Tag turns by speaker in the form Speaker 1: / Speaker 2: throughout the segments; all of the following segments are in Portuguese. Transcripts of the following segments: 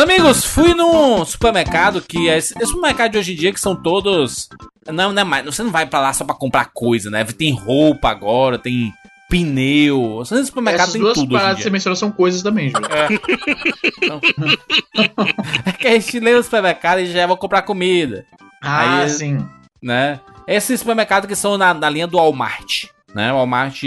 Speaker 1: amigos, fui num supermercado que é esse, esse supermercado de hoje em dia que são todos não, não é mais, você não vai pra lá só pra comprar coisa, né? Tem roupa agora, tem pneu, você no supermercado
Speaker 2: Essas
Speaker 1: tem
Speaker 2: duas
Speaker 1: tudo. hoje em
Speaker 2: paradas que
Speaker 1: dia.
Speaker 2: você mencionou são coisas também, Júlio.
Speaker 1: É que a gente lê no supermercado e já vai comprar comida,
Speaker 2: Ah,
Speaker 1: Aí-
Speaker 2: sim.
Speaker 1: né? Esses supermercados que são na, na linha do Walmart, né? O Walmart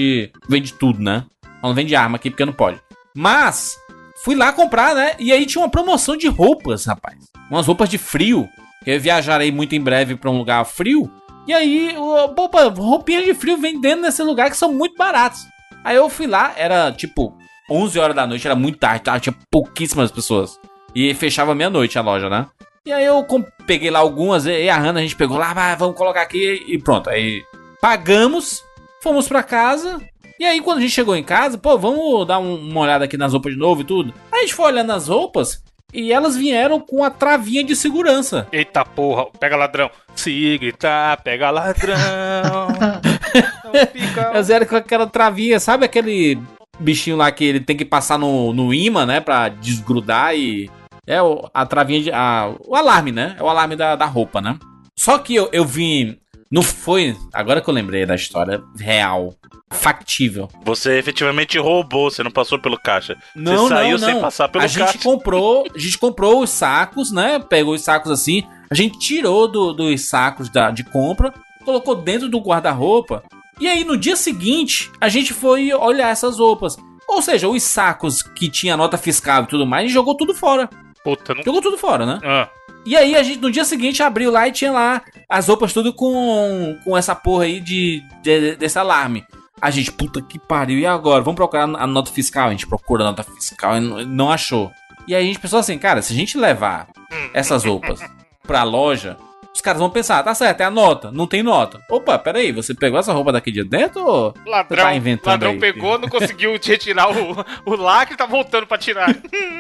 Speaker 1: vende tudo, né? Mas Não vende arma aqui porque não pode. Mas, fui lá comprar, né? E aí tinha uma promoção de roupas, rapaz. Umas roupas de frio. Eu viajarei muito em breve pra um lugar frio. E aí, o- opa, roupinhas de frio vendendo nesse lugar que são muito baratos. Aí eu fui lá, era tipo 11 horas da noite, era muito tarde, tá? tinha pouquíssimas pessoas. E fechava meia-noite a loja, né? E aí eu com- peguei lá algumas, e a Hannah a gente pegou lá, "Ah, vai, vamos colocar aqui e pronto. Aí pagamos, fomos pra casa. E aí quando a gente chegou em casa, pô, vamos dar um- uma olhada aqui nas roupas de novo e tudo. Aí a gente foi olhando as roupas e elas vieram com a travinha de segurança.
Speaker 3: Eita porra, pega ladrão. Se gritar, pega ladrão. Não fica- um-
Speaker 1: Elas vieram com aquela travinha, sabe aquele bichinho lá que ele tem que passar no, no imã, né, pra desgrudar e... É o- a travinha, de, a- o alarme, né? É o alarme da, da roupa, né? Só que eu, eu vim... Não foi... Agora que eu lembrei da história real, factível.
Speaker 4: Você efetivamente roubou, você não passou pelo caixa.
Speaker 1: Não,
Speaker 4: você saiu
Speaker 1: não,
Speaker 4: sem
Speaker 1: não.
Speaker 4: passar pelo
Speaker 1: a gente
Speaker 4: caixa.
Speaker 1: comprou, a gente comprou os sacos, né? Pegou os sacos assim, a gente tirou do- dos sacos da, de compra, colocou dentro do guarda-roupa. E aí no dia seguinte, a gente foi olhar essas roupas. Ou seja, os sacos que tinha nota fiscal e tudo mais, a gente jogou tudo fora.
Speaker 3: Puta, não.
Speaker 1: Jogou tudo fora, né?
Speaker 3: Ah,
Speaker 1: E aí a gente no dia seguinte abriu lá e tinha lá as roupas tudo com com essa porra aí de, de- desse alarme. A gente, puta que pariu, e agora? Vamos procurar a nota fiscal. A gente procura a nota fiscal e não, não achou. E aí a gente pensou assim, cara, se a gente levar essas roupas pra loja, os caras vão pensar, tá certo, é a nota, não tem nota. Opa, peraí, você pegou essa roupa daqui de dentro? Ou...
Speaker 3: ladrão.
Speaker 1: Tá inventando
Speaker 3: ladrão
Speaker 1: aí.
Speaker 3: pegou, não conseguiu te retirar o, o lacre, tá voltando pra tirar.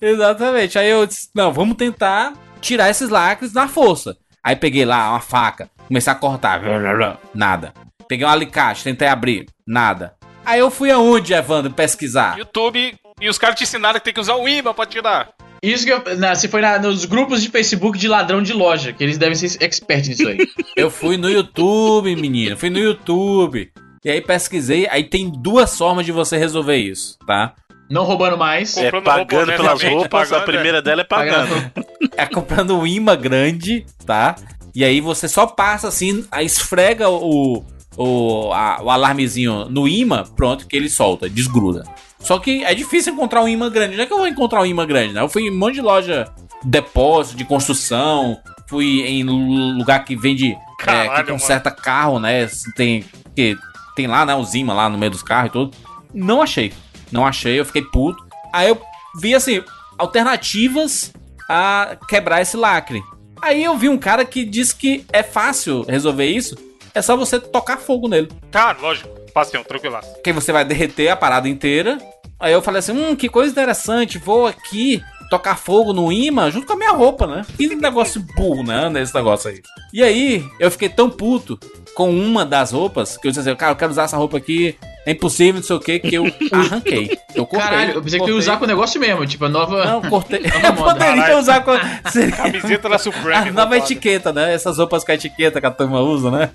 Speaker 1: Exatamente. Aí eu disse, não, vamos tentar tirar esses lacres na força. Aí peguei lá uma faca, comecei a cortar. Blá, blá, blá. Nada. Peguei um alicate, tentei abrir. Nada. Aí eu fui aonde, Evandro, pesquisar?
Speaker 3: YouTube e os caras te ensinaram que tem que usar o imã pra tirar.
Speaker 2: Isso que eu. Não, se foi na- nos grupos de Facebook de ladrão de loja, que eles devem ser experts nisso aí.
Speaker 1: Eu fui no YouTube, menino. Fui no YouTube. E aí pesquisei. Aí tem duas formas de você resolver isso, tá?
Speaker 2: Não roubando mais.
Speaker 3: É,
Speaker 4: É
Speaker 3: comprando
Speaker 4: pagando
Speaker 1: né?
Speaker 3: roupa,
Speaker 4: pelas
Speaker 3: honestamente,
Speaker 4: roupas,
Speaker 3: pagando,
Speaker 4: a primeira dela é pagando.
Speaker 1: É comprando um imã grande, tá? E aí você só passa assim, aí esfrega o, o, a- o alarmezinho no imã, pronto, que ele solta, desgruda. Só que é difícil encontrar um imã grande. Onde é que eu vou encontrar um imã grande? Né? Eu fui em um monte de loja, depósito, de construção, fui em lu- lugar que vende, é,
Speaker 3: Caralho,
Speaker 1: que conserta carro, né? Tem, que, tem lá, né, os imãs lá no meio dos carros e tudo. Não achei. Não achei, eu fiquei puto. Aí eu vi, assim, alternativas a quebrar esse lacre. Aí eu vi um cara que disse que é fácil resolver isso, é só você tocar fogo nele.
Speaker 3: Tá, lógico. Passeão, tranquilaço.
Speaker 1: Que aí você vai derreter a parada inteira. Aí eu falei assim, hum, que coisa interessante, vou aqui tocar fogo no imã junto com a minha roupa, né? Que negócio burro, né, nesse negócio aí. E aí, eu fiquei tão puto com uma das roupas, que eu disse assim, cara, eu quero usar essa roupa aqui, é impossível, não sei o que, que eu arranquei. Eu cortei.
Speaker 2: Caralho, eu pensei que tu
Speaker 1: cortei.
Speaker 2: ia usar com o negócio mesmo, tipo, a nova.
Speaker 1: Não, cortei.
Speaker 2: Não,
Speaker 1: Eu
Speaker 2: mano,
Speaker 1: poderia
Speaker 3: caralho.
Speaker 1: usar com... Seria-
Speaker 3: Camiseta da
Speaker 1: a
Speaker 3: Supreme.
Speaker 1: Ah, nova
Speaker 3: roubada.
Speaker 1: etiqueta, né? Essas roupas com a etiqueta que a turma usa, né?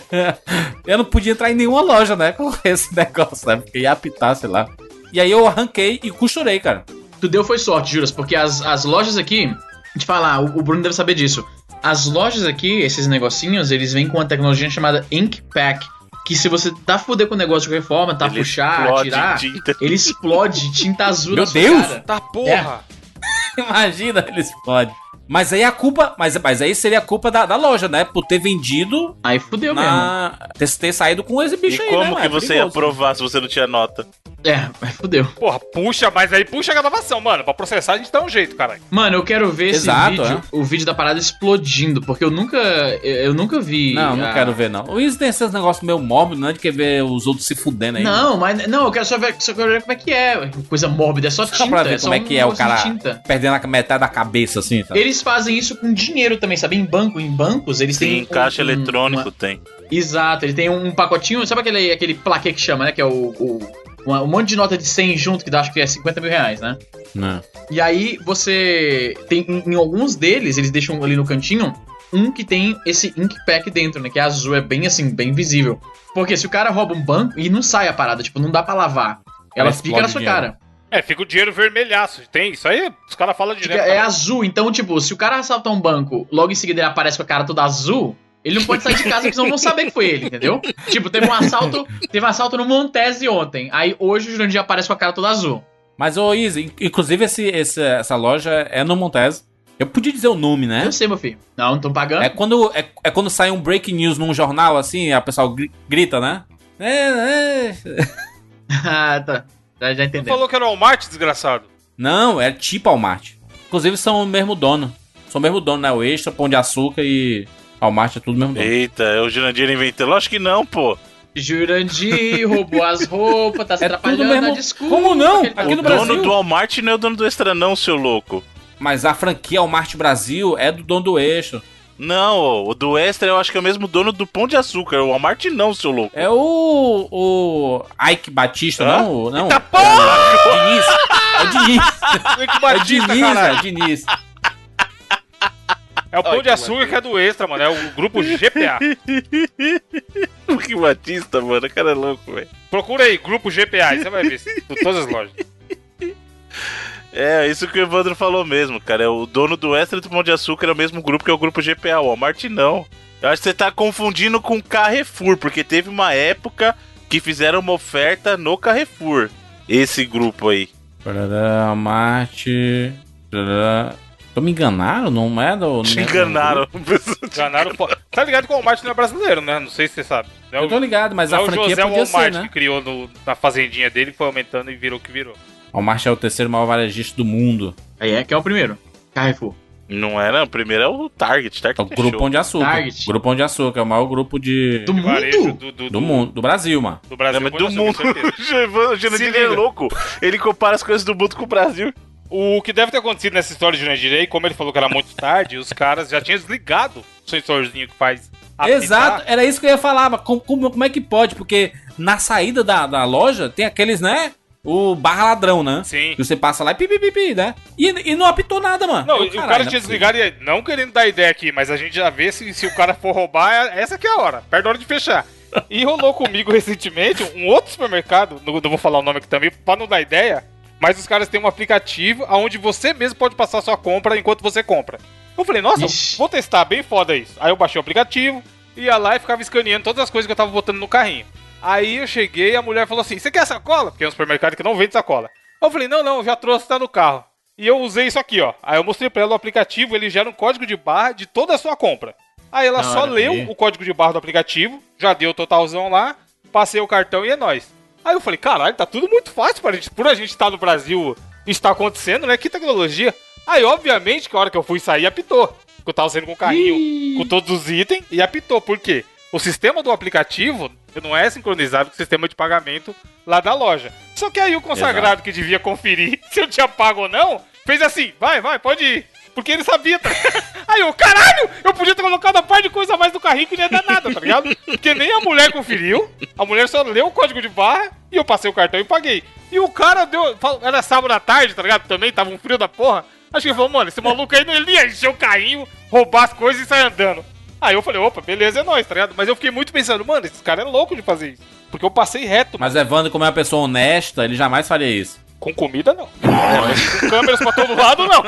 Speaker 1: eu não podia entrar em nenhuma loja, né? Com esse negócio, né? Porque ia apitar, sei lá. E aí eu arranquei e costurei, cara.
Speaker 2: Tu deu foi sorte, juras, porque as, as lojas aqui. Deixa eu te falar, o, o Bruno deve saber disso. As lojas aqui, esses negocinhos, eles vêm com uma tecnologia chamada Ink Pack. Que se você tá fuder com o negócio de reforma, tá
Speaker 4: Ele
Speaker 2: puxar,
Speaker 4: explode
Speaker 2: tirar,
Speaker 4: tinta.
Speaker 2: ele explode tinta azul
Speaker 1: Meu
Speaker 2: na sua
Speaker 1: Deus!
Speaker 2: cara.
Speaker 3: Tá porra.
Speaker 1: Imagina, eles podem. Mas aí a culpa. Mas, mas aí seria a culpa da, da loja, né? Por ter vendido
Speaker 2: Aí fudeu
Speaker 1: na. Ter, ter saído com esse
Speaker 4: E
Speaker 1: bicho aí. né,
Speaker 4: como
Speaker 1: mano?
Speaker 4: que
Speaker 1: É
Speaker 4: você ia
Speaker 1: perigoso.
Speaker 4: provar se você não tinha nota?
Speaker 2: mesmo. É, aí fudeu.
Speaker 3: Porra, puxa, mas aí puxa a gravação, mano. Pra processar a gente dá um jeito, caralho.
Speaker 2: Mano, eu quero ver
Speaker 1: Exato,
Speaker 2: esse vídeo,
Speaker 1: é.
Speaker 2: o vídeo da parada explodindo, porque eu nunca. Eu, eu nunca vi.
Speaker 1: Não, não
Speaker 4: Ah.
Speaker 2: a-
Speaker 1: quero ver, não. O Isso tem esses negócios meio mórbido, né? De quer ver os outros se fudendo aí.
Speaker 2: Não, mas não, eu quero só ver, só quero ver como é que é. Coisa mórbida, é só,
Speaker 1: Só
Speaker 2: tinta.
Speaker 1: pra ver
Speaker 2: só
Speaker 1: como é
Speaker 2: um
Speaker 1: que é o
Speaker 2: negocinho
Speaker 1: cara
Speaker 2: de Tinta.
Speaker 1: Perdendo a metade da cabeça, assim, tá?
Speaker 2: Eles fazem isso com dinheiro também, sabe? Em banco, em bancos, eles têm.
Speaker 4: Sim, caixa
Speaker 2: um-
Speaker 4: eletrônico
Speaker 2: uma-
Speaker 4: tem.
Speaker 2: Exato, ele tem um pacotinho, sabe aquele, aquele plaquê que chama, né? Que é o. o- uma- um monte de nota de 100 junto, que dá acho que é 50 mil reais, né?
Speaker 1: Não.
Speaker 2: E aí você tem em- em alguns deles, eles deixam ali no cantinho um que tem esse ink pack dentro, né? Que é azul, é bem assim, bem visível. Porque se o cara rouba um banco e não sai a parada, tipo, não dá pra lavar. Ela,
Speaker 1: Ela
Speaker 2: fica na
Speaker 1: explode
Speaker 2: sua
Speaker 1: de
Speaker 2: cara.
Speaker 3: É, fica o dinheiro vermelhaço. Tem isso aí, os caras falam
Speaker 2: Fica-
Speaker 3: direto. né?
Speaker 2: é
Speaker 3: cara.
Speaker 2: azul, então, tipo, se o cara assalta um banco, logo em seguida ele aparece com a cara toda azul, ele não pode sair de casa porque senão vão saber que foi ele, entendeu? Tipo, teve um assalto, teve um assalto no Montese ontem. Aí hoje o Jurandir aparece com a cara toda azul.
Speaker 1: Mas, ô Izzy, in- inclusive esse, esse- essa loja é no Montez. Eu podia dizer o nome, né?
Speaker 2: Eu sei, meu filho. Não, não tão pagando.
Speaker 1: É quando, é, é quando sai um break news num jornal, assim, a pessoa gri- grita, né? É, é.
Speaker 2: ah, tá. Já, já
Speaker 3: Tu
Speaker 2: entendeu.
Speaker 3: falou que era o Walmart, desgraçado.
Speaker 1: Não, é tipo Walmart. Inclusive são o mesmo dono. São o mesmo dono, né? O Extra, Pão de Açúcar e Walmart é tudo o mesmo dono.
Speaker 4: Eita, é o Jurandir inventando. Lógico que não, pô.
Speaker 2: Jurandir roubou as roupas, tá se
Speaker 1: É tudo
Speaker 2: atrapalhando,
Speaker 1: mesmo.
Speaker 2: ah, desculpa.
Speaker 1: Como não?
Speaker 2: que ele tá-
Speaker 1: Aqui no
Speaker 4: o
Speaker 1: Brasil-
Speaker 4: dono do Walmart não é o dono do Extra, não, seu louco.
Speaker 1: Mas a franquia Walmart Brasil é do dono do Extra.
Speaker 4: Não, ô, o do Extra eu acho que é o mesmo dono do Pão de Açúcar. O Walmart não, seu louco.
Speaker 1: É o. o Ike Batista,
Speaker 4: Hã?
Speaker 1: não? O- Não.
Speaker 3: Tá
Speaker 1: É o Diniz. É o Diniz.
Speaker 3: Rick
Speaker 1: É o
Speaker 3: Batista,
Speaker 1: Diniz, é
Speaker 3: caralho.
Speaker 1: o Diniz.
Speaker 3: É o pão
Speaker 4: Ai,
Speaker 3: de
Speaker 4: que
Speaker 3: açúcar
Speaker 4: maravilha.
Speaker 3: que é do extra, mano. É o grupo GPA.
Speaker 4: O que Batista, mano. O cara é louco, velho.
Speaker 3: Procura aí, grupo GPA, aí você vai ver. Por todas as lojas.
Speaker 4: É, isso que o Evandro falou mesmo, cara. É O dono do Extra e do Pão de Açúcar é o mesmo grupo que é o grupo GPA. O Walmart não. Eu acho que você tá confundindo com Carrefour, porque teve uma época que fizeram uma oferta no Carrefour. Esse grupo aí.
Speaker 1: Parará, Walmart. Parará. Tô me enganaram? Não é do.
Speaker 4: Te
Speaker 1: não é do-
Speaker 4: enganaram.
Speaker 3: Ganaram fo- Tá ligado que o Walmart não é brasileiro, né? Não sei se você sabe. É
Speaker 1: Eu tô
Speaker 3: o,
Speaker 1: ligado, mas
Speaker 3: é
Speaker 1: a
Speaker 3: o
Speaker 1: franquia
Speaker 3: José
Speaker 1: podia ser,
Speaker 3: Walmart
Speaker 1: né?
Speaker 3: que criou no- na fazendinha dele, foi aumentando e virou o que virou.
Speaker 1: Walmart é o terceiro maior varejista do mundo.
Speaker 2: Aí é que é o primeiro. Carrefour.
Speaker 4: Não era, o primeiro é o Target. Target
Speaker 1: É o Grupo Pão de Açúcar.
Speaker 2: Target.
Speaker 1: Grupo Pão de Açúcar é o maior grupo de.
Speaker 2: Do
Speaker 1: Do,
Speaker 2: mundo?
Speaker 3: Varejo do, do,
Speaker 1: mundo, do Brasil, mano.
Speaker 3: do Brasil.
Speaker 4: Não, mas
Speaker 3: pode
Speaker 4: do
Speaker 3: ser, com
Speaker 4: mundo.
Speaker 3: certeza.
Speaker 4: o Jandir é
Speaker 3: liga.
Speaker 4: louco. Ele compara as coisas do mundo com o Brasil.
Speaker 3: O que deve ter acontecido nessa história de Jurandir aí, como ele falou que era muito tarde, os caras já tinham desligado o sensorzinho que faz apitar.
Speaker 1: Exato, era isso que eu ia falar, mas como, como- como é que pode? Porque na saída da, da loja tem aqueles, né? O barra ladrão, né?
Speaker 3: Sim.
Speaker 1: Que você passa lá e pi, pi, pi, pi, né? E, e não apitou nada, mano.
Speaker 3: Não,
Speaker 1: Eu,
Speaker 3: e o
Speaker 1: caralho,
Speaker 3: cara assim.
Speaker 1: não é
Speaker 3: tinha
Speaker 1: possível.
Speaker 3: desligado, e não querendo dar ideia aqui, mas a gente já vê se, se o cara for roubar, é- essa que é a hora, perto da hora de fechar. E rolou comigo recentemente um outro supermercado, não, não vou falar o nome aqui também, pra não dar ideia, mas os caras têm um aplicativo onde você mesmo pode passar sua compra enquanto você compra. Eu falei, nossa,
Speaker 2: Ixi.
Speaker 3: vou testar, bem foda isso. Aí eu baixei o aplicativo, ia lá e ficava escaneando todas as coisas que eu tava botando no carrinho. Aí eu cheguei e a mulher falou assim: Você quer sacola? Porque é um supermercado que não vende sacola. Eu falei: Não, não, já trouxe, tá no carro. E eu usei isso aqui, ó. Aí eu mostrei pra ela o aplicativo, ele gera um código de barra de toda a sua compra. Aí ela
Speaker 2: Da
Speaker 3: só
Speaker 2: hora,
Speaker 3: leu
Speaker 2: entendi.
Speaker 3: o código de barra do aplicativo, já deu o totalzão lá, passei o cartão e é nóis. Aí eu falei: Caralho, tá tudo muito fácil pra gente. Por a gente estar no Brasil, isso tá acontecendo, né? Que tecnologia. Aí, obviamente, que a hora que eu fui sair, apitou. Que eu tava saindo com o carrinho com todos os itens e apitou. Por quê? O sistema do aplicativo não é sincronizado com o sistema de pagamento lá da loja. Só que aí o consagrado que devia conferir se eu tinha pago ou não, fez assim, vai, vai, pode ir. Porque ele sabia, tá? Aí eu, caralho, eu podia ter colocado a parte de coisa a mais do carrinho que não ia dar nada, tá ligado? Porque nem a mulher conferiu, a mulher só leu o código de barra e eu passei o cartão e paguei. E o cara deu. fal- Era sábado à tarde, tá ligado? Também tava um frio da porra. Acho que ele falou, mano, esse maluco aí não ele ia encher o carrinho, roubar as coisas e sair andando. Aí eu falei, opa, beleza, é nóis, tá ligado? Mas eu fiquei muito pensando, mano, esse cara é louco de fazer isso. Porque eu passei reto, mas
Speaker 1: Mas Evandro, como é uma pessoa honesta, ele jamais faria isso.
Speaker 3: com comida não. É, com câmeras pra todo lado não.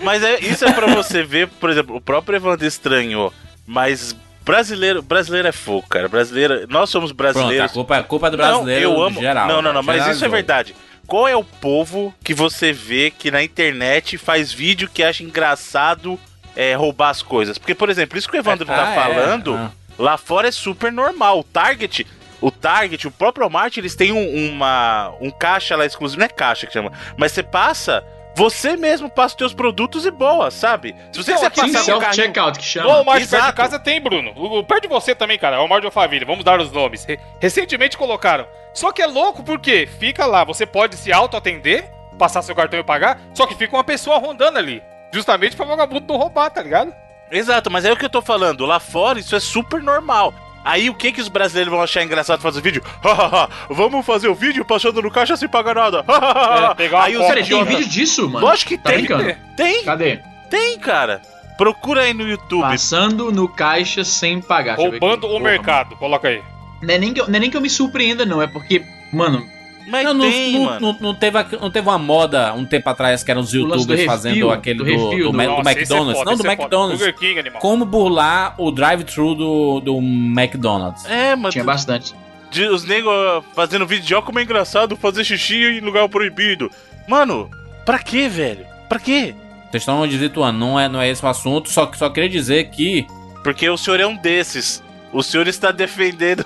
Speaker 4: Mas é- isso é pra você ver, por exemplo, o próprio Evandro estranhou. Mas brasileiro, brasileiro é fogo, cara. Brasileiro, nós somos
Speaker 1: Pronto, a
Speaker 4: brasileiros.
Speaker 1: culpa, a culpa é do brasileiro
Speaker 4: não, eu amo.
Speaker 1: geral.
Speaker 4: não, não, não, mas isso é
Speaker 1: Generalizou.
Speaker 4: verdade. Qual é o povo que você vê que na internet faz vídeo que acha engraçado é, roubar as coisas? Porque, por exemplo, isso que o Evandro tá
Speaker 1: Ah, é.
Speaker 4: falando,
Speaker 1: Ah.
Speaker 4: lá fora é super normal. O Target, o Target, o próprio Walmart, eles têm um, uma, um caixa lá exclusivo. Não é caixa que chama, mas você passa, você mesmo passa os teus produtos e boa, sabe? Se você
Speaker 3: Não,
Speaker 4: quiser
Speaker 3: aqui em
Speaker 4: passar com o carrinho
Speaker 2: Self-checkout que
Speaker 3: No
Speaker 2: chama.
Speaker 3: Walmart perto de
Speaker 4: Exato.
Speaker 3: casa tem, Bruno. O- o Perto de você também, cara. Walmart de Alphaville. Vamos dar os nomes. Re- Recentemente colocaram. Só que é louco porque fica lá. Você pode se auto-atender, passar seu cartão e pagar. Só que fica uma pessoa rondando ali. Justamente pra vagabundo não roubar, tá ligado?
Speaker 4: Exato, mas é o que eu tô falando. Lá fora isso é super normal. Aí o que que os brasileiros vão achar engraçado fazer o vídeo? Hahaha, vamos fazer o vídeo passando no caixa sem pagar nada. Hahaha.
Speaker 3: É, pegar uma
Speaker 4: Aí os
Speaker 3: foto.
Speaker 2: Peraí, tem
Speaker 4: idiotas-
Speaker 2: vídeo disso, mano?
Speaker 4: Lógico que
Speaker 2: Tá
Speaker 4: tem.
Speaker 2: brincando?
Speaker 4: Tem,
Speaker 2: Cadê?
Speaker 4: tem, cara. Procura aí no YouTube.
Speaker 2: Passando no caixa sem pagar. Deixa eu ver aqui.
Speaker 3: Roubando o
Speaker 2: Porra,
Speaker 3: mercado, coloca aí.
Speaker 2: mano. Não é, nem que eu, não é nem que eu me surpreenda, não. É porque, mano,
Speaker 4: Mas
Speaker 1: Não, não,
Speaker 4: tem,
Speaker 1: não-
Speaker 4: mano.
Speaker 1: não- não teve, a- não teve uma moda um tempo atrás que eram os
Speaker 2: lance do
Speaker 1: youtubers
Speaker 2: refil,
Speaker 1: fazendo aquele
Speaker 2: do
Speaker 1: do,
Speaker 2: refil,
Speaker 1: do
Speaker 2: do-
Speaker 1: Ma- do
Speaker 3: Nossa, esse é
Speaker 1: McDonald's?
Speaker 3: foda,
Speaker 1: não, do
Speaker 3: esse é foda.
Speaker 1: McDonald's.
Speaker 3: Burger King, animal.
Speaker 1: Como burlar o drive-thru do, do McDonald's.
Speaker 4: É, mano.
Speaker 2: tinha bastante.
Speaker 4: de- os nego ah, fazendo vídeo de ó como é engraçado fazer xixi em lugar proibido. Mano, pra quê, velho? Pra quê?
Speaker 1: Vocês estão desvirtuando, não é, não é esse o assunto, só, só queria dizer que.
Speaker 4: Porque o senhor é um desses. O senhor está defendendo.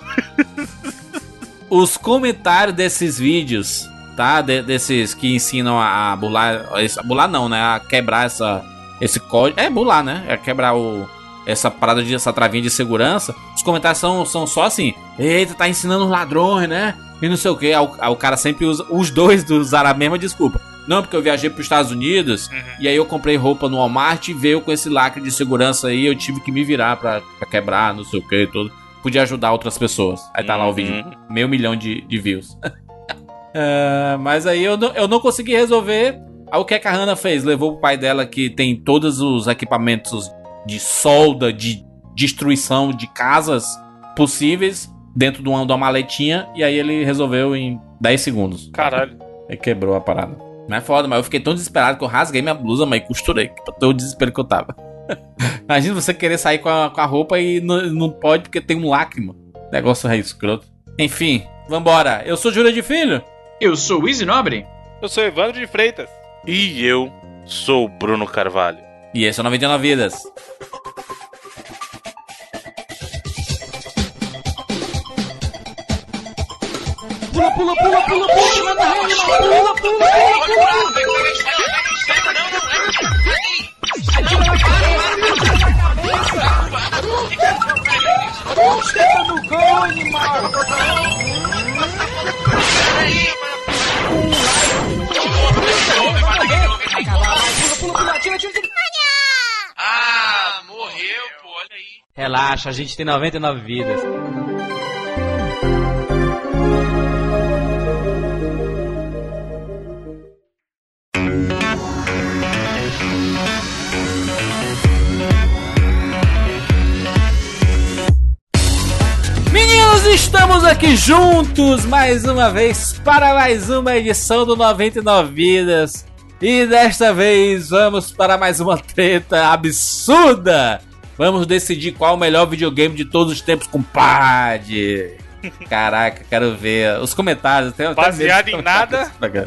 Speaker 1: os comentários desses vídeos, tá? De- desses que ensinam a, a bular. A bular não, né? A quebrar essa, esse código. É bular, né? É quebrar o. Essa parada de essa travinha de segurança. Os comentários são, são só assim. Eita, tá ensinando os ladrões, né? E não sei o que. O cara sempre usa. Os dois usaram a mesma desculpa. Não, porque eu viajei para os Estados Unidos
Speaker 3: Uhum.
Speaker 1: e aí eu comprei roupa no Walmart e veio com esse lacre de segurança aí. Eu tive que me virar pra, pra quebrar, não sei o que e tudo. Podia ajudar outras pessoas. Aí tá lá o vídeo
Speaker 4: Uhum.
Speaker 1: meio milhão de, de views. É, mas aí eu não, eu não consegui resolver. Aí o que, é que a Hannah fez? Levou pro pai dela que tem todos os equipamentos de solda, de destruição de casas possíveis dentro de uma, de uma maletinha. E aí ele resolveu em 10 segundos.
Speaker 3: Caralho.
Speaker 1: Aí quebrou a parada. Mas é foda, mas eu fiquei tão desesperado que eu rasguei minha blusa, mas costurei. pra Todo o desespero que eu tava. Imagina você querer sair com a, com a roupa e não, não pode porque tem um lacre, mano. Negócio é escroto. Enfim, vambora. Eu sou Júlia de Filho.
Speaker 2: Eu sou o Easy Nobre?
Speaker 3: Eu sou Evandro de Freitas.
Speaker 4: E eu sou o Bruno Carvalho.
Speaker 1: E esse é o 99 Vidas.
Speaker 5: Ah, morreu, pô, olha aí.
Speaker 6: Relaxa, a gente tem 99 vidas.
Speaker 1: Meninos, estamos aqui juntos mais uma vez para mais uma edição do 99 Vidas. E desta vez vamos para mais uma treta absurda. Vamos decidir qual o melhor videogame de todos os tempos, compadre. Caraca, quero ver os comentários. Tenho até medo de
Speaker 3: Baseado em
Speaker 1: comentar
Speaker 3: nada.
Speaker 1: desse programa.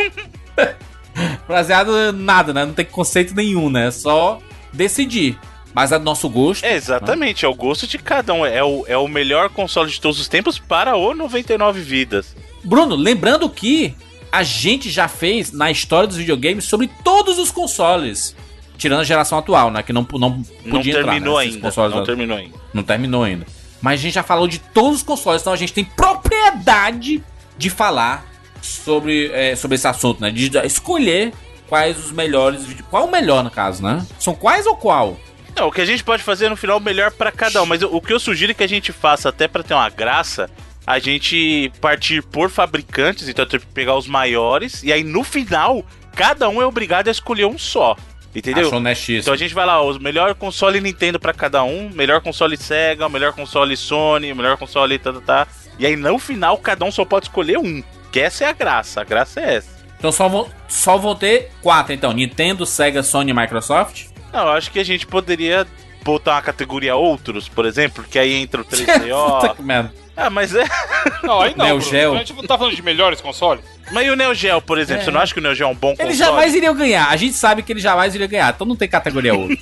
Speaker 1: Baseado em nada, né? Não tem conceito nenhum, né? É só decidir. Mas é do nosso gosto.
Speaker 4: É, exatamente, é o gosto de cada um. É o, é o melhor console de todos os tempos para o 99 vidas.
Speaker 1: Bruno, lembrando que a gente já fez na história dos videogames sobre todos os consoles. Tirando a geração atual, né? Que não, não podia
Speaker 4: Não
Speaker 1: entrar,
Speaker 4: terminou
Speaker 1: né, esses
Speaker 4: ainda.
Speaker 1: consoles
Speaker 4: Não
Speaker 1: atu-
Speaker 4: terminou ainda.
Speaker 1: não terminou ainda. Mas a gente já falou de todos os consoles, então a gente tem propriedade de falar sobre, é, sobre esse assunto, né? De escolher quais os melhores. vide- Qual o melhor, no caso, né? São quais ou qual?
Speaker 4: Não, o que a gente pode fazer é no final o melhor pra cada um, mas o o que eu sugiro que a gente faça até pra ter uma graça, a gente partir por fabricantes, então tem que pegar os maiores e aí no final cada um é obrigado a escolher um só. Entendeu?
Speaker 1: Achou honestíssimo.
Speaker 4: Então a gente vai lá, o melhor console Nintendo pra cada um, melhor console Sega, melhor console Sony, melhor console tá, tá, tá. E aí no final cada um só pode escolher um. Que essa é a graça, a graça é essa.
Speaker 1: Então só vão, só vão ter quatro, então. Nintendo, Sega, Sony e Microsoft.
Speaker 4: Não, eu acho que a gente poderia botar uma categoria outros, por exemplo, que aí entra o 3DO.
Speaker 1: Puta que merda.
Speaker 4: ah, mas é.
Speaker 3: Não, aí não.
Speaker 1: Neo
Speaker 3: Bruno.
Speaker 1: Geo.
Speaker 3: A gente não tá falando de melhores consoles?
Speaker 4: Mas e o Neo Geo, por exemplo,
Speaker 1: É.
Speaker 4: você não acha que o Neo Geo é um bom console?
Speaker 1: Eles jamais iriam ganhar. A gente sabe que eles jamais iriam ganhar. Então não tem categoria outro.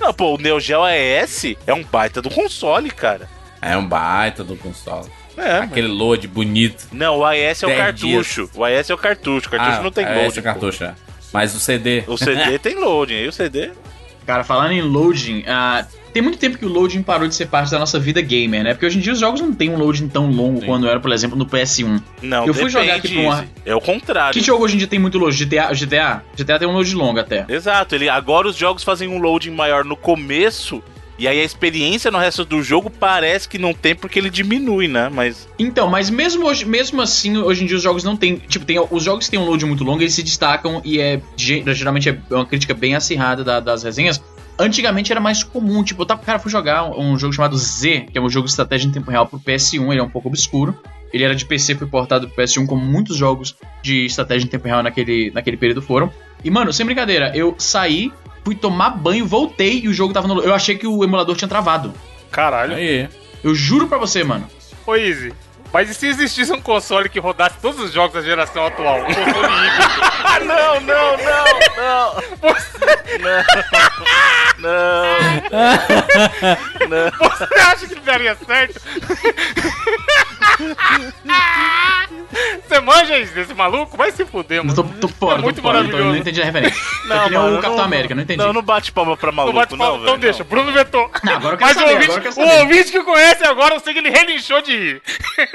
Speaker 4: Não, pô, o Neo Geo AES é um baita do console, cara.
Speaker 1: é um baita do console.
Speaker 4: É, mas-
Speaker 1: Aquele load bonito.
Speaker 4: Não, o AES é o
Speaker 1: Dez
Speaker 4: cartucho. O AES é o cartucho. O cartucho
Speaker 1: Ah,
Speaker 4: não tem
Speaker 1: é
Speaker 4: load.
Speaker 1: esse
Speaker 4: pô.
Speaker 1: cartucho, é. Mas o CD.
Speaker 4: O CD tem loading, aí o CD.
Speaker 2: Cara, falando em loading, ah, tem muito tempo que o loading parou de ser parte da nossa vida gamer, né? Porque hoje em dia os jogos não tem um loading tão longo
Speaker 1: Sim.
Speaker 2: quando era, por exemplo, no PS1.
Speaker 4: Não,
Speaker 2: Eu fui
Speaker 4: depende,
Speaker 2: jogar aqui pra uma-
Speaker 4: Izzy. É o contrário.
Speaker 2: Que jogo hoje em dia tem muito load? GTA? GTA? GTA tem um load longo até.
Speaker 4: Exato, ele agora os jogos fazem um loading maior no começo E aí a experiência no resto do jogo parece que não tem porque ele diminui, né? Mas
Speaker 2: Então, mas mesmo, hoje, mesmo assim, hoje em dia os jogos não tem. Tipo, tem, os jogos que têm um load muito longo, eles se destacam e é. ge- Geralmente é uma crítica bem acirrada da- das resenhas. Antigamente era mais comum, tipo, eu tava, cara, eu fui jogar um, um jogo chamado Z, que é um jogo de estratégia em tempo real pro PS1, ele é um pouco obscuro. Ele era de PC, foi portado pro PS1, como muitos jogos de estratégia em tempo real naquele, naquele período foram. E, mano, sem brincadeira, eu saí, fui tomar banho, voltei e o jogo tava no. Eu achei que o emulador tinha travado.
Speaker 3: Caralho.
Speaker 1: Aí.
Speaker 2: Eu juro pra você, mano.
Speaker 3: Ô, Easy. Mas e se existisse um console que rodasse todos os jogos da geração atual? Um console híbrido.
Speaker 4: Ah, não, não, não, não. Não.
Speaker 3: Você acha que daria certo? Você manja isso desse maluco? Vai se fuder,
Speaker 2: Eu
Speaker 3: mano.
Speaker 2: tô, tô fora,
Speaker 3: muito
Speaker 2: tô fora, então eu tô- eu
Speaker 3: maravilhoso.
Speaker 2: não entendi a referência. Não,
Speaker 4: Não,
Speaker 2: É que nem
Speaker 4: mano,
Speaker 2: o Capitão
Speaker 4: não-
Speaker 2: América, não entendi.
Speaker 4: Não, não bate palma pra
Speaker 3: Não
Speaker 4: maluco,
Speaker 3: bate palma.
Speaker 4: não,
Speaker 3: Então
Speaker 4: velho.
Speaker 3: deixa, Bruno vetou.
Speaker 2: Não, Ah, agora eu quero
Speaker 3: Mas o
Speaker 2: saber,
Speaker 3: ouvinte,
Speaker 2: agora eu quero
Speaker 3: o
Speaker 2: saber.
Speaker 3: ouvinte que conhece agora, eu sei que ele relinchou de rir.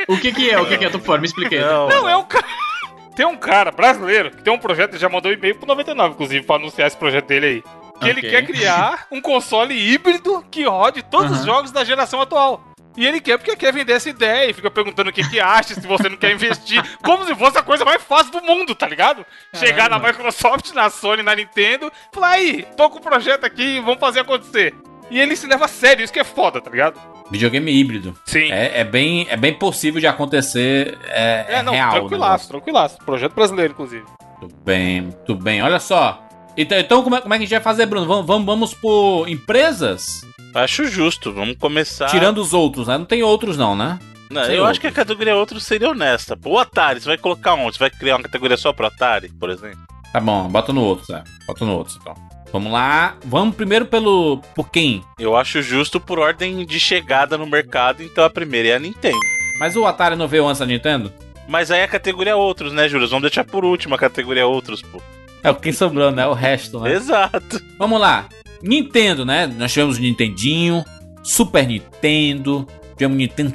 Speaker 2: O que que é? O que que é? Eu Tô fora, me expliquei.
Speaker 4: Não,
Speaker 3: Não, é um cara. Tem um cara brasileiro que tem um projeto, ele já mandou um e-mail pro 99, inclusive, pra anunciar esse projeto dele aí. Que ele
Speaker 2: Ok.
Speaker 3: quer criar um console híbrido que rode todos os
Speaker 2: Aham.
Speaker 3: jogos da geração atual. E ele quer porque quer vender essa ideia e fica perguntando o que, que acha, se você não quer investir. Como se fosse a coisa mais fácil do mundo, tá ligado? Chegar na Microsoft, na Sony, na Nintendo, falar aí, tô com o projeto aqui, vamos fazer acontecer. E ele se leva a sério, isso que é foda, tá ligado?
Speaker 1: Videogame híbrido.
Speaker 3: Sim. É,
Speaker 1: É, é bem, é bem possível de acontecer. É, é
Speaker 3: não,
Speaker 1: real. o
Speaker 3: tranquilaço, tranquilaço. Projeto brasileiro, inclusive.
Speaker 1: Tudo bem, tudo bem. Olha só. Então, então como, é, como é que a gente vai fazer, Bruno? Vamos, vamos, vamos por empresas?
Speaker 4: Acho justo, vamos começar.
Speaker 1: Tirando os outros, né? Não tem outros, não, né?
Speaker 4: Não,
Speaker 1: Sem
Speaker 4: eu
Speaker 1: outro.
Speaker 4: acho que a categoria outro seria honesta. Pô, O Atari, você vai colocar onde? Você vai criar uma categoria só pro Atari, por exemplo?
Speaker 1: Tá bom, bota no outro, Zé. Bota no outro, então. Vamos lá. Vamos primeiro pelo. Por quem?
Speaker 4: Eu acho justo por ordem de chegada no mercado, então a primeira é a Nintendo.
Speaker 1: Mas o Atari não veio antes da Nintendo?
Speaker 4: Mas aí a categoria outros, né, Júlio? Vamos deixar por último a categoria outros, pô.
Speaker 1: É o que sobrou, né? O resto, né?
Speaker 4: Exato.
Speaker 1: Vamos lá. Nintendo, né? Nós tivemos o Nintendinho, Super Nintendo, tivemos o Nintendo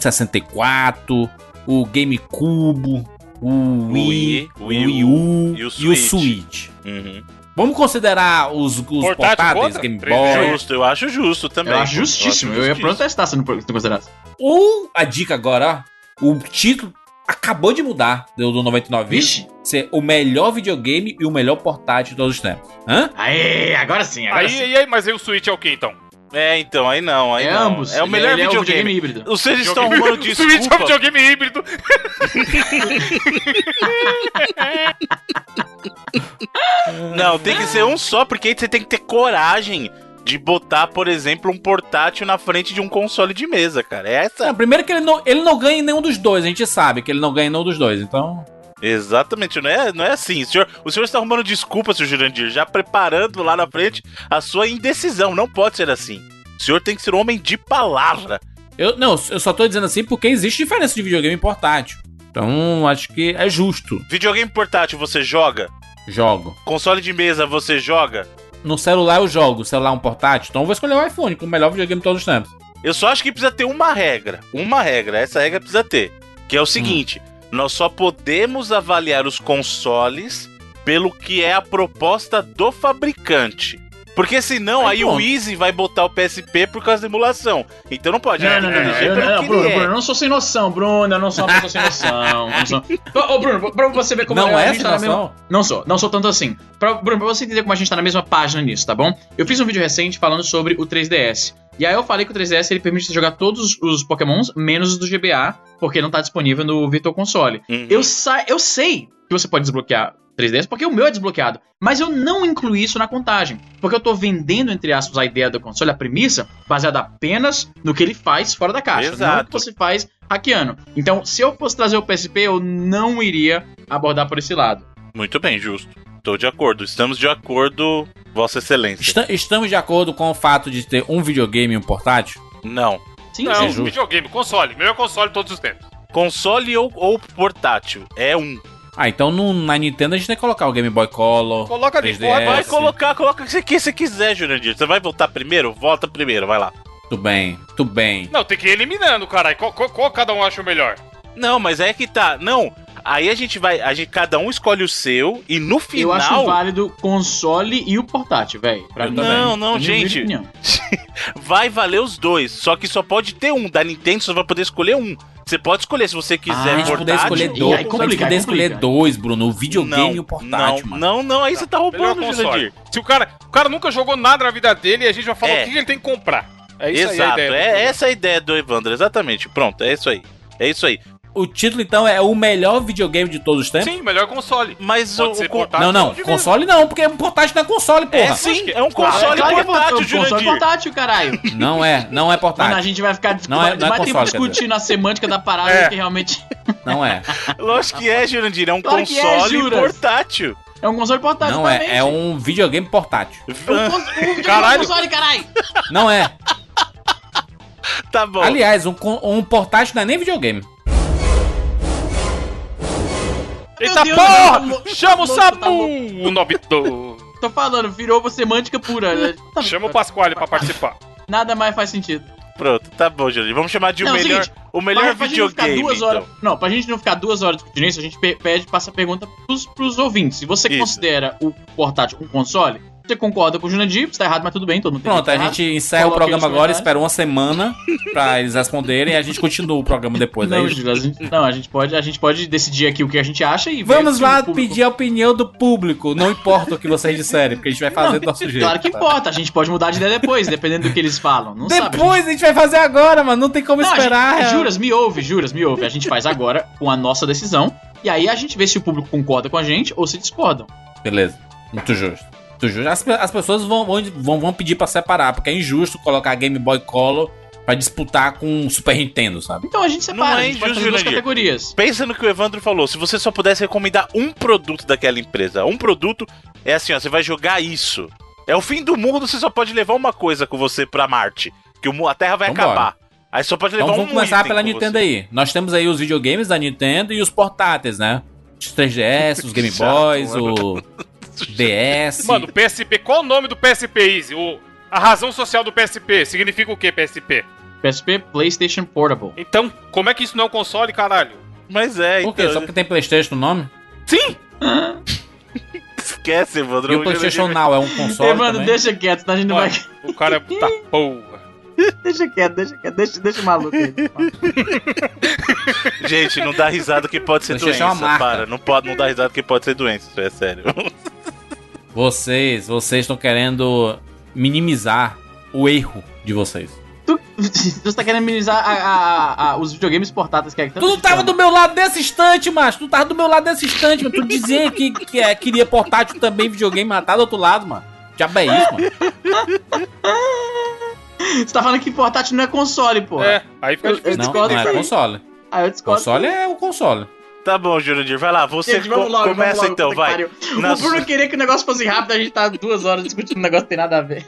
Speaker 1: 64, o GameCube, o Wii,
Speaker 4: Wii,
Speaker 1: o
Speaker 4: Wii
Speaker 1: Wii
Speaker 4: U
Speaker 1: U e
Speaker 4: e o
Speaker 1: o
Speaker 4: Switch.
Speaker 1: Switch.
Speaker 4: Uhum.
Speaker 1: Vamos considerar os, os
Speaker 3: Portátil
Speaker 1: portáteis,
Speaker 3: conta?
Speaker 1: Game
Speaker 3: É.
Speaker 1: Boy,
Speaker 4: Justo, eu acho justo também.
Speaker 2: Eu acho É justíssimo. Eu,
Speaker 4: acho
Speaker 2: ia protestar se não, se não considerasse.
Speaker 1: ou Uh, a dica agora, ó, o título acabou de mudar do do 99 Vixe.
Speaker 2: Vixe!
Speaker 1: ser o melhor videogame e o melhor portátil de todos os tempos. Hã?
Speaker 2: Aê, agora sim, agora
Speaker 3: Aí,
Speaker 2: sim.
Speaker 3: aí, aí, mas aí o Switch é o que então?
Speaker 4: É, então, aí não, aí
Speaker 2: É
Speaker 4: não.
Speaker 2: ambos.
Speaker 4: É o
Speaker 2: Ele-
Speaker 4: melhor
Speaker 2: ele
Speaker 4: videogame.
Speaker 2: É o videogame híbrido.
Speaker 4: Vocês estão arrumando
Speaker 3: O Switch é um
Speaker 4: desculpa.
Speaker 3: videogame híbrido.
Speaker 4: Não, tem que ser um só, porque aí você tem que ter coragem de botar, por exemplo, um portátil na frente de um console de mesa, cara. É
Speaker 1: Não,
Speaker 4: essa.
Speaker 1: primeiro que ele não, ele não ganha em nenhum dos dois, a gente sabe que ele não ganha em nenhum dos dois, então...
Speaker 4: Exatamente, não é, não é assim. O senhor, o senhor está arrumando desculpa, seu Jurandir, já preparando lá na frente a sua indecisão. Não pode ser assim. O senhor tem que ser um homem de palavra.
Speaker 1: Eu, não, eu só tô dizendo assim porque existe diferença de videogame e portátil. Então, acho que é justo.
Speaker 4: Videogame portátil você joga?
Speaker 1: Jogo.
Speaker 4: Console de mesa você joga?
Speaker 1: No celular eu jogo, celular é um portátil, então eu vou escolher o iPhone como o melhor videogame de todos os tempos.
Speaker 4: Eu só acho que precisa ter uma regra. Uma regra, essa regra precisa ter. Que é o seguinte: nós só podemos avaliar os consoles pelo que é a proposta do fabricante. Porque senão
Speaker 1: Aí
Speaker 4: aí,
Speaker 1: pronto.
Speaker 4: o Easy vai botar o PSP por causa da emulação. Então não pode.
Speaker 2: Não,
Speaker 4: né?
Speaker 2: não,
Speaker 4: Tem
Speaker 2: não,
Speaker 4: que
Speaker 2: não,
Speaker 4: eleger
Speaker 2: eu-
Speaker 4: pelo
Speaker 2: não,
Speaker 4: que
Speaker 2: É, Bruno,
Speaker 4: ele é.
Speaker 2: Bruno, eu não sou sem noção, Bruno, eu não sou uma pessoa sem noção. eu não sou- Ô, ô, Bruno, pra você ver como
Speaker 1: não
Speaker 2: a
Speaker 1: é
Speaker 2: gente tá na mesma-
Speaker 1: sensação?
Speaker 2: Não sou, não sou tanto assim. Pra, Bruno, pra você entender como a gente tá na mesma página nisso, tá bom? Eu fiz um vídeo recente falando sobre o 3DS. E aí eu falei que o 3DS ele permite você jogar todos os Pokémons, menos os do GBA, porque não tá disponível no Virtual Console.
Speaker 4: Uhum.
Speaker 2: Eu, sa eu sei que você pode desbloquear 3DS, porque o meu é desbloqueado. Mas eu não incluí isso na contagem. Porque eu tô vendendo, entre aspas, a ideia do console, a premissa, baseada apenas no que ele faz fora da caixa. Não no
Speaker 4: Exato.
Speaker 2: que você faz hackeando. Então, se eu fosse trazer o PSP, eu não iria abordar por esse lado.
Speaker 4: Muito bem, justo. Tô de acordo. Estamos de acordo, Vossa Excelência.
Speaker 1: Esta- estamos de acordo com o fato de ter um videogame e um portátil?
Speaker 4: Não.
Speaker 2: Sim,
Speaker 3: Não,
Speaker 2: sim.
Speaker 1: justo.
Speaker 3: videogame, console. Melhor console de todos os tempos.
Speaker 4: Console ou, ou portátil? É um.
Speaker 1: Ah, então no- na Nintendo a gente tem que colocar o Game Boy Color.
Speaker 3: Coloca ali,
Speaker 1: 3DS.
Speaker 2: É,
Speaker 3: porra,
Speaker 4: Vai
Speaker 1: sim.
Speaker 4: colocar, coloca o que você que você quiser, Jurandir. Você vai votar primeiro? Vota primeiro, vai lá.
Speaker 1: Tudo bem, tudo bem.
Speaker 3: Não, tem que ir eliminando, caralho. Qual, qual- qual cada um acha o melhor?
Speaker 4: Não, mas é que tá. Não, Aí a gente vai, a gente, cada um escolhe o seu e no
Speaker 2: Eu acho
Speaker 4: final
Speaker 2: válido o console e o portátil, velho. Pra
Speaker 1: Eu
Speaker 2: mim.
Speaker 1: também.
Speaker 4: Não, não,
Speaker 2: Na minha
Speaker 4: gente.
Speaker 2: opinião.
Speaker 4: vai valer os dois. Só que só pode ter um. Da Nintendo só vai poder escolher um. Você pode escolher se
Speaker 2: Ah,
Speaker 4: você
Speaker 1: a
Speaker 4: quiser
Speaker 1: gente
Speaker 4: portátil.
Speaker 1: poder escolher
Speaker 2: Ih,
Speaker 1: dois.
Speaker 2: aí
Speaker 1: a gente
Speaker 2: complica,
Speaker 1: poder
Speaker 2: aí
Speaker 1: escolher
Speaker 2: complica.
Speaker 1: dois, Bruno. O videogame
Speaker 4: Não,
Speaker 1: e o portátil,
Speaker 4: não,
Speaker 1: mano.
Speaker 4: não, não, aí você tá
Speaker 3: Melhor
Speaker 4: roubando,
Speaker 3: console.
Speaker 4: Jurandir.
Speaker 3: Se o cara, o cara nunca jogou nada na vida dele e a gente vai falar
Speaker 4: É.
Speaker 3: o que que ele tem que comprar. É isso aí a
Speaker 4: Exato,
Speaker 3: ideia. do
Speaker 4: é
Speaker 3: programa.
Speaker 4: essa a ideia do Evandro, exatamente. Pronto, é isso aí. É isso aí.
Speaker 1: O título, então, é o melhor videogame de todos os tempos?
Speaker 3: Sim, melhor console.
Speaker 4: Mas
Speaker 3: Pode
Speaker 4: o,
Speaker 3: ser
Speaker 4: o co-
Speaker 2: tá
Speaker 3: portátil.
Speaker 1: não, não.
Speaker 3: pode mesmo.
Speaker 1: Console não, porque portátil não é console, porra.
Speaker 4: É sim, é um console
Speaker 2: Ah, é claro que é
Speaker 4: portátil,
Speaker 2: portátil, console
Speaker 4: Jurandir.
Speaker 2: portátil, caralho.
Speaker 1: Não é, não é
Speaker 2: Mano, a
Speaker 1: portátil.
Speaker 2: gente vai ficar discu-
Speaker 1: Não é- não é
Speaker 2: mais tempo
Speaker 1: console, quer
Speaker 2: discutindo a semântica da parada
Speaker 3: É.
Speaker 2: que realmente
Speaker 1: Não é.
Speaker 4: Lógico que é, Jurandir. É um
Speaker 2: Claro que é,
Speaker 4: console
Speaker 2: Juras.
Speaker 4: portátil.
Speaker 2: é um console portátil
Speaker 1: Não
Speaker 2: também.
Speaker 1: é. É um videogame portátil.
Speaker 2: O cons- o videogame
Speaker 3: Caralho.
Speaker 2: é um console, caralho.
Speaker 1: Não é.
Speaker 4: Tá bom.
Speaker 1: Aliás, um, con- um portátil não é nem videogame.
Speaker 3: Eita
Speaker 2: Deus,
Speaker 3: porra!
Speaker 2: meu Deus,
Speaker 3: Chama o
Speaker 2: tá louco, tá
Speaker 3: Samu! O Nobito!
Speaker 2: Tô falando, virou uma semântica pura. né? Tá-
Speaker 3: Chama o Pasquale pra participar.
Speaker 2: Nada mais faz sentido.
Speaker 4: Pronto, tá bom, Jurandir. Vamos chamar de o
Speaker 2: Não, é o
Speaker 4: melhor,
Speaker 2: seguinte,
Speaker 4: o melhor
Speaker 2: pra gente não ficar
Speaker 4: videogame.
Speaker 2: duas horas,
Speaker 4: então.
Speaker 2: Não, pra gente não ficar duas horas discutindo isso, a gente pe- pede, passa a pergunta pros, pros ouvintes. Se você
Speaker 4: Isso.
Speaker 2: considera o portátil um console, você concorda com o Jurandir, se tá errado, mas tudo bem, todo mundo tem
Speaker 1: Pronto,
Speaker 2: que
Speaker 1: a
Speaker 2: estar
Speaker 1: gente encerra o
Speaker 2: Coloquem
Speaker 1: programa
Speaker 2: os
Speaker 1: agora,
Speaker 2: comentários.
Speaker 1: espera uma semana pra eles responderem e a gente continua o programa depois. é
Speaker 2: não,
Speaker 1: isso?
Speaker 2: Júlio, a gente, não, a gente pode, a gente pode decidir aqui o que a gente acha e ver
Speaker 1: Vamos
Speaker 2: se
Speaker 1: lá
Speaker 2: o público-
Speaker 1: pedir a opinião do público. Não importa o que vocês disserem, porque a gente vai fazer do nosso jeito.
Speaker 2: Claro que importa, a gente pode mudar de ideia depois, dependendo do que eles falam. Não sabe. a gente-
Speaker 1: Depois a gente vai fazer agora, mano. Não tem como
Speaker 2: Não, a
Speaker 1: esperar.
Speaker 2: gente-
Speaker 1: é.
Speaker 2: Juras, me ouve, juras, me ouve. A gente faz agora com a nossa decisão. E aí a gente vê se o público concorda com a gente ou se discordam.
Speaker 1: Beleza. Muito justo. Muito justo. As, pe- as pessoas vão, vão, vão pedir pra separar, porque é injusto colocar Game Boy Color pra disputar com o Super Nintendo, sabe?
Speaker 2: Então a gente separa,
Speaker 4: Não é
Speaker 2: a gente pode
Speaker 4: injusto,
Speaker 2: fazer duas
Speaker 4: Jurandir.
Speaker 2: categorias.
Speaker 4: Pensa no que o Evandro falou. Se você só pudesse recomendar um produto daquela empresa, um produto é assim, ó, você vai jogar isso. É o fim do mundo, você só pode levar uma coisa com você pra Marte, que o mu- a Terra vai
Speaker 1: Vambora.
Speaker 4: acabar. Aí só pode levar
Speaker 1: Então
Speaker 4: um
Speaker 1: vamos começar
Speaker 4: item
Speaker 1: pela
Speaker 4: com
Speaker 1: Nintendo
Speaker 4: você.
Speaker 1: aí. Nós temos aí os videogames da Nintendo e os portáteis, né? Os 3DS, os Game
Speaker 4: Que chato,
Speaker 1: Boys,
Speaker 4: mano.
Speaker 1: o DS.
Speaker 3: Mano, o PSP, qual o nome do PSP, Easy? O, a razão social do PSP significa o que, PSP?
Speaker 2: PSP, PlayStation Portable.
Speaker 3: Então, como é que isso não é um console, caralho?
Speaker 4: Mas é,
Speaker 1: Por quê? Só porque tem Playstation no nome?
Speaker 3: Sim!
Speaker 4: esquece, Evandro.
Speaker 1: E o
Speaker 4: Hoje ele-
Speaker 1: Playstation Now é um console
Speaker 2: Evandro,
Speaker 1: também?
Speaker 2: deixa quieto, senão a gente não vai.
Speaker 3: Olha, o cara é puta porra.
Speaker 2: Deixa quieto, deixa quieto, deixa, deixa o maluco aí.
Speaker 4: Gente, não dá risada que pode ser
Speaker 1: Playstation
Speaker 4: doença.
Speaker 1: é uma marca.
Speaker 4: Para, não, pode, não dá risada que pode ser doença, isso é sério.
Speaker 1: Vocês, vocês estão querendo minimizar o erro de vocês.
Speaker 2: Tu, tu tá querendo minimizar a- a- a- os videogames portáteis que é que
Speaker 1: Tu não tava do meu lado desse instante, macho. Tu não tava do meu lado desse instante, mano. Tu dizia que, que é, queria portátil também, videogame, mas tá do outro lado, mano. Diabo é isso, mano.
Speaker 2: Você tá falando que portátil não é console, pô.
Speaker 3: É, aí fica
Speaker 2: Eu-
Speaker 3: difícil.
Speaker 2: eu-
Speaker 1: Não,
Speaker 2: discordo
Speaker 1: não é
Speaker 2: disso aí.
Speaker 1: console.
Speaker 2: Ah, eu discordo.
Speaker 1: Console é o console.
Speaker 4: Tá bom, Jurandir, vai lá, você
Speaker 2: Gente, vamos
Speaker 4: co-
Speaker 2: logo, vamos
Speaker 4: começa
Speaker 2: logo,
Speaker 4: então,
Speaker 2: puta que
Speaker 4: vai.
Speaker 2: pariu.
Speaker 4: Na
Speaker 2: O Bruno
Speaker 4: sua-
Speaker 2: queria que o negócio fosse rápido, a gente tá duas horas discutindo um negócio que tem nada a ver.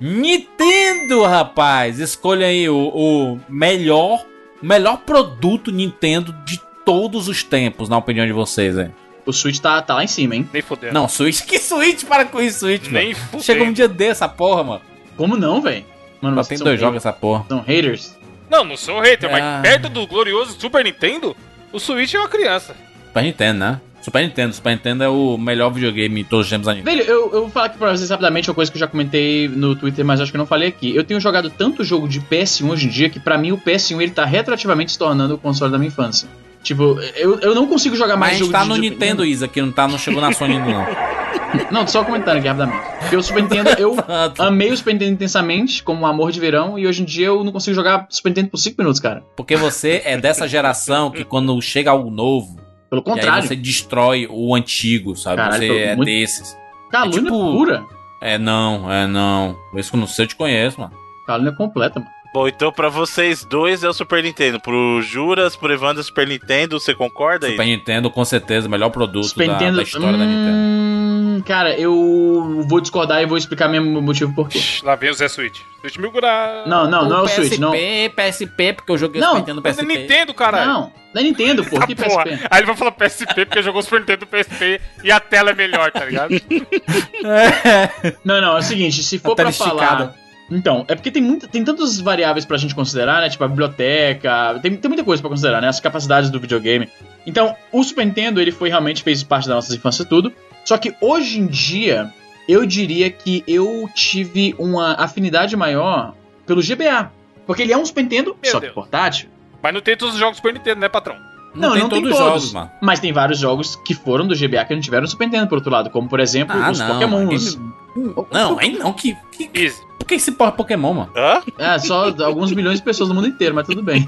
Speaker 1: Nintendo, rapaz. Escolha aí o, o melhor, melhor produto Nintendo de todos os tempos, na opinião de vocês, hein?
Speaker 2: O Switch tá, tá lá em cima, hein?
Speaker 3: Nem fodendo.
Speaker 1: Não, Switch. Que Switch? Para com isso, Switch, mano.
Speaker 3: É. Nem fudendo.
Speaker 1: Chegou um dia desse, essa porra, mano.
Speaker 2: Como não, velho? Mano,
Speaker 1: Só
Speaker 2: vocês
Speaker 1: tem
Speaker 2: são
Speaker 1: Tá dois
Speaker 2: haters.
Speaker 1: jogos essa porra.
Speaker 2: São haters.
Speaker 3: Não, não sou hater,
Speaker 1: Ah.
Speaker 3: mas perto do glorioso Super Nintendo, o Switch é uma criança.
Speaker 1: Super Nintendo, né? Super Nintendo. Super Nintendo é o melhor videogame de todos os tempos né? da Nintendo.
Speaker 2: Velho, eu, eu vou falar aqui pra vocês rapidamente uma coisa que eu já comentei no Twitter, mas acho que eu não falei aqui. Eu tenho jogado tanto jogo de PS1 hoje em dia que pra mim o PS1 ele tá retroativamente se tornando o console da minha infância. Tipo, eu, eu não consigo jogar mais
Speaker 1: Mas
Speaker 2: jogo
Speaker 1: tá
Speaker 2: de
Speaker 1: no
Speaker 2: videogame.
Speaker 1: Nintendo Isa, que não, tá, não chegou na Sony ainda não.
Speaker 2: Não, tô só comentando aqui rapidamente. Porque o Super Nintendo, eu
Speaker 1: Pronto.
Speaker 2: amei o Super Nintendo intensamente, como um amor de verão, e hoje em dia eu não consigo jogar Super Nintendo por 5 minutos, cara.
Speaker 1: Porque você é dessa geração que quando chega algo novo,
Speaker 2: Pelo
Speaker 1: e aí
Speaker 2: contrário,
Speaker 1: você é destrói o antigo, sabe?
Speaker 2: Caralho,
Speaker 1: você
Speaker 2: tô
Speaker 1: é
Speaker 2: muito-
Speaker 1: desses.
Speaker 2: calúnia
Speaker 1: é tipo-
Speaker 2: pura.
Speaker 1: É não, é não. Isso que eu não sei, eu te conheço, mano.
Speaker 2: Calúnia completa, mano.
Speaker 4: Bom, então pra vocês dois é o Super Nintendo. Pro Juras, pro Evandro, Super Nintendo, você concorda aí?
Speaker 1: Super Nintendo, com certeza, o melhor produto da, da história da Nintendo.
Speaker 2: Hum, Cara, eu vou discordar e vou explicar mesmo o motivo por quê.
Speaker 3: Lá vem o Zé Switch. Switch mil graus.
Speaker 2: Não, não, não é o Switch, não.
Speaker 1: PSP, PSP, porque eu joguei
Speaker 2: Não,
Speaker 1: Super Nintendo
Speaker 3: Mas é
Speaker 1: PSP.
Speaker 3: Nintendo, caralho.
Speaker 2: Não, da Nintendo, pô.
Speaker 3: Tá
Speaker 2: Que
Speaker 3: porra.
Speaker 2: PSP?
Speaker 3: Aí ele vai falar PSP porque jogou o Super Nintendo do PSP e a tela é melhor, tá ligado?
Speaker 2: Não, não, é o seguinte, se for
Speaker 1: Tá
Speaker 2: pra
Speaker 1: esticada.
Speaker 2: falar... Então, é porque tem, muita, tem tantas variáveis pra gente considerar, né? Tipo, a biblioteca, tem, tem muita coisa pra considerar, né? As capacidades do videogame. Então, o Super Nintendo, ele foi realmente fez parte da nossa infância e tudo. Só que hoje em dia, eu diria que eu tive uma afinidade maior pelo GBA. Porque ele é um Super Nintendo,
Speaker 3: Meu
Speaker 2: só
Speaker 3: Deus.
Speaker 2: que portátil.
Speaker 3: Mas não tem todos os jogos Super Nintendo, né, patrão?
Speaker 2: Não, não tem
Speaker 1: os
Speaker 2: todos.
Speaker 1: jogos, mano.
Speaker 2: Mas tem vários jogos que foram do GBA que não tiveram no Super Nintendo, por outro lado. Como, por exemplo,
Speaker 1: Ah,
Speaker 2: os
Speaker 1: não,
Speaker 2: Pokémons.
Speaker 1: Não, aí não. Que, que,
Speaker 3: Easy.
Speaker 1: por que esse porra é Pokémon, mano?
Speaker 4: Hã?
Speaker 2: É, só alguns milhões de pessoas no mundo inteiro, mas tudo bem.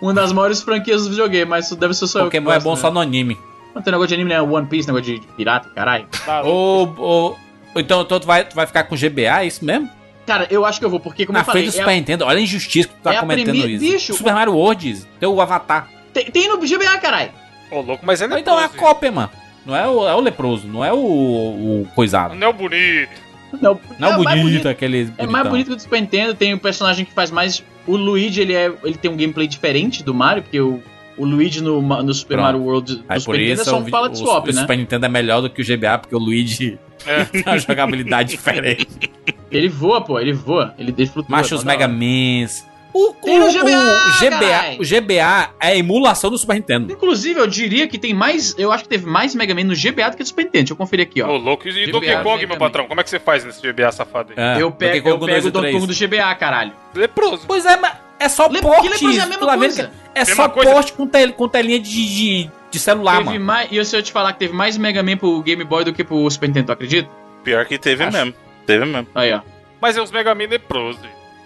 Speaker 2: Uma das maiores franquias do videogame, mas isso deve ser só eu. que
Speaker 1: Pokémon é
Speaker 2: gosto,
Speaker 1: bom
Speaker 2: né?
Speaker 1: só no anime.
Speaker 2: Não tem negócio de anime, né? One Piece, negócio de pirata, caralho.
Speaker 3: Tá,
Speaker 1: Ou, ou- ou então, então tu, vai, tu vai ficar com GBA, é isso mesmo?
Speaker 2: Cara, eu acho que eu vou, porque, como
Speaker 1: Na
Speaker 2: eu falei,
Speaker 1: frente do
Speaker 2: é-
Speaker 1: Ah, Super Nintendo. Olha a injustiça que tu tá
Speaker 2: é a
Speaker 1: cometendo
Speaker 2: premi-
Speaker 1: isso.
Speaker 2: Bicho,
Speaker 1: Super Mario World, Izzy, tem o Avatar.
Speaker 2: tem, tem no GBA, caralho.
Speaker 3: Ô, louco, mas ele
Speaker 1: Ou então é a cópia, mano. Não é o, é o leproso, não é o, o coisado.
Speaker 3: Não é o bonito.
Speaker 2: Não,
Speaker 1: Não é tá. o
Speaker 2: mais
Speaker 1: bonito, aquele.
Speaker 2: É mais
Speaker 1: bonitão.
Speaker 2: bonito que o do Super Nintendo, tem o personagem que faz mais. O Luigi, ele, é, ele tem um gameplay diferente do Mario, porque o, o Luigi no, Ma- no Super
Speaker 1: Pronto.
Speaker 2: Mario World do
Speaker 1: Aí por
Speaker 2: Super Nintendo é
Speaker 1: isso
Speaker 2: só
Speaker 1: o,
Speaker 2: um
Speaker 1: vi-
Speaker 2: palette
Speaker 1: o-
Speaker 2: swap,
Speaker 1: o
Speaker 2: né? É.
Speaker 1: Super Nintendo é melhor do que o GBA, porque o Luigi tem uma jogabilidade diferente.
Speaker 2: Ele voa, pô, ele voa. Ele, ele flutua.
Speaker 1: Macha os
Speaker 2: toda
Speaker 1: Mega
Speaker 2: hora.
Speaker 1: Mans. O,
Speaker 2: Tem no GBA,
Speaker 1: o
Speaker 2: carai.
Speaker 1: GBA, o GBA é a emulação do Super Nintendo.
Speaker 2: Inclusive, eu diria que tem mais. Eu acho que teve mais Mega Man no GBA do que no Super Nintendo. Deixa eu conferir aqui, ó.
Speaker 3: Ô, louco. E
Speaker 2: GBA,
Speaker 3: Donkey
Speaker 2: né,
Speaker 3: Kong, meu
Speaker 2: também.
Speaker 3: patrão? Como é que você faz nesse GBA safado aí?
Speaker 1: É,
Speaker 2: eu
Speaker 1: Donkey
Speaker 2: pego,
Speaker 1: Kong
Speaker 2: eu
Speaker 1: 1, 2
Speaker 2: pego
Speaker 1: e
Speaker 2: o Donkey
Speaker 1: 3.
Speaker 2: Kong do GBA, caralho.
Speaker 3: Leproso.
Speaker 1: Pois é, mas é só
Speaker 2: Lembra-
Speaker 1: porte.
Speaker 2: que Leproso é a
Speaker 1: isso,
Speaker 2: mesma
Speaker 1: tá vendo
Speaker 2: coisa.
Speaker 1: que É
Speaker 3: Mesma
Speaker 1: só
Speaker 3: coisa.
Speaker 1: porte com, tel- com telinha de, de, de celular,
Speaker 2: teve
Speaker 1: mano.
Speaker 2: mais, e se eu te falar que teve mais Mega Man pro Game Boy do que pro Super Nintendo, tu acredita?
Speaker 4: Pior que teve
Speaker 1: Acho.
Speaker 4: mesmo. Teve mesmo.
Speaker 2: Aí, ó.
Speaker 3: Mas é os Mega Man leproso.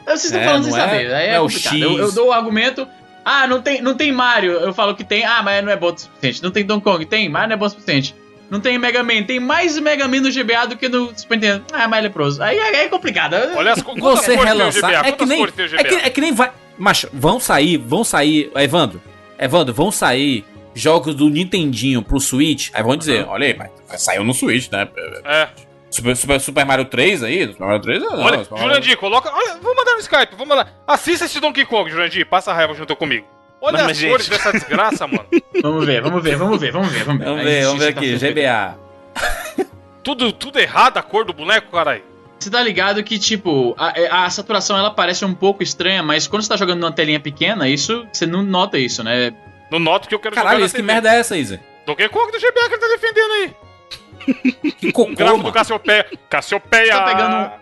Speaker 2: Vocês estão
Speaker 1: É,
Speaker 2: falando
Speaker 1: não
Speaker 2: sem
Speaker 1: é-
Speaker 2: saber. Aí
Speaker 1: não
Speaker 2: é,
Speaker 1: é o
Speaker 2: complicado.
Speaker 1: X.
Speaker 2: Eu, eu dou o argumento. Ah, não tem, não tem Mario. Eu falo que tem. Ah, mas não é bom o suficiente. Não tem Donkey Kong. Tem, Mario não é bom o suficiente. Não tem Mega Man. Tem mais Mega Man no GBA do que no Super Nintendo. Ah, mas ele é proso. Aí, aí é complicado.
Speaker 3: Olha as co- quantas
Speaker 1: Você
Speaker 3: cores tem o
Speaker 1: relançar.
Speaker 3: GBA?
Speaker 1: É que
Speaker 3: Quantas
Speaker 1: nem.
Speaker 3: cores tem o
Speaker 1: É que,
Speaker 3: GBA?
Speaker 1: é que nem vai. Mas vão sair, vão sair. Evandro, Evandro, vão sair jogos do Nintendinho pro Switch. Aí vão dizer: olha aí, mas saiu no Switch, né?
Speaker 3: É.
Speaker 1: Super, Super, Super Mario 3 aí? Super Mario 3 não.
Speaker 3: Olha,
Speaker 1: Super Mario-
Speaker 3: Jurandir, coloca. Olha, vou mandar no Skype, vou mandar. Assista esse Donkey Kong, Jurandir. Passa a raiva junto comigo. Olha
Speaker 4: Não,
Speaker 3: as
Speaker 4: mas, gente.
Speaker 3: cores dessa desgraça, mano.
Speaker 2: Vamos ver, vamos ver, vamos ver, vamos ver. Vamos ver,
Speaker 1: Vamos
Speaker 2: A
Speaker 1: ver, vamos ver
Speaker 2: justiça tá
Speaker 1: aqui.
Speaker 2: sendo feita.
Speaker 1: GBA.
Speaker 3: Tudo, tudo errado a cor do boneco, caralho.
Speaker 2: Você tá ligado que, tipo, a, a saturação ela parece um pouco estranha, mas quando você tá jogando numa telinha pequena, isso. Você não nota isso, né?
Speaker 3: Não noto que eu quero
Speaker 1: Caralho,
Speaker 3: na
Speaker 1: isso que
Speaker 3: TV.
Speaker 1: merda é essa, Isa?
Speaker 3: Donkey Kong do GBA que ele tá defendendo aí.
Speaker 1: Que cocô,
Speaker 3: Um gráfico
Speaker 1: mano.
Speaker 3: do Cassiopeia. Cassiopeia.
Speaker 2: Tá pegando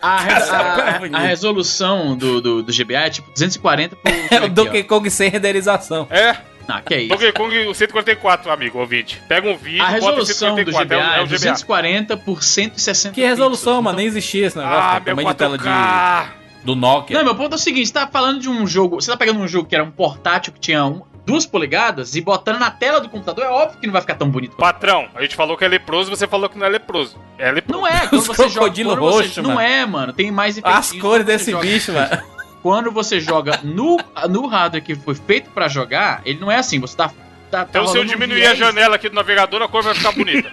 Speaker 2: A, re-
Speaker 1: Essa
Speaker 2: a-
Speaker 1: é
Speaker 2: a-
Speaker 1: bonita.
Speaker 2: a resolução do, do, do GBA é tipo 240 por.
Speaker 1: É o Donkey Kong sem renderização.
Speaker 3: É,
Speaker 2: Ah, que é isso.
Speaker 3: Donkey Kong o 144, amigo, ouvinte. Pega um vídeo,
Speaker 2: A
Speaker 3: bota em
Speaker 2: resolução do
Speaker 3: 144,
Speaker 2: GBA
Speaker 3: é o- é
Speaker 2: é
Speaker 3: o GBA.
Speaker 2: 240 por 160
Speaker 1: Que resolução,
Speaker 2: pixels.
Speaker 1: mano? Nem existia esse negócio.
Speaker 3: Ah,
Speaker 1: cara.
Speaker 3: meu
Speaker 1: Tamanho de tela
Speaker 3: 4K.
Speaker 1: de, do Nokia.
Speaker 2: Não, meu ponto é o seguinte, você tá falando de um jogo, você tá pegando um jogo que era um portátil que tinha um- duas polegadas e botando na tela do computador, é óbvio que não vai ficar tão bonito.
Speaker 3: Patrão, a gente falou que é leproso, você falou que não é leproso. É leproso.
Speaker 2: Não é, quando
Speaker 1: Os
Speaker 2: você joga,
Speaker 1: crocodilo
Speaker 2: quando você-
Speaker 1: roxo,
Speaker 2: não
Speaker 1: mano.
Speaker 2: é, mano, tem mais
Speaker 1: As
Speaker 2: efeitinho
Speaker 1: cores
Speaker 2: quando você
Speaker 1: desse
Speaker 2: joga.
Speaker 1: bicho, mano.
Speaker 2: Quando você joga no no hardware que foi feito pra jogar, ele não é assim, você tá tá, tá
Speaker 3: Então se eu
Speaker 2: rolando um
Speaker 3: diminuir
Speaker 2: viés,
Speaker 3: a janela aqui do navegador, a cor vai ficar bonita.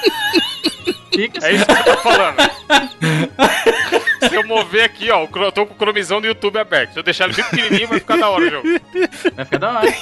Speaker 2: fica assim.
Speaker 3: É isso que eu tô falando. se eu mover aqui, ó, o cro- eu tô com o cromizão do YouTube aberto. Se eu deixar ele bem pequenininho, vai ficar da hora o jogo.
Speaker 2: vai ficar da hora.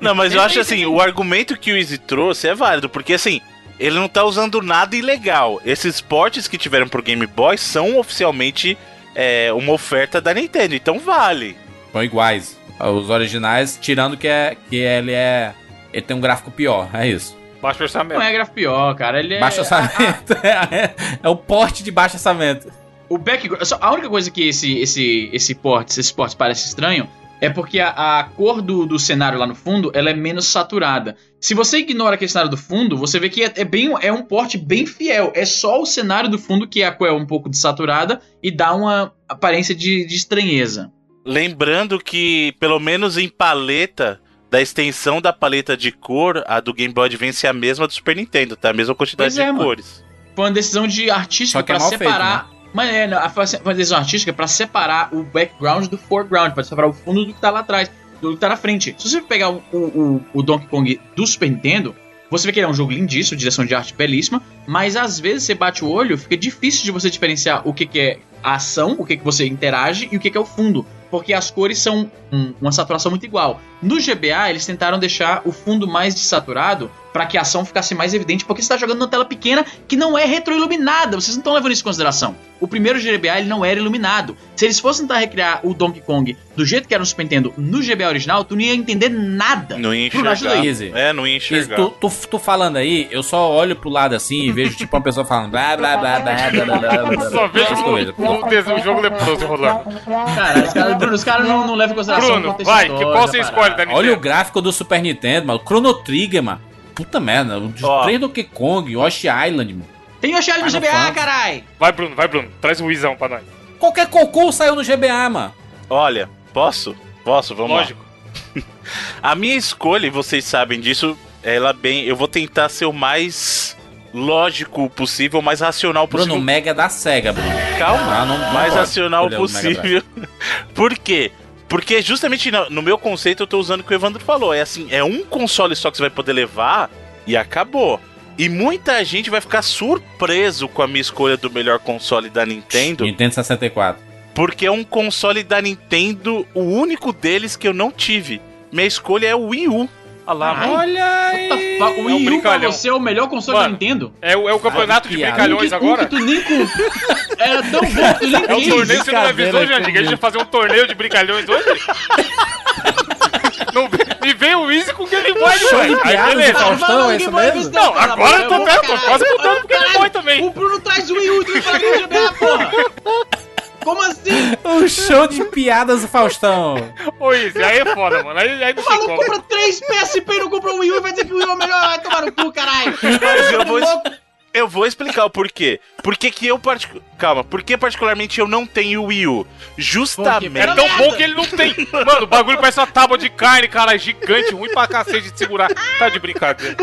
Speaker 4: Não, mas eu
Speaker 2: Ele
Speaker 4: acho
Speaker 2: tem
Speaker 4: assim, o argumento que o Easy trouxe é válido, porque assim, ele não tá usando nada ilegal. Esses portes que tiveram pro Game Boy são oficialmente é, uma oferta da Nintendo, então vale.
Speaker 1: São iguais. Os originais, tirando que, é, que ele é. Ele tem um gráfico pior, é isso.
Speaker 3: Baixo orçamento.
Speaker 2: Não é gráfico pior, cara, ele é
Speaker 1: Baixo orçamento. É, é o porte de baixo orçamento.
Speaker 2: O background. só- A única coisa que esse, esse, esse porte, esse porte parece estranho é porque a, a cor do, do cenário lá no fundo ela é menos saturada. Se você ignora aquele cenário do fundo, você vê que é, é bem, é um porte bem fiel. É só o cenário do fundo que a cor é um pouco desaturada e dá uma aparência de, de estranheza.
Speaker 4: Lembrando que, pelo menos em paleta, da extensão da paleta de cor, a do Game Boy Advance é a mesma do Super Nintendo, tá? A mesma quantidade
Speaker 2: Pois é,
Speaker 4: de
Speaker 2: mano.
Speaker 4: cores.
Speaker 2: Foi uma decisão de artística
Speaker 1: Só que é
Speaker 2: pra
Speaker 1: mal feito,
Speaker 2: separar. Mas é, não, foi foi uma decisão artística pra separar o background do foreground, pra separar o fundo do que tá lá atrás, do que tá na frente. Se você pegar o, o, o- o Donkey Kong do Super Nintendo, você vê que ele é um jogo lindíssimo, direção de arte belíssima, mas às vezes você bate o olho, fica difícil de você diferenciar o que, que é a ação, o que, que você interage e o que, que é o fundo. Porque as cores um, são hum, uma saturação muito igual. No GBA, eles tentaram deixar o fundo mais desaturado pra que a ação ficasse mais evidente, porque você tá jogando numa tela pequena que não é retroiluminada. Vocês não estão levando isso em consideração. O primeiro GBA ele não era iluminado. Se eles fossem tentar recriar o Donkey Kong do jeito que era no Super Nintendo no GBA original, tu não ia entender nada.
Speaker 4: Não ia
Speaker 2: Bruno, ajuda
Speaker 4: enxergar.
Speaker 2: aí.
Speaker 1: Easy.
Speaker 4: É, não ia
Speaker 1: Isso,
Speaker 4: enxergar.
Speaker 1: Tu, tu, tu falando aí, eu só olho pro lado assim e vejo tipo uma pessoa falando blá blá blá blá blá blá blá blá. blá,
Speaker 3: Só
Speaker 1: blá, essas
Speaker 3: vejo
Speaker 1: coisas.
Speaker 3: o, o, des- o jogo leproso rolando.
Speaker 2: Cara, os caras Bruno, os caras não, não levam em consideração o
Speaker 3: Bruno,
Speaker 2: contexto
Speaker 3: vai, que
Speaker 2: histórico
Speaker 3: qual
Speaker 2: da
Speaker 3: você
Speaker 2: parada.
Speaker 3: escolhe, Dani?
Speaker 1: Olha o gráfico do Super Nintendo, mano. Chrono Trigger, mano. Puta merda. Os
Speaker 4: Ó.
Speaker 1: três Donkey Kong, Yoshi Island, mano.
Speaker 2: Tem o Charlie no
Speaker 1: Final
Speaker 2: GBA,
Speaker 1: Fantasy.
Speaker 2: carai!
Speaker 3: Vai, Bruno, vai, Bruno. Traz o Wizão pra nós.
Speaker 1: Qualquer cocô saiu no GBA, mano.
Speaker 4: Olha, posso? Posso, vamos lá.
Speaker 3: Lógico.
Speaker 4: A minha escolha, e vocês sabem disso, ela bem. Eu vou tentar ser o mais lógico possível, o mais racional
Speaker 1: Bruno,
Speaker 4: possível.
Speaker 1: Mega da SEGA, Bruno.
Speaker 4: calma.
Speaker 1: Ah, não- não
Speaker 4: mais
Speaker 1: pode
Speaker 4: racional
Speaker 1: escolher o Mega Drive.
Speaker 4: possível. Por quê? Porque justamente na- no meu conceito eu tô usando o que o Evandro falou. É assim, é um console só que você vai poder levar e acabou. E muita gente vai ficar surpreso com a minha escolha do melhor console da Nintendo.
Speaker 1: Nintendo 64.
Speaker 4: Porque é um console da Nintendo, o único deles que eu não tive. Minha escolha é o Wii U.
Speaker 3: Olha lá,
Speaker 2: Ai.
Speaker 3: mano.
Speaker 1: Olha
Speaker 2: What the fuck? O
Speaker 3: É um
Speaker 2: Wii U pra
Speaker 3: brincalhão.
Speaker 2: você é o melhor console
Speaker 3: Mano,
Speaker 2: da Nintendo?
Speaker 3: É o, é o campeonato de
Speaker 1: que piada.
Speaker 2: Um que, um
Speaker 3: brincalhões
Speaker 2: que
Speaker 3: agora?
Speaker 2: tu nem com... Era tão bom que tu nem
Speaker 3: É um
Speaker 2: quis.
Speaker 3: torneio que você não
Speaker 6: brincadeira
Speaker 3: avisou, Jandiga? A gente ia fazer um torneio de brincalhões hoje? Não, vem- e vem o Easy com o Game Boy,
Speaker 1: Show de
Speaker 3: velho. Aí,
Speaker 1: piadas e
Speaker 3: beleza.
Speaker 2: Fala,
Speaker 1: Faustão,
Speaker 2: fala,
Speaker 1: é isso
Speaker 2: Game Boy,
Speaker 1: mesmo?
Speaker 2: Bruno,
Speaker 3: Não,
Speaker 2: fala,
Speaker 3: agora eu tô
Speaker 2: vou,
Speaker 3: vendo, tô
Speaker 2: caralho.
Speaker 3: quase mudando pro Game Boy
Speaker 2: O
Speaker 3: também.
Speaker 2: Bruno traz o Wii U e tu fala que é GBA, porra! Como assim?
Speaker 1: Um show de piadas, Faustão.
Speaker 3: Ô, Easy, aí é foda, mano. Aí, aí não
Speaker 2: O
Speaker 3: tem
Speaker 2: maluco
Speaker 3: como.
Speaker 2: compra 3 PSP e não compra o Wii U e vai dizer que o Wii U é o melhor, vai tomar no cu, caralho! Tá
Speaker 4: Mas eu vou, eu vou explicar o porquê. Por que que eu particu- Calma, por que particularmente eu não tenho Wii U?
Speaker 3: É
Speaker 4: Justamente.
Speaker 3: tão bom que ele não tem. Mano, o bagulho parece uma tábua de carne, cara, É gigante, ruim pra cacete de segurar. Tá de brincadeira.